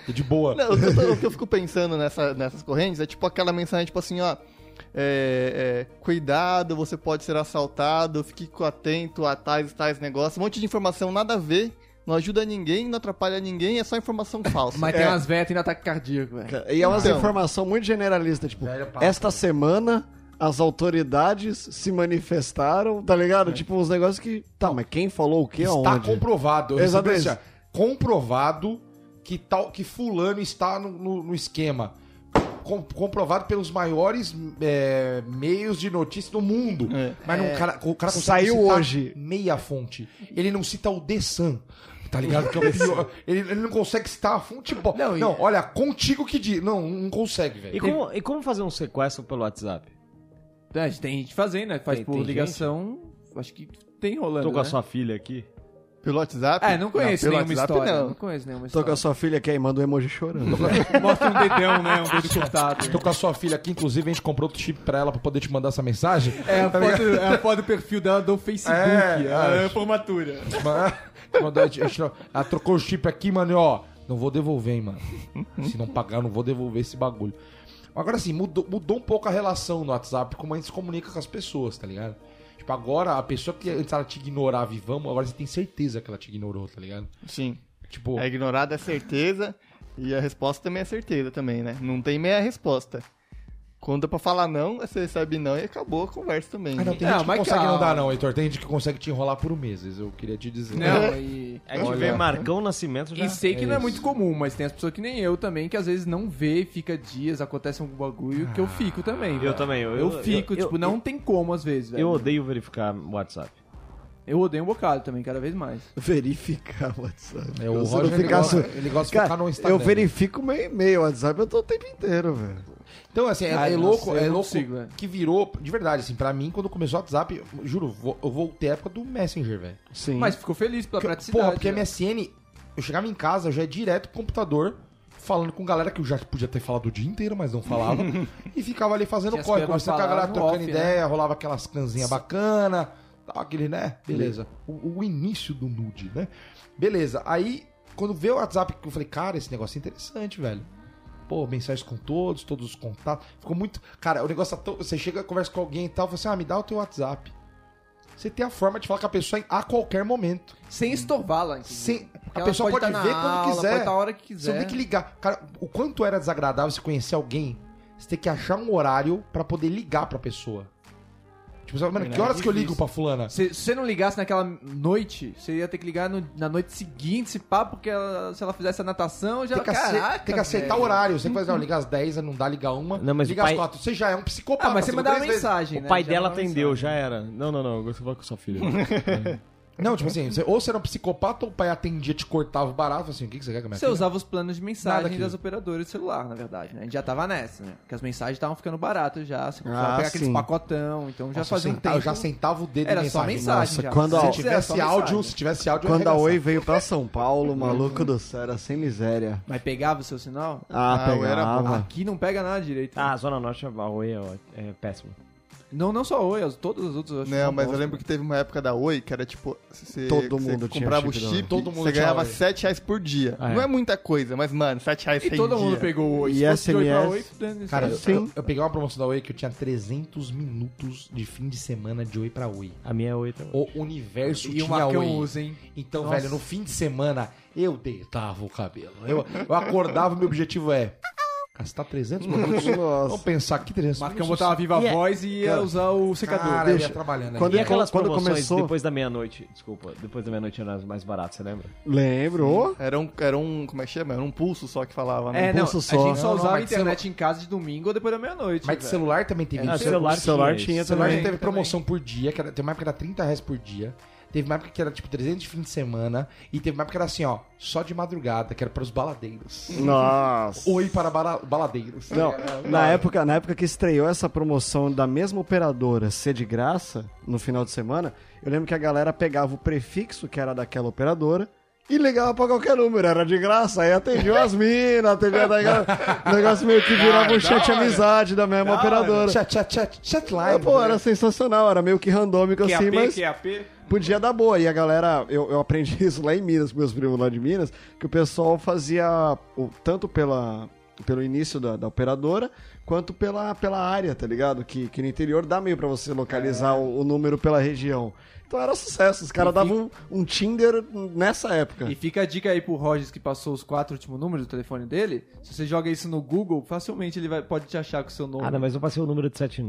Speaker 1: E de boa.
Speaker 5: Não, o, que eu tô- o que eu fico pensando nessa- nessas correntes é tipo aquela mensagem, tipo assim, ó. é, é, cuidado, você pode ser assaltado, fique co- atento a tais e tais negócios. Um monte de informação nada a ver, não ajuda ninguém, não atrapalha ninguém, é só informação falsa. É,
Speaker 4: Mas tem umas velhas tendo ataque cardíaco, velho.
Speaker 3: E é umas
Speaker 5: Então.
Speaker 3: informação muito generalista, tipo,
Speaker 1: Velho papo.
Speaker 3: esta semana as autoridades se manifestaram, tá ligado? Tipo, uns negócios que. Tá, mas quem falou o quê
Speaker 1: está
Speaker 3: aonde?
Speaker 1: comprovado. Eu recebi
Speaker 3: Exatamente.
Speaker 1: assim, ó, comprovado que tal que fulano está no, no- no esquema. com- comprovado pelos maiores é, meios de notícia do mundo.
Speaker 5: É.
Speaker 1: Mas não, o cara, o cara consegue
Speaker 3: Saiu
Speaker 1: citar
Speaker 3: hoje.
Speaker 1: meia fonte. Ele não cita o The Sun. Tá ligado? Que é o pior. Ele, ele não consegue citar a fonte boa. Não,
Speaker 4: Não, e-
Speaker 1: olha, contigo que diz. Não, não consegue, velho.
Speaker 2: E como, e como fazer um sequestro pelo WhatsApp?
Speaker 4: Então, a gente tem gente fazendo, né? Faz
Speaker 2: Tem-
Speaker 4: por
Speaker 2: tem
Speaker 4: ligação. Acho que tem rolando.
Speaker 2: Tô com a
Speaker 4: né?
Speaker 2: sua filha aqui.
Speaker 5: Pelo WhatsApp?
Speaker 4: Ah, eu não conheço
Speaker 5: pelo
Speaker 4: nenhuma
Speaker 5: WhatsApp,
Speaker 4: história. Não.
Speaker 5: Não.
Speaker 4: conheço nenhuma
Speaker 3: Tô com
Speaker 4: história.
Speaker 3: a sua filha aqui aí, manda um emoji chorando.
Speaker 4: Mostra um dedão, né? Um dedo cortado.
Speaker 1: Tô com a sua filha aqui, inclusive a gente comprou outro chip pra ela pra poder te mandar essa mensagem.
Speaker 4: É a, foto, é a foto do perfil dela do Facebook.
Speaker 1: É,
Speaker 4: a
Speaker 1: acho.
Speaker 4: formatura.
Speaker 1: Mas- mandou a gente- a gente- ela trocou o chip aqui, mano, e ó. Não vou devolver, hein, mano. Se não pagar, eu não vou devolver esse bagulho. Agora sim, mudou, mudou um pouco a relação no WhatsApp, como a gente se comunica com as pessoas, tá ligado? Tipo, agora a pessoa que antes ela te ignorava e vamos, agora você tem certeza que ela te ignorou, tá ligado?
Speaker 5: Sim.
Speaker 1: Tipo,
Speaker 5: A ignorada é certeza e a resposta também é certeza também, né? Não tem meia resposta. Quando é pra falar não, você recebe não e acabou a conversa também.
Speaker 1: ah, não,
Speaker 5: né?
Speaker 1: tem
Speaker 4: Não,
Speaker 1: gente que
Speaker 4: mas
Speaker 1: consegue não
Speaker 4: calma.
Speaker 1: dar não, Heitor. Tem gente que consegue te enrolar por meses, eu queria te dizer.
Speaker 4: Não, e,
Speaker 2: A gente vê Marcão Nascimento já.
Speaker 4: e sei que
Speaker 1: É
Speaker 4: não é
Speaker 1: isso.
Speaker 4: muito comum, mas tem as pessoas que nem eu também, que às vezes não vê, fica dias, acontece algum bagulho,
Speaker 1: Ah,
Speaker 4: que eu fico também.
Speaker 2: Eu
Speaker 4: velho.
Speaker 2: também, eu-
Speaker 4: Eu
Speaker 2: eu-
Speaker 4: fico,
Speaker 2: eu-
Speaker 4: tipo,
Speaker 2: eu-
Speaker 4: não tem como às vezes, velho.
Speaker 2: Eu odeio verificar WhatsApp.
Speaker 4: Eu odeio um bocado também, cada vez mais.
Speaker 3: Verificar o WhatsApp.
Speaker 1: É, o
Speaker 3: Você não
Speaker 1: Roger ele
Speaker 3: ficar
Speaker 1: gosta,
Speaker 3: su-
Speaker 1: ele gosta de
Speaker 3: Cara,
Speaker 1: focar no Instagram.
Speaker 3: eu verifico meu e-mail, WhatsApp, eu tô o tempo inteiro, velho.
Speaker 1: Então, assim, é,
Speaker 4: Ah,
Speaker 1: é
Speaker 4: nossa,
Speaker 1: louco,
Speaker 4: eu
Speaker 1: é
Speaker 4: não
Speaker 1: louco
Speaker 4: consigo, é.
Speaker 1: que virou, de verdade, assim, pra mim, quando começou o WhatsApp, eu juro, vo- eu voltei à época do Messenger, velho.
Speaker 3: Sim.
Speaker 4: Mas ficou feliz pela praticidade. né?
Speaker 1: Porra, porque a
Speaker 4: velho.
Speaker 1: MSN, eu chegava em casa, eu já ia direto pro computador, falando com galera que eu já podia ter falado o dia inteiro, mas não falava, e ficava ali fazendo
Speaker 4: Tinha as
Speaker 1: código,
Speaker 4: coisas pra
Speaker 1: conversando com a
Speaker 4: falar
Speaker 1: galera,
Speaker 4: no
Speaker 1: trocando
Speaker 4: off, né?
Speaker 1: ideia, rolava aquelas canzinhas bacanas, tal, aquele, né? Beleza. O, o início do nude, né? Beleza, aí, quando veio o WhatsApp, eu falei, cara, esse negócio é interessante, velho. Pô, mensagens com todos, todos os contatos. Ficou muito. Cara, o negócio tá tão. Você chega, conversa com alguém e tal, fala assim: ah, me dá o teu WhatsApp. Você tem a forma de falar com a pessoa a qualquer momento.
Speaker 4: Sem estorvá-la. inclusive.
Speaker 1: Sem,
Speaker 4: Porque
Speaker 1: a
Speaker 4: ela
Speaker 1: pessoa pode,
Speaker 4: tá na
Speaker 1: ver quando
Speaker 4: aula,
Speaker 1: quiser.
Speaker 4: Pode estar a hora
Speaker 1: Você
Speaker 2: É.
Speaker 4: que
Speaker 1: não
Speaker 4: quiser.
Speaker 1: tem que ligar. Cara, o quanto era desagradável você conhecer alguém, você tem que achar um horário pra poder ligar pra pessoa. Tipo, sabe, mano, que horas que eu ligo pra fulana?
Speaker 4: Se, se você não ligasse naquela noite, você ia ter que ligar no- na noite seguinte, se pá, porque ela- se ela fizesse a natação, já
Speaker 1: Tem que, ace-
Speaker 4: Caraca,
Speaker 1: tem que aceitar o
Speaker 4: velho.
Speaker 1: horário. Você faz, não, ligar às 10, não dá ligar uma,
Speaker 2: Não, mas o
Speaker 1: liga às
Speaker 2: pai-
Speaker 1: 4. Você já é um psicopata.
Speaker 4: Ah, mas você
Speaker 1: ligou
Speaker 4: mandava
Speaker 1: três vezes.
Speaker 4: mensagem, né?
Speaker 2: O pai
Speaker 4: Já
Speaker 2: dela
Speaker 4: mandava
Speaker 2: atendeu,
Speaker 4: mensagem.
Speaker 2: já era. Não, não, não, eu vou falar com sua filha.
Speaker 1: Não, tipo assim, você- ou você era um psicopata, ou o pai atendia, te cortava o barato. falava Assim, o que que você quer que a minha
Speaker 4: Você
Speaker 1: filha?"
Speaker 4: usava os planos de
Speaker 1: Nada
Speaker 4: mensagem
Speaker 1: aquilo.
Speaker 4: das operadoras de celular, na verdade, né? A gente já tava nessa, né? Porque as mensagens estavam ficando baratas já, você começava
Speaker 3: Ah,
Speaker 4: a pegar aqueles
Speaker 3: sim.
Speaker 4: pacotão, então já
Speaker 1: Nossa,
Speaker 4: fazia um
Speaker 1: senta-
Speaker 4: tempo.
Speaker 1: Eu já sentava o dedo
Speaker 4: Era
Speaker 1: em
Speaker 4: só
Speaker 1: mensagem.
Speaker 4: mensagem
Speaker 3: Nossa,
Speaker 4: já.
Speaker 3: quando a-
Speaker 1: Se
Speaker 4: era só
Speaker 1: tivesse
Speaker 4: mensagem.
Speaker 1: áudio, se tivesse áudio, eu
Speaker 3: Quando a
Speaker 1: arregaçava.
Speaker 3: Oi veio pra São Paulo, o maluco do céu era sem miséria.
Speaker 4: Mas pegava o seu sinal?
Speaker 3: Ah,
Speaker 5: Ah, eu era
Speaker 3: pegava.
Speaker 4: Aqui não pega nada direito.
Speaker 2: ah, a Zona Norte é, Oi é, ó- é péssimo.
Speaker 4: Não, não só Oi, as- todas as outras. eu acho que
Speaker 5: Não,
Speaker 4: são
Speaker 5: mas eu
Speaker 4: bosta.
Speaker 5: lembro que teve uma época da Oi que era tipo. Você,
Speaker 3: Todo
Speaker 5: você
Speaker 3: mundo tinha
Speaker 5: comprava
Speaker 3: chip
Speaker 5: o
Speaker 3: da
Speaker 5: chip,
Speaker 3: Oi.
Speaker 1: Todo mundo
Speaker 5: você
Speaker 1: tinha
Speaker 5: ganhava
Speaker 1: Oi.
Speaker 5: 7 reais por dia.
Speaker 2: Ah, é.
Speaker 5: Não é muita coisa, mas mano, 7 reais
Speaker 4: E
Speaker 5: sem
Speaker 4: todo
Speaker 5: dia.
Speaker 4: mundo pegou o Oi.
Speaker 3: E
Speaker 4: Se fosse de Oi pra
Speaker 3: SMS?
Speaker 4: Oi, dane-se.
Speaker 1: Cara, eu,
Speaker 3: Sim.
Speaker 1: eu- eu peguei uma promoção da Oi que eu tinha 300 minutos de fim de semana de Oi pra Oi.
Speaker 2: A minha é Oi também.
Speaker 1: O universo
Speaker 4: e
Speaker 1: tinha
Speaker 4: o Marcão
Speaker 1: Oi.
Speaker 4: usa, hein?
Speaker 1: Então,
Speaker 4: Nossa.
Speaker 1: velho, no fim de semana, eu deitava o cabelo. Eu, eu acordava, meu objetivo é gastar 300 minutos. Vamos
Speaker 3: Nossa.
Speaker 1: pensar aqui, 300
Speaker 4: Marcão
Speaker 1: minutos.
Speaker 4: botava viva a
Speaker 2: E é-
Speaker 4: voz e ia
Speaker 3: Cara,
Speaker 4: usar o secador. É,
Speaker 1: Cara, eu ia
Speaker 3: Deixa.
Speaker 1: trabalhando
Speaker 3: Quando-
Speaker 2: E é
Speaker 1: aí.
Speaker 2: aquelas
Speaker 3: quando
Speaker 2: promoções
Speaker 3: começou-
Speaker 2: depois da meia-noite, desculpa, depois da meia-noite eram as mais baratas, você lembra?
Speaker 3: Lembrou?
Speaker 5: Era um, era um. Como é que chama? Era um pulso só que falava, né?
Speaker 4: É, não,
Speaker 3: pulso
Speaker 4: a
Speaker 3: só.
Speaker 4: gente só
Speaker 1: Não, não,
Speaker 4: usava
Speaker 1: mas de
Speaker 4: internet em casa de domingo ou depois da meia-noite.
Speaker 1: Mas de
Speaker 4: velho.
Speaker 1: celular também teve.
Speaker 2: Ah,
Speaker 1: isso.
Speaker 2: celular
Speaker 3: o É, celular
Speaker 2: tinha
Speaker 3: tinha
Speaker 1: O celular
Speaker 3: também.
Speaker 1: já teve
Speaker 4: também.
Speaker 1: promoção por dia, que era, teve uma época que era 30 reais por dia. Teve uma época que era tipo 300 de fim de semana. E teve uma época que era assim, ó, só de madrugada, que era para os baladeiros.
Speaker 3: Nossa.
Speaker 1: Oi para bala- baladeiros.
Speaker 3: Não, na época, na época que estreou essa promoção da mesma operadora ser de graça, no final de semana, eu lembro que a galera pegava o prefixo que era daquela operadora e ligava pra qualquer número, era de graça, aí atendia as minas, atendia da galera. O negócio meio que virava um chat amizade da mesma operadora.
Speaker 1: Chat, chat, chat, chatline.
Speaker 3: Ah, pô, era sensacional, era meio que randômico assim, mas
Speaker 4: é
Speaker 7: QAP.
Speaker 3: podia dar boa. E a galera, eu, eu aprendi isso lá em Minas, com meus primos lá de Minas, que o pessoal fazia o- tanto pela, pelo início da, da operadora, quanto pela, pela área, tá ligado? Que, que no interior dá meio pra você localizar
Speaker 4: É.
Speaker 3: o, o número pela região. Então era sucesso, os caras davam um, um Tinder nessa época.
Speaker 4: E fica a dica aí pro Rogers que passou os quatro últimos números do telefone dele. Se você joga isso no Google, facilmente ele vai, pode te achar com o seu nome.
Speaker 2: Ah, não, Ah, mas eu passei o número de sete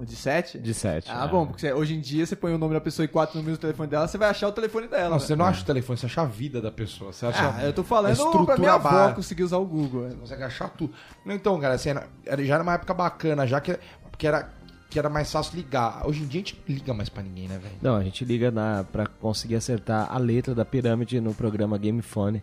Speaker 4: De 7?
Speaker 2: De é. 7.
Speaker 4: Ah, bom, porque você- hoje em dia você põe o nome da pessoa e quatro números do telefone dela, você vai achar o telefone dela.
Speaker 1: Não, você não acha o telefone, você acha a vida da pessoa. Você acha.
Speaker 4: Ah, eu tô
Speaker 1: a
Speaker 4: falando pra
Speaker 1: É estrutura
Speaker 4: minha avó
Speaker 1: básica.
Speaker 4: conseguir usar o Google.
Speaker 1: Você consegue achar tudo. Então, cara, assim, era- era- já era uma época bacana, já que, porque era, que era mais fácil ligar. Hoje em dia a gente não liga mais pra ninguém, né, velho?
Speaker 2: Não, a gente liga na, pra conseguir acertar a letra da pirâmide no programa Gamefone.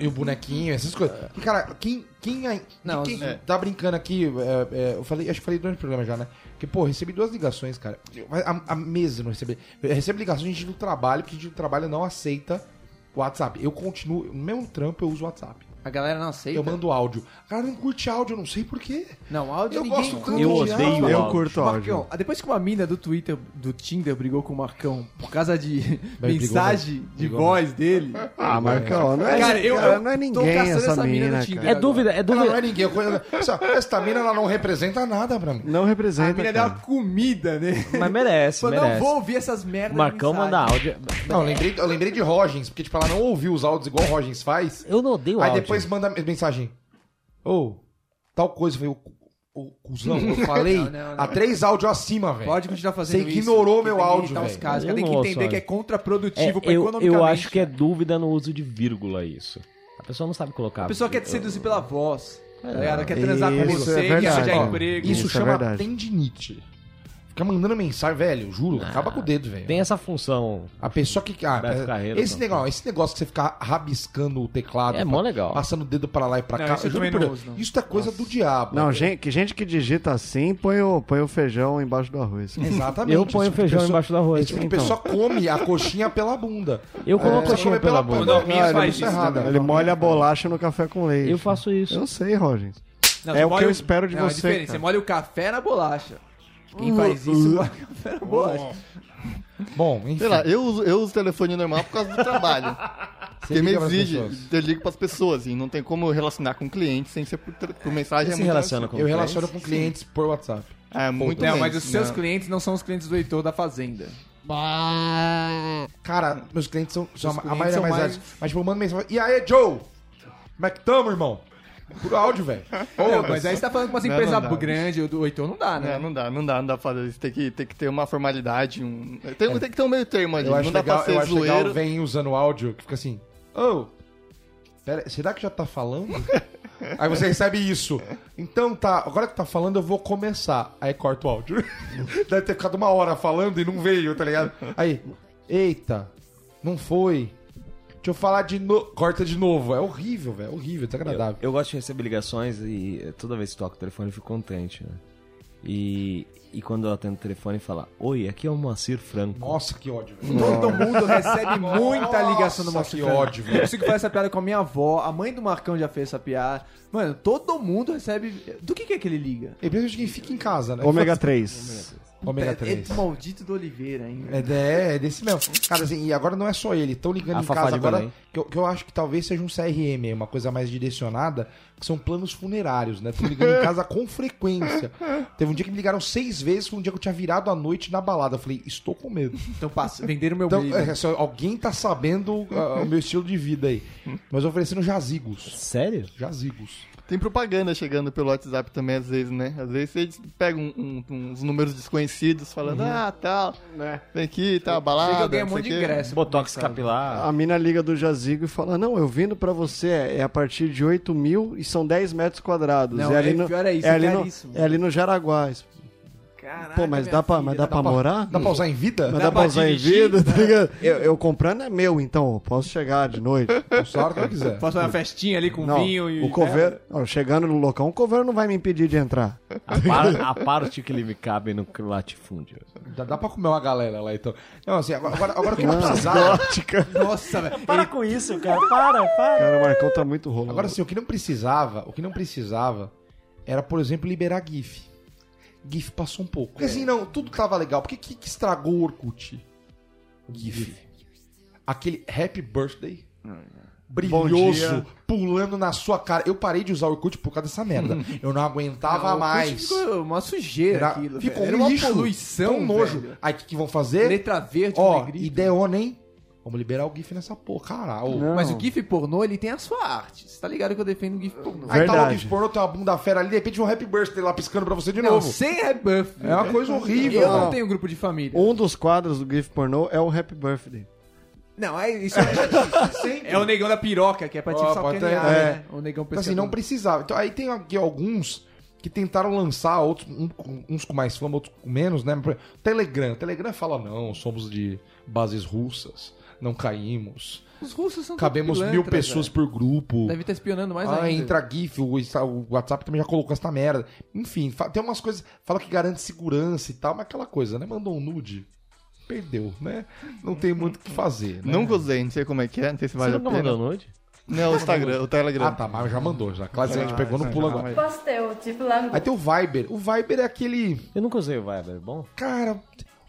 Speaker 1: E o bonequinho, essas coisas. Porque, cara, quem, quem, aí-
Speaker 4: Não,
Speaker 1: quem
Speaker 5: é.
Speaker 1: tá brincando aqui, é, é, eu falei, acho que falei durante o programa já, né? Que, pô, eu recebi duas ligações, cara. Eu- A, a mesa não recebe. Eu recebo ligações de gente do trabalho, porque gente do trabalho não aceita o WhatsApp. Eu continuo, no mesmo trampo eu uso o WhatsApp.
Speaker 4: A galera não aceita.
Speaker 1: Eu mando áudio. O cara não curte áudio, eu não sei porquê.
Speaker 4: Não, áudio
Speaker 1: Eu
Speaker 4: ninguém
Speaker 1: gosto tanto
Speaker 2: Eu
Speaker 1: de
Speaker 2: odeio
Speaker 1: áudio.
Speaker 2: áudio.
Speaker 3: Eu curto áudio.
Speaker 4: Marcão, ah, depois que uma mina do Twitter, do Tinder, brigou com o Marcão por causa de
Speaker 1: Bem,
Speaker 4: mensagem de
Speaker 1: Brigou,
Speaker 4: voz dele.
Speaker 3: Ah, Marcão, não é,
Speaker 4: Cara, eu-
Speaker 3: cara,
Speaker 4: eu
Speaker 3: não é
Speaker 4: tô
Speaker 3: ninguém
Speaker 4: caçando
Speaker 3: essa,
Speaker 4: essa mina
Speaker 3: mina,
Speaker 4: no
Speaker 3: cara.
Speaker 4: Tinder.
Speaker 2: É dúvida, é
Speaker 1: Ela não
Speaker 2: dúvida.
Speaker 1: é ninguém. Eu conheço- Essa, essa mina ela não representa nada pra mim.
Speaker 3: Não
Speaker 4: A
Speaker 3: representa,
Speaker 4: mina tá- deu
Speaker 3: cara.
Speaker 4: uma comida, né?
Speaker 2: Mas merece,
Speaker 4: Falou, não
Speaker 2: merece.
Speaker 4: vou ouvir essas merdas.
Speaker 2: Marcão
Speaker 4: de
Speaker 2: manda
Speaker 4: mensagem.
Speaker 2: áudio.
Speaker 1: Não, eu lembrei, eu lembrei de Rogens, porque tipo, ela não ouviu os áudios igual o Rogens faz.
Speaker 2: Eu não odeio
Speaker 1: Aí
Speaker 2: áudio.
Speaker 1: depois manda mensagem. Ô, tal coisa, velho. Ô, cuzão, eu falei
Speaker 4: Não, não, não.
Speaker 1: há três áudios acima, velho.
Speaker 4: Pode continuar fazendo
Speaker 1: Você
Speaker 4: isso.
Speaker 1: ignorou
Speaker 4: que
Speaker 1: meu
Speaker 4: tem que
Speaker 1: áudio,
Speaker 4: irritar os
Speaker 1: velho.
Speaker 4: caras.
Speaker 2: Eu
Speaker 4: Tem que
Speaker 2: não
Speaker 4: entender
Speaker 2: ouço
Speaker 4: que é
Speaker 2: áudio. É,
Speaker 4: contraprodutivo pra
Speaker 2: eu,
Speaker 4: economicamente.
Speaker 2: eu acho que é dúvida no uso de vírgula isso. A pessoa não sabe colocar.
Speaker 4: A pessoa quer te seduzir pela voz. Tá ligado? Quer
Speaker 3: Isso,
Speaker 4: transar
Speaker 3: é
Speaker 4: com você, quer
Speaker 3: verdade.
Speaker 4: arranjar
Speaker 1: Ó,
Speaker 4: emprego.
Speaker 1: Isso,
Speaker 3: Isso é
Speaker 1: chama
Speaker 3: verdade.
Speaker 1: tendinite. Fica mandando mensagem, velho, juro, acaba com o dedo, velho.
Speaker 2: Tem essa função.
Speaker 1: A pessoa que. Ah,
Speaker 2: Beto
Speaker 1: é-
Speaker 2: Carreiro,
Speaker 1: esse,
Speaker 2: não.
Speaker 1: negócio, esse negócio que você ficar rabiscando o teclado.
Speaker 2: É mó legal.
Speaker 1: Passando o dedo pra lá e pra
Speaker 4: Não,
Speaker 1: cá.
Speaker 4: isso eu
Speaker 1: juro
Speaker 4: também
Speaker 1: por
Speaker 4: não
Speaker 1: Deus,
Speaker 4: uso, não.
Speaker 1: Isso é coisa do diabo.
Speaker 3: Não, gente que, gente que digita assim, põe o, põe o feijão embaixo do arroz.
Speaker 1: Exatamente.
Speaker 2: Eu ponho
Speaker 1: Esse tipo de
Speaker 2: feijão
Speaker 1: pessoa-
Speaker 2: embaixo do arroz,
Speaker 1: Esse tipo de
Speaker 2: então.
Speaker 1: pessoa come a coxinha pela bunda.
Speaker 2: Eu coloco
Speaker 1: Precisa
Speaker 2: a
Speaker 1: comer
Speaker 2: coxinha pela
Speaker 1: pela
Speaker 2: bunda.
Speaker 1: bunda.
Speaker 7: Minha
Speaker 1: Cara,
Speaker 7: faz
Speaker 1: isso é
Speaker 7: isso
Speaker 1: errado.
Speaker 7: também.
Speaker 3: Ele molha a bolacha no café com leite.
Speaker 2: Eu faço
Speaker 3: Eu
Speaker 2: isso.
Speaker 3: não sei, Rogens.
Speaker 4: Não,
Speaker 3: É
Speaker 4: você
Speaker 3: o que
Speaker 4: molha
Speaker 3: eu espero de
Speaker 4: Não, é
Speaker 3: você,
Speaker 4: diferente,
Speaker 3: cara.
Speaker 4: Você molha o café na bolacha. Quem faz isso, molha o café na bolacha.
Speaker 1: Bom, enfim.
Speaker 5: Sei lá, eu uso, eu uso telefone normal por causa do trabalho.
Speaker 1: você
Speaker 5: Porque me
Speaker 1: liga pras
Speaker 5: exige,
Speaker 1: pessoas.
Speaker 5: eu ligo pras pessoas, e não tem como eu relacionar com o cliente sem ser por, tra- por mensagem.
Speaker 2: Você
Speaker 5: é
Speaker 2: se
Speaker 5: muito
Speaker 2: relaciona com
Speaker 1: Eu relaciono com clientes por WhatsApp.
Speaker 5: É, muito
Speaker 4: Não,
Speaker 5: bem.
Speaker 4: mas os seus
Speaker 1: né?
Speaker 5: Não.
Speaker 4: clientes não são os clientes do Heitor da Fazenda.
Speaker 1: Cara, meus clientes são, são
Speaker 4: Meus
Speaker 1: a- a maioria
Speaker 4: clientes
Speaker 1: é mais
Speaker 4: são
Speaker 1: velhos. Mas, tipo, eu mando mensagem. E aí, Joe? Como é que tamo, irmão? Por áudio, velho.
Speaker 4: Não, mas aí você tá falando com umas
Speaker 5: Não, não
Speaker 4: empresas
Speaker 5: dá.
Speaker 4: grandes, o do Heitor não dá, né?
Speaker 1: É.
Speaker 5: Não, não dá, não dá, não dá pra fazer isso. Tem que, tem que ter uma formalidade, um. Tem, tem que ter um meio termo ali.
Speaker 1: É. Eu acho
Speaker 5: Não dá
Speaker 1: legal,
Speaker 5: pra
Speaker 1: eu
Speaker 5: ser
Speaker 1: acho legal
Speaker 5: zoeiro.
Speaker 1: vem usando áudio que fica assim. Ô, pera, será que já tá falando? Aí você recebe isso. Então tá, agora que tá falando, eu vou começar. Aí corta o áudio. Deve ter ficado uma hora falando e não veio, tá ligado? Aí, eita, não foi. Deixa eu falar de novo. Corta de novo. É horrível, velho. É horrível, desagradável.
Speaker 2: Eu gosto de receber ligações e eh, toda vez que toco o telefone eu fico contente, né? E, e quando eu atendo o telefone e fala, oi, aqui é o Moacir Franco.
Speaker 1: Nossa, que ódio, velho.
Speaker 4: Todo mundo recebe muita
Speaker 1: Nossa,
Speaker 4: ligação do Márcio
Speaker 1: que
Speaker 4: Fernandes.
Speaker 1: ódio, velho.
Speaker 4: Eu consigo fazer essa piada com a minha avó, a mãe do Marcão já fez essa piada. Mano, todo mundo recebe. Do que, que é que ele liga?
Speaker 1: E mesmo quem fica em casa, né?
Speaker 3: Ômega 3.
Speaker 1: Ômega
Speaker 4: É, é
Speaker 1: 3.
Speaker 4: do maldito do Oliveira ainda.
Speaker 1: É, de- é desse mesmo. Cara, assim, e agora não é só ele. Estão ligando
Speaker 2: A
Speaker 1: em
Speaker 2: Fafá
Speaker 1: casa
Speaker 2: de
Speaker 1: agora.
Speaker 2: Belém.
Speaker 1: Que eu, que eu acho que talvez seja um CRM, uma coisa mais direcionada, que são planos funerários, né? Estão ligando em casa com frequência. Teve um dia que me ligaram seis vezes, foi um dia que eu tinha virado à noite na balada. Eu falei, estou com medo.
Speaker 4: Então passa, venderam meu
Speaker 1: Então,
Speaker 4: brilho.
Speaker 1: é, só- alguém tá sabendo ah, o meu estilo de vida aí. Mas oferecendo jazigos.
Speaker 2: Sério?
Speaker 1: Jazigos.
Speaker 5: Tem propaganda chegando pelo WhatsApp também, às vezes, né? Às vezes eles pegam um- um- uns números desconhecidos falando,
Speaker 1: Uhum.
Speaker 5: ah, tal, vem aqui, tá, balada.
Speaker 4: Chega alguém, é um
Speaker 5: não
Speaker 4: monte de
Speaker 5: sei o quê.
Speaker 4: ingresso.
Speaker 2: Botox capilar.
Speaker 3: A mina liga do Jazigo e fala: Não, eu vindo pra você é, é a partir de 8 mil e são 10 metros quadrados.
Speaker 4: Não,
Speaker 3: é ali
Speaker 4: é
Speaker 3: no,
Speaker 4: pior é isso,
Speaker 3: é ali no,
Speaker 4: caríssimo.
Speaker 3: é ali no Jaraguá.
Speaker 4: Caraca,
Speaker 3: Pô, mas
Speaker 4: minha
Speaker 3: dá pra,
Speaker 4: filha,
Speaker 3: mas dá pra morar?
Speaker 1: Dá pra usar em vida?
Speaker 3: Mas dá pra usar em vida, tá ligado? Eu, eu comprando é meu, então, eu posso chegar de noite.
Speaker 1: Usar a hora que eu quiser.
Speaker 4: Faço uma festinha ali com
Speaker 3: Não,
Speaker 4: Um vinho e. é,
Speaker 3: o coveiro, ó, chegando no local, o coveiro não vai me impedir de entrar.
Speaker 2: A, par- a parte que lhe cabe no latifúndio.
Speaker 1: Dá, dá pra comer uma galera lá, então. Não, assim, agora, agora, agora o que eu precisava.
Speaker 4: Nossa, velho.
Speaker 2: Para com isso, cara. Para, para.
Speaker 3: Cara, o Marcão tá muito rolo.
Speaker 1: Agora sim, o que não precisava, o que não precisava era, por exemplo, liberar GIF. GIF passou um pouco. Porque assim, não, tudo tava legal. Por que que que estragou o Orkut? GIF. Aquele Happy Birthday. Brilhoso, pulando na sua cara. Eu parei de usar o Orkut por causa dessa merda. Eu não aguentava
Speaker 4: Não, o
Speaker 1: mais.
Speaker 4: Orkut Ficou uma sujeira
Speaker 1: Era-
Speaker 4: aquilo.
Speaker 1: ficou
Speaker 4: velho.
Speaker 1: um
Speaker 4: Era
Speaker 1: lixo,
Speaker 4: uma poluição.
Speaker 1: tão nojo.
Speaker 4: velho.
Speaker 1: Aí o que, que vão fazer?
Speaker 4: Letra verde, com
Speaker 1: Ó,
Speaker 4: negrito.
Speaker 1: ideona, hein? Vamos liberar o GIF nessa porra. Caralho.
Speaker 4: Mas o GIF pornô, ele tem a sua arte. Você tá ligado que eu defendo o GIF pornô.
Speaker 1: Aí tá lá o
Speaker 3: Verdade.
Speaker 1: GIF pornô, tem uma bunda fera ali, de repente um happy birthday lá piscando pra você de
Speaker 4: Não,
Speaker 1: novo.
Speaker 4: sem rebuff.
Speaker 1: É uma coisa horrível.
Speaker 4: Eu
Speaker 1: mano.
Speaker 4: não tenho grupo de família.
Speaker 3: Um dos quadros do GIF pornô é o Happy Birthday.
Speaker 4: Não, é isso. É, é o negão da piroca, que é pra te
Speaker 1: Ó, pode
Speaker 4: sacanear,
Speaker 1: ter-
Speaker 4: né? O negão
Speaker 1: Então, assim, não precisava. Então, aí tem aqui alguns que tentaram lançar, outros, um com- uns com mais fama, outros com menos, né? Por exemplo, Telegram. Telegram fala, não, somos de bases russas, não caímos.
Speaker 4: Os russos são
Speaker 1: Cabemos
Speaker 4: tudo
Speaker 1: mil
Speaker 4: pilantras,
Speaker 1: pessoas
Speaker 4: velho.
Speaker 1: por grupo.
Speaker 4: Deve estar espionando mais
Speaker 1: ah,
Speaker 4: ainda.
Speaker 1: entra GIF, o, Insta- o WhatsApp também já colocou essa merda. Enfim, fa- tem umas coisas. Fala que garante segurança e tal, mas aquela coisa, né? Mandou um nude, perdeu, né? Não tem muito o que fazer. Né?
Speaker 5: Nunca usei, não sei como é que é, não sei se
Speaker 2: Você
Speaker 5: vale a
Speaker 2: nunca mandou
Speaker 5: pena.
Speaker 2: nude?
Speaker 5: Não, o Instagram, o Telegram.
Speaker 1: Ah, tá, mas já mandou, já. Claro, a gente
Speaker 5: Ah,
Speaker 1: pegou no
Speaker 5: sim,
Speaker 1: pulo
Speaker 5: ah,
Speaker 1: agora.
Speaker 5: mas-
Speaker 8: Pastel de flango.
Speaker 1: Aí tem o Viber. O Viber é aquele.
Speaker 2: Eu nunca usei o Viber, bom?
Speaker 1: Cara,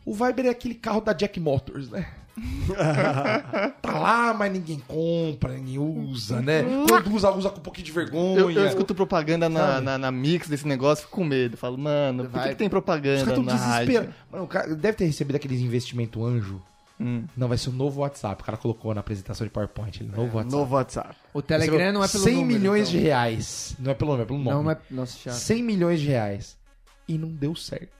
Speaker 1: o Viber é aquele carro da Jack Motors, né? tá lá, mas ninguém compra, ninguém usa, né? Quando usa, usa com um pouquinho de vergonha.
Speaker 5: Eu, eu escuto propaganda na,
Speaker 1: Sabe?
Speaker 5: na, na mix desse negócio, fico com medo. Falo, mano, por que, que tem
Speaker 1: Os
Speaker 5: propaganda
Speaker 1: caras tão
Speaker 5: na rádio?
Speaker 1: desesperados. Mano, o cara deve ter recebido aqueles investimento anjo. Não, vai ser o novo WhatsApp. O cara colocou na apresentação de PowerPoint. Ele, É, novo WhatsApp.
Speaker 3: Novo WhatsApp.
Speaker 4: O Telegram não é pelo
Speaker 1: 100
Speaker 4: número,
Speaker 1: milhões
Speaker 4: então.
Speaker 1: de reais. Não é pelo nome, é pelo nome.
Speaker 4: Não é... Nossa, chato.
Speaker 1: 100 milhões de reais. E não deu certo.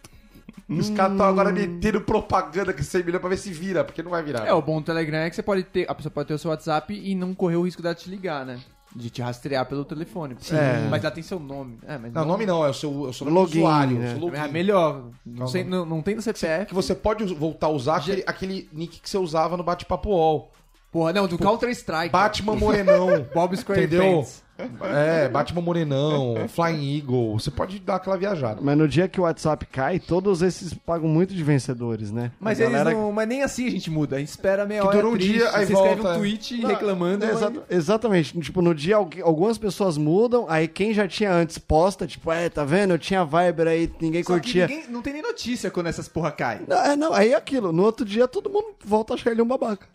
Speaker 1: Os caras estão agora metendo propaganda com 100 milhões pra ver se vira, porque não vai virar.
Speaker 4: É, o bom do Telegram é que você pode ter... A pessoa pode ter o seu WhatsApp e não correr o risco dela te ligar, né? De te rastrear pelo telefone. Sim. Mas ela tem seu nome. É, mas
Speaker 1: Não, nome não, é o seu, é o seu
Speaker 3: Login,
Speaker 1: usuário.
Speaker 3: né?
Speaker 1: o seu
Speaker 4: É a
Speaker 1: login.
Speaker 4: melhor. Não,
Speaker 1: Calma.
Speaker 4: sei, não, não tem no CPF.
Speaker 1: Que você pode us- voltar a usar aquele, aquele nick que você usava no bate-papo UOL.
Speaker 4: Porra, não, do Counter Strike.
Speaker 1: Batman Morenão.
Speaker 4: Bob
Speaker 1: Entendeu?
Speaker 4: Squarepants.
Speaker 1: É, Batman Morenão, Flying Eagle. Você pode dar aquela viajada.
Speaker 3: Mas no dia que o WhatsApp cai, todos esses pagam muito de vencedores, né?
Speaker 4: Mas,
Speaker 3: A
Speaker 4: eles
Speaker 3: galera-
Speaker 4: não, mas nem assim a gente muda. A gente espera meia
Speaker 1: Que
Speaker 4: hora.
Speaker 1: dura um
Speaker 4: triste,
Speaker 1: dia, aí
Speaker 4: você escreve
Speaker 1: volta.
Speaker 4: um tweet
Speaker 3: Não,
Speaker 4: reclamando.
Speaker 3: é,
Speaker 4: mas-
Speaker 3: exa- Exatamente. Tipo, no dia algu- algumas pessoas mudam, aí quem já tinha antes posta, tipo, é, tá vendo? Eu tinha Viber aí, ninguém
Speaker 4: Só que
Speaker 3: curtia.
Speaker 4: ninguém- não tem nem notícia quando essas porra caem.
Speaker 3: Não, é, não, aí é aquilo. No outro dia todo mundo volta a achar ele um babaca.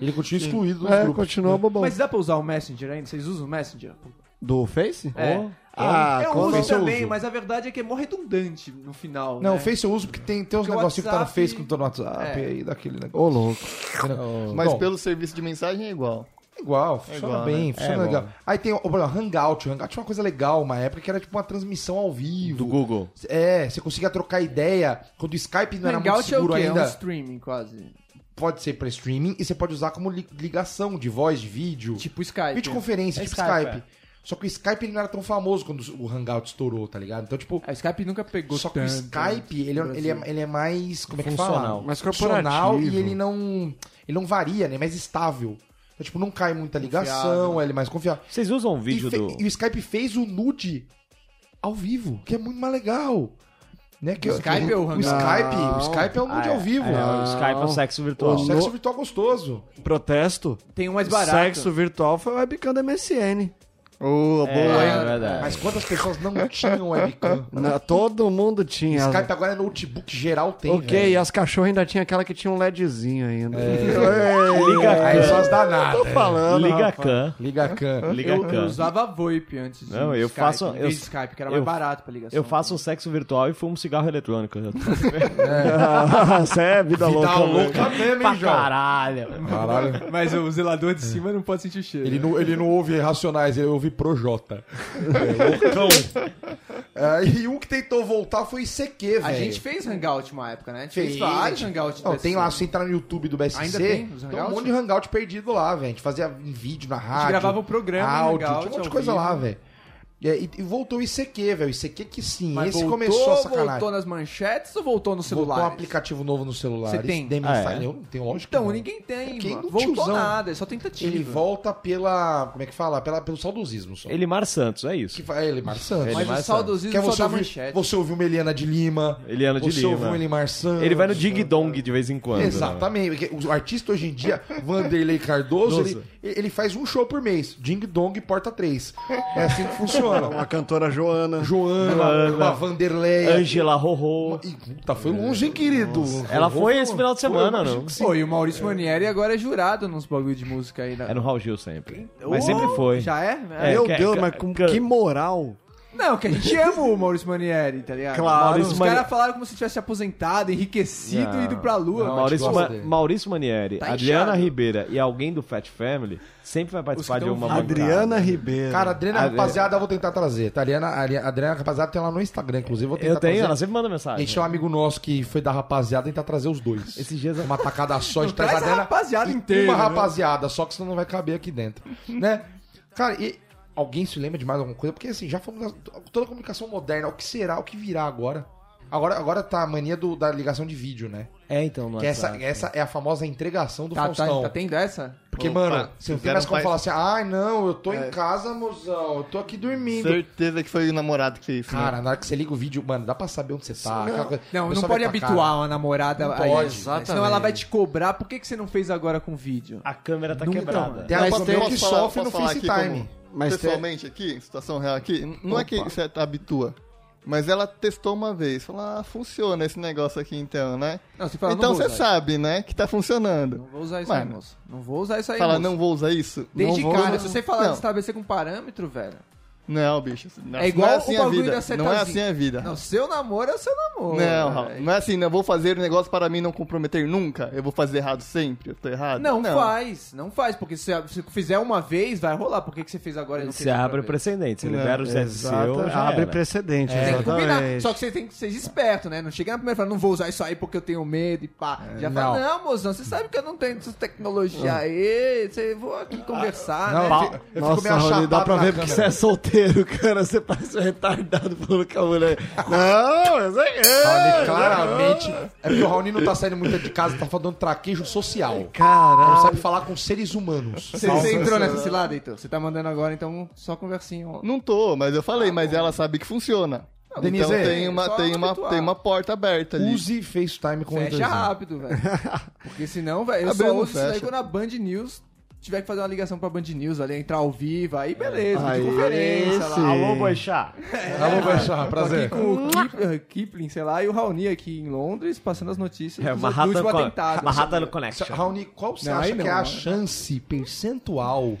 Speaker 1: Ele continua excluído dos
Speaker 3: É,
Speaker 1: grupos.
Speaker 3: continua bobão.
Speaker 4: Mas dá pra usar o Messenger ainda? Vocês usam o Messenger?
Speaker 3: Do Face?
Speaker 4: É.
Speaker 3: Ah,
Speaker 4: eu
Speaker 3: quando-
Speaker 4: uso
Speaker 1: Face eu
Speaker 4: também,
Speaker 1: uso.
Speaker 4: mas a verdade é que é mó redundante no final.
Speaker 1: Não,
Speaker 4: né?
Speaker 1: o Face eu uso porque tem, tem uns
Speaker 4: Porque o
Speaker 1: negocinhos que tá no
Speaker 4: WhatsApp-
Speaker 1: Face que não tá no WhatsApp.
Speaker 4: É.
Speaker 1: Aí daquele negócio.
Speaker 3: Ô, louco.
Speaker 5: Mas
Speaker 1: Bom,
Speaker 5: pelo serviço de mensagem é igual.
Speaker 1: É igual, funciona
Speaker 5: igual,
Speaker 1: bem,
Speaker 5: né?
Speaker 1: funciona
Speaker 2: É
Speaker 1: legal.
Speaker 2: bom.
Speaker 1: Aí tem o o Hangout. O Hangout tinha uma coisa legal uma época que era tipo uma transmissão ao vivo.
Speaker 2: Google.
Speaker 1: É, você conseguia trocar ideia. Quando o Skype não era muito
Speaker 4: Hangout é o
Speaker 1: seguro
Speaker 4: quê?
Speaker 1: ainda,
Speaker 4: É um streaming quase.
Speaker 1: pode ser pra streaming e você pode usar como li- ligação de voz, de vídeo.
Speaker 4: Tipo Skype.
Speaker 1: videoconferência,
Speaker 2: É
Speaker 1: tipo
Speaker 2: Skype,
Speaker 1: Skype. Só que o Skype ele não era tão famoso quando o Hangout estourou, tá ligado? Então,
Speaker 2: É,
Speaker 1: tipo,
Speaker 4: A É, Skype nunca pegou
Speaker 1: só que o
Speaker 4: tanto, né? Tipo assim.
Speaker 1: Skype, ele, é-
Speaker 4: no
Speaker 1: ele, é,
Speaker 4: Brasil.
Speaker 1: ele é mais. Como é que
Speaker 2: Funcional.
Speaker 1: fala?
Speaker 3: Mais
Speaker 1: Funcional
Speaker 3: corporativo.
Speaker 1: e ele não. Ele não varia, né? É mais estável. Então, tipo, não cai muita ligação,
Speaker 4: Confiável.
Speaker 1: ele é mais confiável.
Speaker 2: Vocês usam o vídeo
Speaker 1: e, fe-
Speaker 2: do...
Speaker 1: e o Skype fez o nude ao vivo, que é muito mais legal. Né? Que
Speaker 4: O
Speaker 1: eu-
Speaker 4: Skype
Speaker 1: o,
Speaker 4: ou o
Speaker 1: o
Speaker 4: Hangout?
Speaker 1: Skype, o Skype é o nude
Speaker 2: é Ah, é,
Speaker 1: ao vivo.
Speaker 2: É,
Speaker 1: É,
Speaker 2: o Skype é o sexo virtual.
Speaker 1: o sexo virtual gostoso.
Speaker 3: Protesto.
Speaker 4: Tem um mais barato.
Speaker 3: Sexo virtual foi o webcam da MSN.
Speaker 5: Ô,
Speaker 2: É,
Speaker 5: boa, hein?
Speaker 2: é verdade.
Speaker 1: Mas quantas pessoas não tinham webcam?
Speaker 3: Na- todo mundo tinha.
Speaker 1: Skype agora é notebook geral tem,
Speaker 3: ok,
Speaker 1: velho.
Speaker 3: e as cachorras ainda tinham aquela que tinha um LEDzinho ainda.
Speaker 2: Liga a
Speaker 1: Aí é só
Speaker 2: can.
Speaker 1: as danadas.
Speaker 3: Tô falando.
Speaker 2: É. Liga a
Speaker 3: rapaz.
Speaker 2: can.
Speaker 1: Liga a can.
Speaker 2: Liga
Speaker 4: Eu,
Speaker 2: a
Speaker 4: eu
Speaker 2: can.
Speaker 4: usava VoIP antes de
Speaker 2: Não, eu
Speaker 4: Skype,
Speaker 2: faço-
Speaker 4: em vez
Speaker 2: eu-
Speaker 4: de Skype, que era mais
Speaker 2: eu-
Speaker 4: barato pra ligação.
Speaker 2: Eu faço um o sexo virtual e fumo cigarro eletrônico.
Speaker 3: Você é vida, louca.
Speaker 1: louca mesmo,
Speaker 2: pra caralho.
Speaker 1: Caralho.
Speaker 4: Mas o zelador de cima não pode sentir o cheiro.
Speaker 1: Ele não, ele não ouve Racionais, ele ouve Projota. É, loucão. É, e um que tentou voltar foi CQ, velho.
Speaker 4: A gente fez hangout uma época, né? A gente fez,
Speaker 1: É. Fez,
Speaker 4: vários
Speaker 1: gente.
Speaker 4: hangout.
Speaker 1: Não,
Speaker 4: desse.
Speaker 1: tem lá, se entrar no YouTube do BSC,
Speaker 4: Ainda tem os
Speaker 1: um
Speaker 4: hangouts?
Speaker 1: monte de hangout perdido lá, velho. A gente fazia em vídeo na rádio.
Speaker 4: A gente gravava o programa no
Speaker 1: áudio,
Speaker 4: hangout,
Speaker 1: tinha um monte de
Speaker 4: ao
Speaker 1: coisa
Speaker 4: vivo.
Speaker 1: lá, velho. E, aí- e voltou o ICQ, velho. ICQ que sim,
Speaker 4: Mas
Speaker 1: esse
Speaker 4: voltou,
Speaker 1: começou a sacanagem.
Speaker 4: Voltou nas manchetes ou voltou no celular?
Speaker 1: Voltou um aplicativo novo no celular.
Speaker 4: Você
Speaker 1: Isso
Speaker 4: tem?
Speaker 1: mensagem.
Speaker 2: Ah, é?
Speaker 1: Eu não tenho, lógico que
Speaker 4: Então,
Speaker 1: não.
Speaker 4: ninguém tem,
Speaker 1: Quem
Speaker 4: mano.
Speaker 1: não
Speaker 4: Voltou
Speaker 1: tiozão?
Speaker 4: nada, é só tentativa.
Speaker 1: Ele volta pela... Como é que fala? Pela, pelo saudosismo só.
Speaker 2: Elimar Santos, é
Speaker 1: Que
Speaker 2: isso.
Speaker 1: vai- é Elimar Santos.
Speaker 4: Mas
Speaker 2: Elimar
Speaker 4: o saudosismo
Speaker 1: Quer
Speaker 4: só
Speaker 1: você
Speaker 4: dá
Speaker 1: ouvir,
Speaker 4: manchete.
Speaker 1: você ouviu uma Eliana de Lima.
Speaker 2: Eliana de
Speaker 1: você
Speaker 2: Lima.
Speaker 1: ouviu um Elimar Santos.
Speaker 2: Ele vai no Dig Dong de vez em quando. né?
Speaker 1: Exatamente. Porque o artista hoje em dia, Vanderlei Cardoso, ele,
Speaker 2: Nossa.
Speaker 1: ele faz um show por mês. Ding Dong Porta 3. É assim que funciona.
Speaker 3: A cantora Joana.
Speaker 1: Joana, uma Vanderlei.
Speaker 2: Angela Rorô.
Speaker 1: Ih, Puta, foi longe, hein, querido?
Speaker 2: Ela
Speaker 1: Foi-
Speaker 2: foi esse final de semana, não?
Speaker 4: Pô, e o Maurício Manieri agora é jurado nos bagulho de música aí. Da...
Speaker 2: É no Raul Gil sempre. Mas sempre
Speaker 4: Oh,
Speaker 2: É, foi.
Speaker 4: Já é?
Speaker 2: É,
Speaker 3: Meu
Speaker 2: que-
Speaker 3: Deus,
Speaker 2: que-
Speaker 3: mas com
Speaker 2: que-
Speaker 3: que moral.
Speaker 4: Não, que a gente ama o Maurício Manieri, tá ligado?
Speaker 3: Claro.
Speaker 4: Maurício, os
Speaker 2: Mani-
Speaker 4: caras falaram como se tivesse se aposentado, enriquecido
Speaker 2: Não.
Speaker 4: e ido pra lua.
Speaker 1: Não,
Speaker 2: Maurício,
Speaker 1: gosta
Speaker 2: Ma-
Speaker 1: dele.
Speaker 2: Maurício Manieri,
Speaker 4: Tá
Speaker 2: Adriana
Speaker 4: inchado.
Speaker 2: Ribeira e alguém do Fat Family sempre vai participar
Speaker 1: Os que
Speaker 2: de
Speaker 1: tão
Speaker 2: uma bancada. né?
Speaker 3: Adriana Ribeiro.
Speaker 1: Cara, a Adriana,
Speaker 2: A-
Speaker 1: rapaziada, eu vou tentar trazer. Tá? A Adriana, a Adriana- a Adriana, rapaziada, tem lá no Instagram, inclusive.
Speaker 4: tá
Speaker 1: Vou tentar
Speaker 2: Eu tenho,
Speaker 1: trazer.
Speaker 2: ela sempre manda
Speaker 1: A
Speaker 2: mensagem.
Speaker 1: gente é um amigo nosso que foi da rapaziada tentar trazer os dois.
Speaker 2: Esses dias-
Speaker 1: Uma tacada só de
Speaker 4: Traz a rapaziada inteira.
Speaker 1: Uma
Speaker 4: né?
Speaker 1: rapaziada, só que senão não vai caber aqui dentro. Né? Cara, e alguém se lembra de mais alguma coisa? Porque assim, já fomos. Toda a comunicação moderna, o que será, o que virá agora? Agora, agora tá a mania do- da ligação de vídeo, né?
Speaker 2: É, então, no
Speaker 1: Que essa,
Speaker 2: WhatsApp.
Speaker 1: essa é a famosa entregação do
Speaker 4: Tá, tá,
Speaker 1: Faustão.
Speaker 4: tá tendo essa?
Speaker 1: Porque,
Speaker 5: Opa,
Speaker 1: mano, você não tem
Speaker 5: fizeram
Speaker 1: mais como
Speaker 5: faz-
Speaker 1: falar assim, ai não, eu tô
Speaker 3: É.
Speaker 1: em casa, mozão, eu tô aqui dormindo.
Speaker 5: Certeza que foi o namorado que fez isso. né?
Speaker 1: Cara, na hora que você liga o vídeo, mano, dá pra saber onde você tá. aquela coisa. A
Speaker 4: Não, não
Speaker 1: pessoa
Speaker 4: pode
Speaker 1: vai pra
Speaker 4: habituar uma namorada
Speaker 1: Não
Speaker 4: a
Speaker 1: pode,
Speaker 4: isso. né? Senão ela vai te cobrar. Por que, que você não fez agora com vídeo?
Speaker 2: A câmera tá
Speaker 4: Nunca,
Speaker 2: quebrada.
Speaker 4: mano.
Speaker 1: Tem
Speaker 5: Mas
Speaker 1: a
Speaker 5: tem-
Speaker 1: pessoa que
Speaker 5: posso falar-
Speaker 1: sofre no
Speaker 5: posso falar aqui
Speaker 1: FaceTime.
Speaker 5: como-
Speaker 3: Mas tem-
Speaker 5: pessoalmente aqui, situação real aqui, n- não é que
Speaker 3: Opa.
Speaker 5: você habitua. Mas ela testou uma vez, falou, ah, funciona esse negócio aqui então, né?
Speaker 4: Não, você fala,
Speaker 5: então
Speaker 4: não vou
Speaker 5: você
Speaker 4: usar.
Speaker 5: sabe, né, que tá funcionando.
Speaker 4: Não vou usar isso aí,
Speaker 5: Mano.
Speaker 4: moço. Não vou usar isso aí,
Speaker 5: Fala,
Speaker 4: moço.
Speaker 5: não vou usar isso.
Speaker 4: Desde
Speaker 5: não vou
Speaker 4: cara,
Speaker 5: usar-
Speaker 4: se você falar de
Speaker 5: não.
Speaker 4: estabelecer com parâmetro, velho.
Speaker 5: Não, bicho. não-
Speaker 4: É igual
Speaker 5: não é
Speaker 4: o
Speaker 5: assim a
Speaker 4: bagulho
Speaker 5: vida.
Speaker 4: da setazinha.
Speaker 5: Não é assim a vida.
Speaker 4: Não, seu namoro é seu namoro.
Speaker 5: Não, Raul,
Speaker 4: velho.
Speaker 5: não é assim, não. Eu vou fazer o negócio para mim não comprometer nunca. Eu vou fazer errado sempre. Eu tô errado.
Speaker 4: Não, faz, não faz, porque se você fizer uma vez, vai rolar. Por que, que você fez agora e não tá
Speaker 2: Você
Speaker 4: fez
Speaker 2: abre
Speaker 4: outra vez?
Speaker 2: precedente, você
Speaker 5: Não,
Speaker 2: libera
Speaker 4: É,
Speaker 2: o certo
Speaker 3: Exato,
Speaker 2: seu, já
Speaker 3: abre
Speaker 2: era. É.
Speaker 3: precedente,
Speaker 4: Tem que combinar.
Speaker 3: É, exatamente.
Speaker 4: Só que você tem que ser esperto, né? Não chega na primeira e fala, não vou usar isso aí porque eu tenho medo e pá. Já
Speaker 1: não.
Speaker 4: fala, não, mozão, você sabe que eu não tenho essa tecnologia aí, você vou aqui conversar,
Speaker 1: Não,
Speaker 4: né?
Speaker 1: eu fico- eu fico meio
Speaker 3: Nossa, Rony,
Speaker 1: achatado
Speaker 3: dá pra
Speaker 1: na
Speaker 3: ver porque você
Speaker 1: câmera.
Speaker 3: é solteiro, cara. Você parece um retardado falando com a mulher. Não, mas é- é...
Speaker 1: Raoni, claramente. É porque o Raoni não tá saindo muito de casa, tá falando traquejo social. Não
Speaker 3: Caralho.
Speaker 1: sabe falar com seres humanos.
Speaker 4: Você, você entrou nessa cilada, então? Você tá mandando agora, então, só conversinho. ó.
Speaker 5: Não tô, mas eu falei, mas ela sabe que funciona.
Speaker 1: Tá Denise, é
Speaker 5: então tem
Speaker 4: só
Speaker 5: uma, tem, uma,
Speaker 4: habituar.
Speaker 5: tem uma porta aberta ali.
Speaker 1: Use FaceTime com
Speaker 4: Fecha
Speaker 1: o
Speaker 4: rápido, velho. Porque senão, velho, eu
Speaker 5: Abriu,
Speaker 4: só
Speaker 5: não
Speaker 4: uso isso daí
Speaker 5: fecha.
Speaker 4: quando a Band News tiver que fazer uma ligação pra Band News ali, entrar ao vivo, aí beleza,
Speaker 3: Aí
Speaker 4: videoconferência lá.
Speaker 3: sim.
Speaker 2: Alô, Boixá.
Speaker 1: Alô, Baixar, prazer.
Speaker 4: Aqui com o Kip- Kipling, sei lá, e o Raoni aqui em Londres, passando as notícias
Speaker 2: É,
Speaker 4: do-
Speaker 2: uma
Speaker 4: do
Speaker 2: rata
Speaker 4: último
Speaker 2: no,
Speaker 4: atentado.
Speaker 2: uma rata no
Speaker 1: Sa-
Speaker 2: Connection.
Speaker 1: Raoni, qual você
Speaker 4: Não,
Speaker 1: acha
Speaker 4: aí não,
Speaker 1: que é a
Speaker 4: né?
Speaker 1: chance percentual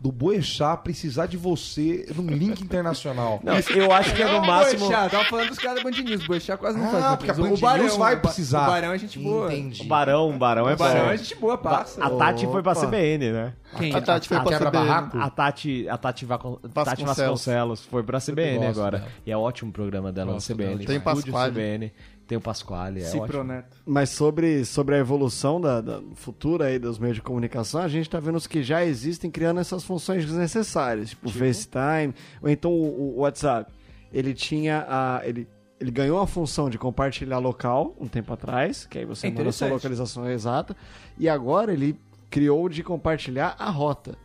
Speaker 1: do Boechat precisar de você num link internacional?
Speaker 2: Não, eu acho que é no máximo...
Speaker 4: Boechat, tava falando dos caras da Band News, o Boechat quase não
Speaker 1: Ah,
Speaker 4: faz
Speaker 1: porque a
Speaker 4: notícias.
Speaker 1: Band News vai
Speaker 4: o Ba-
Speaker 1: precisar.
Speaker 4: O Barão é gente boa.
Speaker 1: Entendi.
Speaker 2: Barão, Barão é
Speaker 4: O Barão
Speaker 2: bom.
Speaker 4: é gente boa, passa.
Speaker 2: A Tati foi pra CBN, né?
Speaker 4: Quem?
Speaker 5: A Tati foi
Speaker 1: A
Speaker 5: pra CBN.
Speaker 1: quebra-barraco?
Speaker 2: A Tati, a Tati, Vaco- Tati
Speaker 5: Vasconcelos.
Speaker 2: Vasconcelos foi pra CBN
Speaker 1: gosto
Speaker 2: agora.
Speaker 1: dela.
Speaker 2: E é ótimo o programa dela
Speaker 1: Gosto
Speaker 2: na
Speaker 1: dela
Speaker 2: CBN.
Speaker 1: demais.
Speaker 5: Tem
Speaker 2: Estúdio
Speaker 5: Pasquale.
Speaker 2: CBN, tem o Pasquale, é ótimo.
Speaker 4: Ciproneto.
Speaker 3: Mas sobre, sobre a evolução da, da futura aí dos meios de comunicação, a gente tá vendo os que já existem criando essas funções desnecessárias, tipo, o FaceTime, ou então o, o WhatsApp. Ele tinha a. Ele, ele ganhou a função de compartilhar local um tempo atrás, que aí você
Speaker 4: É
Speaker 3: manda a sua
Speaker 4: interessante.
Speaker 3: localização exata, e agora ele criou de compartilhar a rota.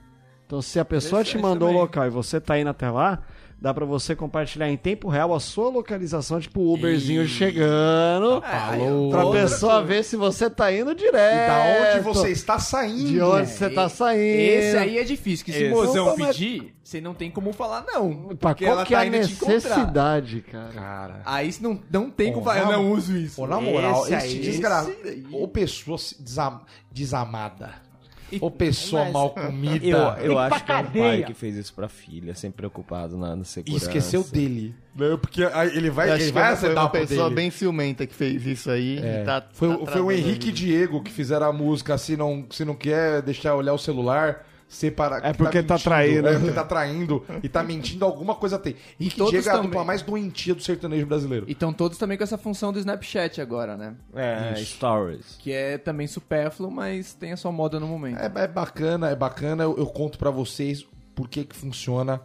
Speaker 3: Então, se a pessoa te
Speaker 4: Interessante
Speaker 3: mandou o
Speaker 4: também.
Speaker 3: local e você tá indo até lá, dá pra você compartilhar em tempo real a sua localização, tipo o Uberzinho chegando.
Speaker 4: Falou.
Speaker 3: Pra pessoa ver se você tá indo direto.
Speaker 1: E da onde É, você está saindo?
Speaker 3: De onde você tá saindo.
Speaker 4: Esse aí é difícil, que se
Speaker 2: Esse.
Speaker 4: o mozão
Speaker 3: Então, mas-
Speaker 4: pedir, você não tem como falar não.
Speaker 3: Pra
Speaker 4: porque
Speaker 3: qual
Speaker 4: ela
Speaker 3: que é
Speaker 4: tá
Speaker 3: a
Speaker 4: indo te encontrar.
Speaker 3: necessidade, cara?
Speaker 1: Cara.
Speaker 4: Aí se não, não tem como
Speaker 1: Porra,
Speaker 4: falar, eu não
Speaker 1: mano.
Speaker 4: uso isso.
Speaker 1: Pô, na moral,
Speaker 4: Esse
Speaker 1: esse,
Speaker 4: aí,
Speaker 1: desgraça.
Speaker 4: esse daí.
Speaker 1: Ou pessoa se desam- desamada.
Speaker 4: E-
Speaker 1: Ou pessoa mal comida.
Speaker 2: Eu, eu acho que é um pai que fez isso pra filha, sempre preocupado na, na
Speaker 1: E
Speaker 2: segurança.
Speaker 1: esqueceu dele. Não, porque aí ele vai,
Speaker 5: Eu
Speaker 1: ele
Speaker 5: acho
Speaker 1: vai
Speaker 5: que foi
Speaker 1: acertar
Speaker 5: uma
Speaker 1: o pau
Speaker 5: pessoa
Speaker 1: dele. É.
Speaker 5: bem ciumenta que fez isso aí. e tá- tá
Speaker 1: Foi, o- foi o
Speaker 5: trazendo
Speaker 1: Henrique e
Speaker 5: ali.
Speaker 1: Diego que fizeram a música Se Não, se não Quer Deixar Olhar o Celular. Separa,
Speaker 3: É porque tá
Speaker 1: mentindo,
Speaker 3: traindo.
Speaker 1: É porque tá traindo e tá mentindo, alguma coisa tem. E que
Speaker 4: todos
Speaker 1: Diego é a
Speaker 4: também.
Speaker 1: dupla mais doentia do sertanejo brasileiro.
Speaker 4: E estão Então todos também com essa função do Snapchat agora, né?
Speaker 2: É, stories.
Speaker 4: Que é também supérfluo, mas tem a sua moda no momento.
Speaker 1: É, é bacana, é bacana. Eu, eu conto pra vocês por que que funciona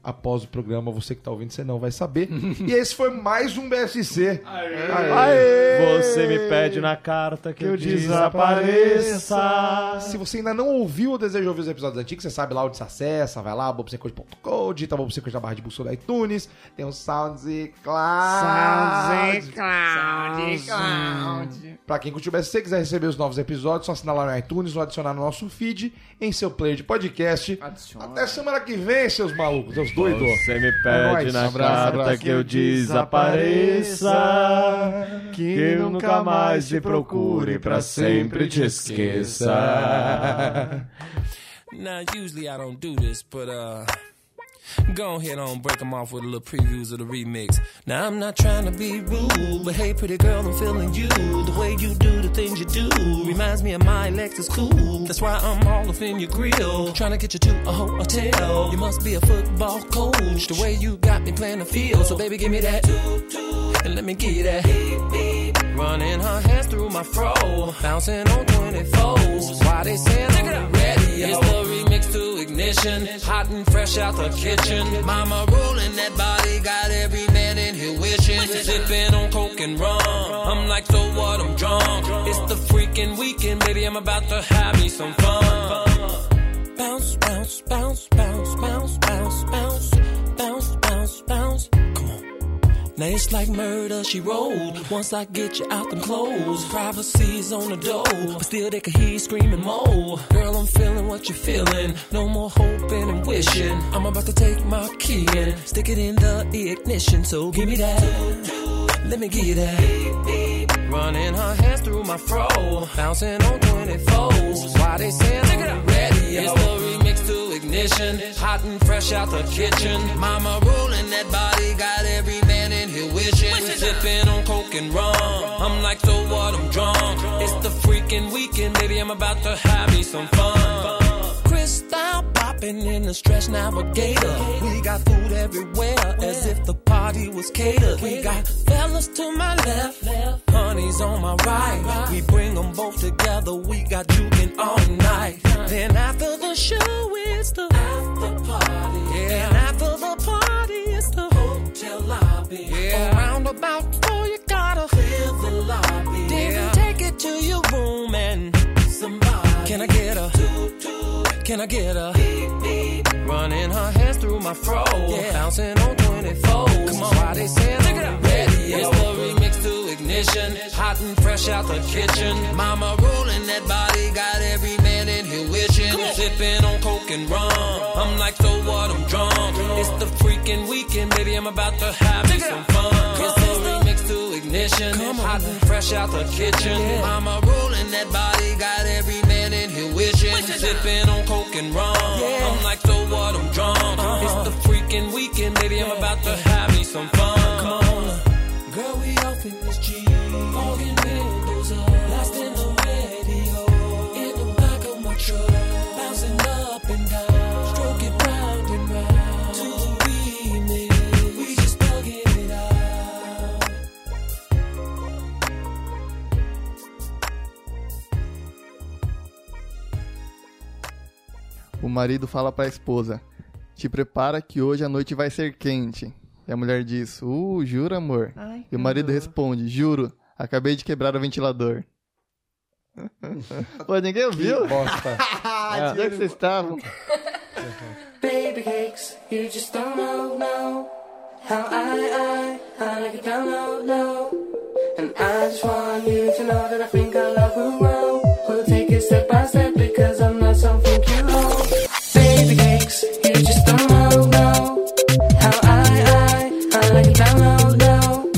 Speaker 1: após o programa. Você que tá ouvindo, você não vai saber. e esse foi mais um BSC. Aê.
Speaker 2: Você me pede na carta que, eu desapareça.
Speaker 1: Se você ainda não ouviu ou deseja ouvir os episódios antigos, você sabe lá onde se acessa, vai lá, bobsecode.com, digita bobsecode na barra de busca do iTunes, tem o SoundCloud.
Speaker 4: SoundCloud.
Speaker 1: Pra quem curtiu, se você quiser receber os novos episódios, só assinar lá no iTunes ou adicionar no nosso feed, em seu player de podcast.
Speaker 4: Adiciona.
Speaker 1: Até semana que vem, seus malucos, seus doidos.
Speaker 2: Você me
Speaker 1: É
Speaker 2: pede
Speaker 1: nóis.
Speaker 2: na
Speaker 1: Abraço,
Speaker 2: carta
Speaker 1: abraço.
Speaker 2: que eu desapareça. Que eu nunca mais te procure, pra sempre te esqueça.
Speaker 8: Now, usually I don't do this, but uh, Go ahead on, break them off with a little previews of the remix. Now I'm not trying to be rude, but hey, pretty girl, I'm feeling you. The way you do the things you do reminds me of my Lexus cool. That's why I'm all up in your grill, trying to get you to a hotel. You must be a football coach, the way you got me playing the field. So baby, give me that, and let me give you that. Running her hands through my fro, bouncing on 24s. Why they saying I'm ready? It's the remix to ignition, hot and fresh out the kitchen. Mama rolling that body, got every man in here wishing. Sipping on coke and rum, I'm like, so what? I'm drunk. It's the freaking weekend, baby. I'm about to have me some fun. Bounce, bounce, bounce, bounce, bounce, bounce, bounce, bounce, bounce, bounce. Come on. Now it's like murder, she rolled. Once I get you out them clothes, privacy's on the door. But still they can hear you screaming, Mo. Girl, I'm feeling what you're feeling. No more hoping and wishing. I'm about to take my key and stick it in the ignition. So give me that. Let me give you that. Running her hands through my fro. Bouncing on 24s. Why they saying I'm ready? It's the remix to ignition. Hot and fresh out the kitchen. Mama rolling that body. Got every man in here wishing. Sipping on coke and rum. I'm like, so what? I'm drunk. It's the freaking weekend, baby. I'm about to have me some fun. Crystal popping in the stretch navigator. We got food everywhere, as if the party was catered. We got fellas to my left, honeys on my right. We bring them both together, we got juking all night. Then after the show, it's the after party. Yeah. And after the party, it's the hotel lobby. Yeah. Around about four, you gotta fill the lobby. Then take it to your room and somebody. Can I get a? Can I get a Running her hands through my fro Bouncing on 24 Come on, why they saying Take it up Ready It's the remix to ignition Hot and fresh out the kitchen Mama rolling that body Got every man in here wishing Sipping on coke and rum I'm like, so what, I'm drunk It's the freaking weekend Baby, I'm about to have me some fun It's the remix to ignition Hot and fresh out the kitchen Mama rolling that body Got every man in here wishing Sipping on coke and rum I'm like, so what, I'm drunk It's the freaking weekend Baby, I'm about to have me some fun Come on Girl, we off in this G Fogging windows up Lost in the radio In the back of my truck Bouncing up and down Stroke it round and round To the remix We just thugging it out
Speaker 5: O marido fala pra esposa: Te prepara que hoje a noite vai ser quente. E a mulher diz: Uh, jura, amor? e o marido responde: Juro, acabei de quebrar o ventilador. Pô, ninguém ouviu?
Speaker 1: Bosta.
Speaker 5: Ah, onde é que vocês estavam?
Speaker 9: Baby cakes, you just don't know, no. How I, I, I like it down low, low. And I just want you to know that I think our love will grow. We'll take it step by step because I'm not something you know. Baby cakes, you just don't know, no. How I, I, I like it down low, low.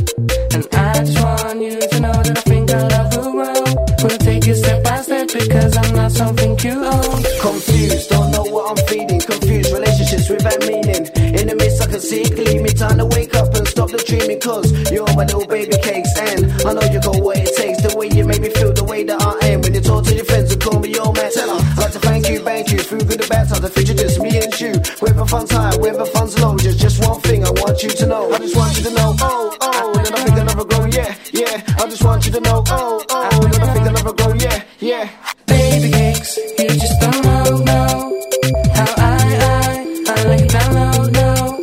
Speaker 9: And I just want you to know that I think our love will grow. We'll take it step by step because I'm not something you own.
Speaker 10: Confused, don't know what I'm feeling. Confused relationships without meaning. In the midst, I can see gleaming. Time to wake up and stop the dreaming. Cause you're my little baby cakes. And I know you got what it takes. The way you make me feel, the way that I am. When you talk to your friends and call me your man. Tell 'em I'd like to thank you, thank you. Through good and bad times, the future just me and you. With a fun time, with a fun's low. Just, just one thing I want you to know. I just want you to know, oh, oh. And I think I'll never grow, yeah, yeah. I just want you to know, oh, oh. And I think I'll never grow, yeah, yeah.
Speaker 9: Baby cakes, you just don't know, no. How I, I, I like it down low, low.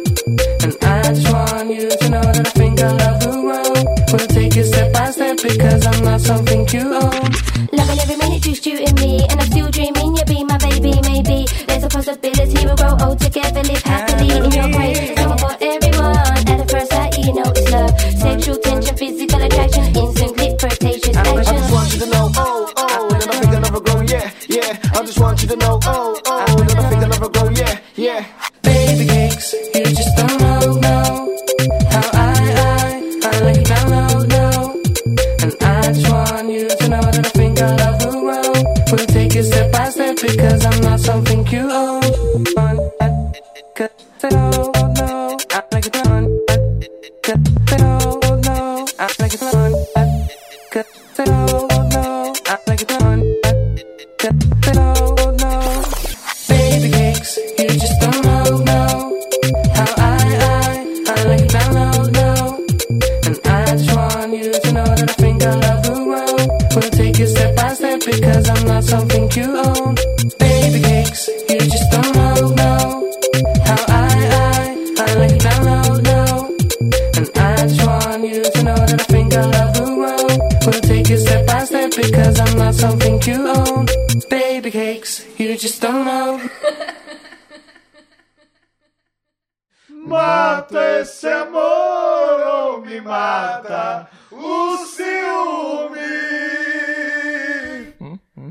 Speaker 9: And I just want you to know that I think I love the road. We'll take it step by step because I'm not something you own.
Speaker 11: Loving every minute you shooting me, and I'm still dreaming you'll be my baby. Maybe there's a possibility we'll grow old together, live happily in your grave. Someone for everyone. At the first sight, you know it's love. Sexual tension, physical attraction, instantly flirtatious
Speaker 10: I
Speaker 11: action.
Speaker 10: just want you to know, oh, oh. And I think I'll never grow, yeah, yeah. I just want you to know, oh, oh. And I think I'll never grow, yeah, yeah.
Speaker 9: Baby cakes,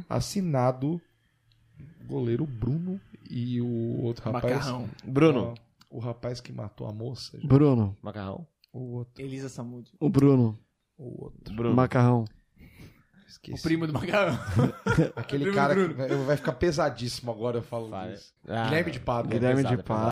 Speaker 10: assinado goleiro Bruno e o outro rapaz.
Speaker 4: Macarrão.
Speaker 2: Bruno.
Speaker 10: O, o rapaz que matou a moça. já.
Speaker 3: Bruno.
Speaker 2: Macarrão.
Speaker 10: O outro.
Speaker 4: Elisa Samud.
Speaker 3: O Bruno.
Speaker 10: O outro.
Speaker 2: Bruno.
Speaker 3: Macarrão.
Speaker 10: Esqueci.
Speaker 4: O primo do macarrão.
Speaker 10: Aquele
Speaker 4: primo
Speaker 10: cara
Speaker 4: Bruno.
Speaker 10: que vai- vai ficar pesadíssimo agora eu falo
Speaker 2: Vai.
Speaker 10: disso. Tipo,
Speaker 2: Ah,
Speaker 10: Guilherme de Pádua.
Speaker 3: Guilherme de
Speaker 2: pesado, é pesado.
Speaker 3: Pá.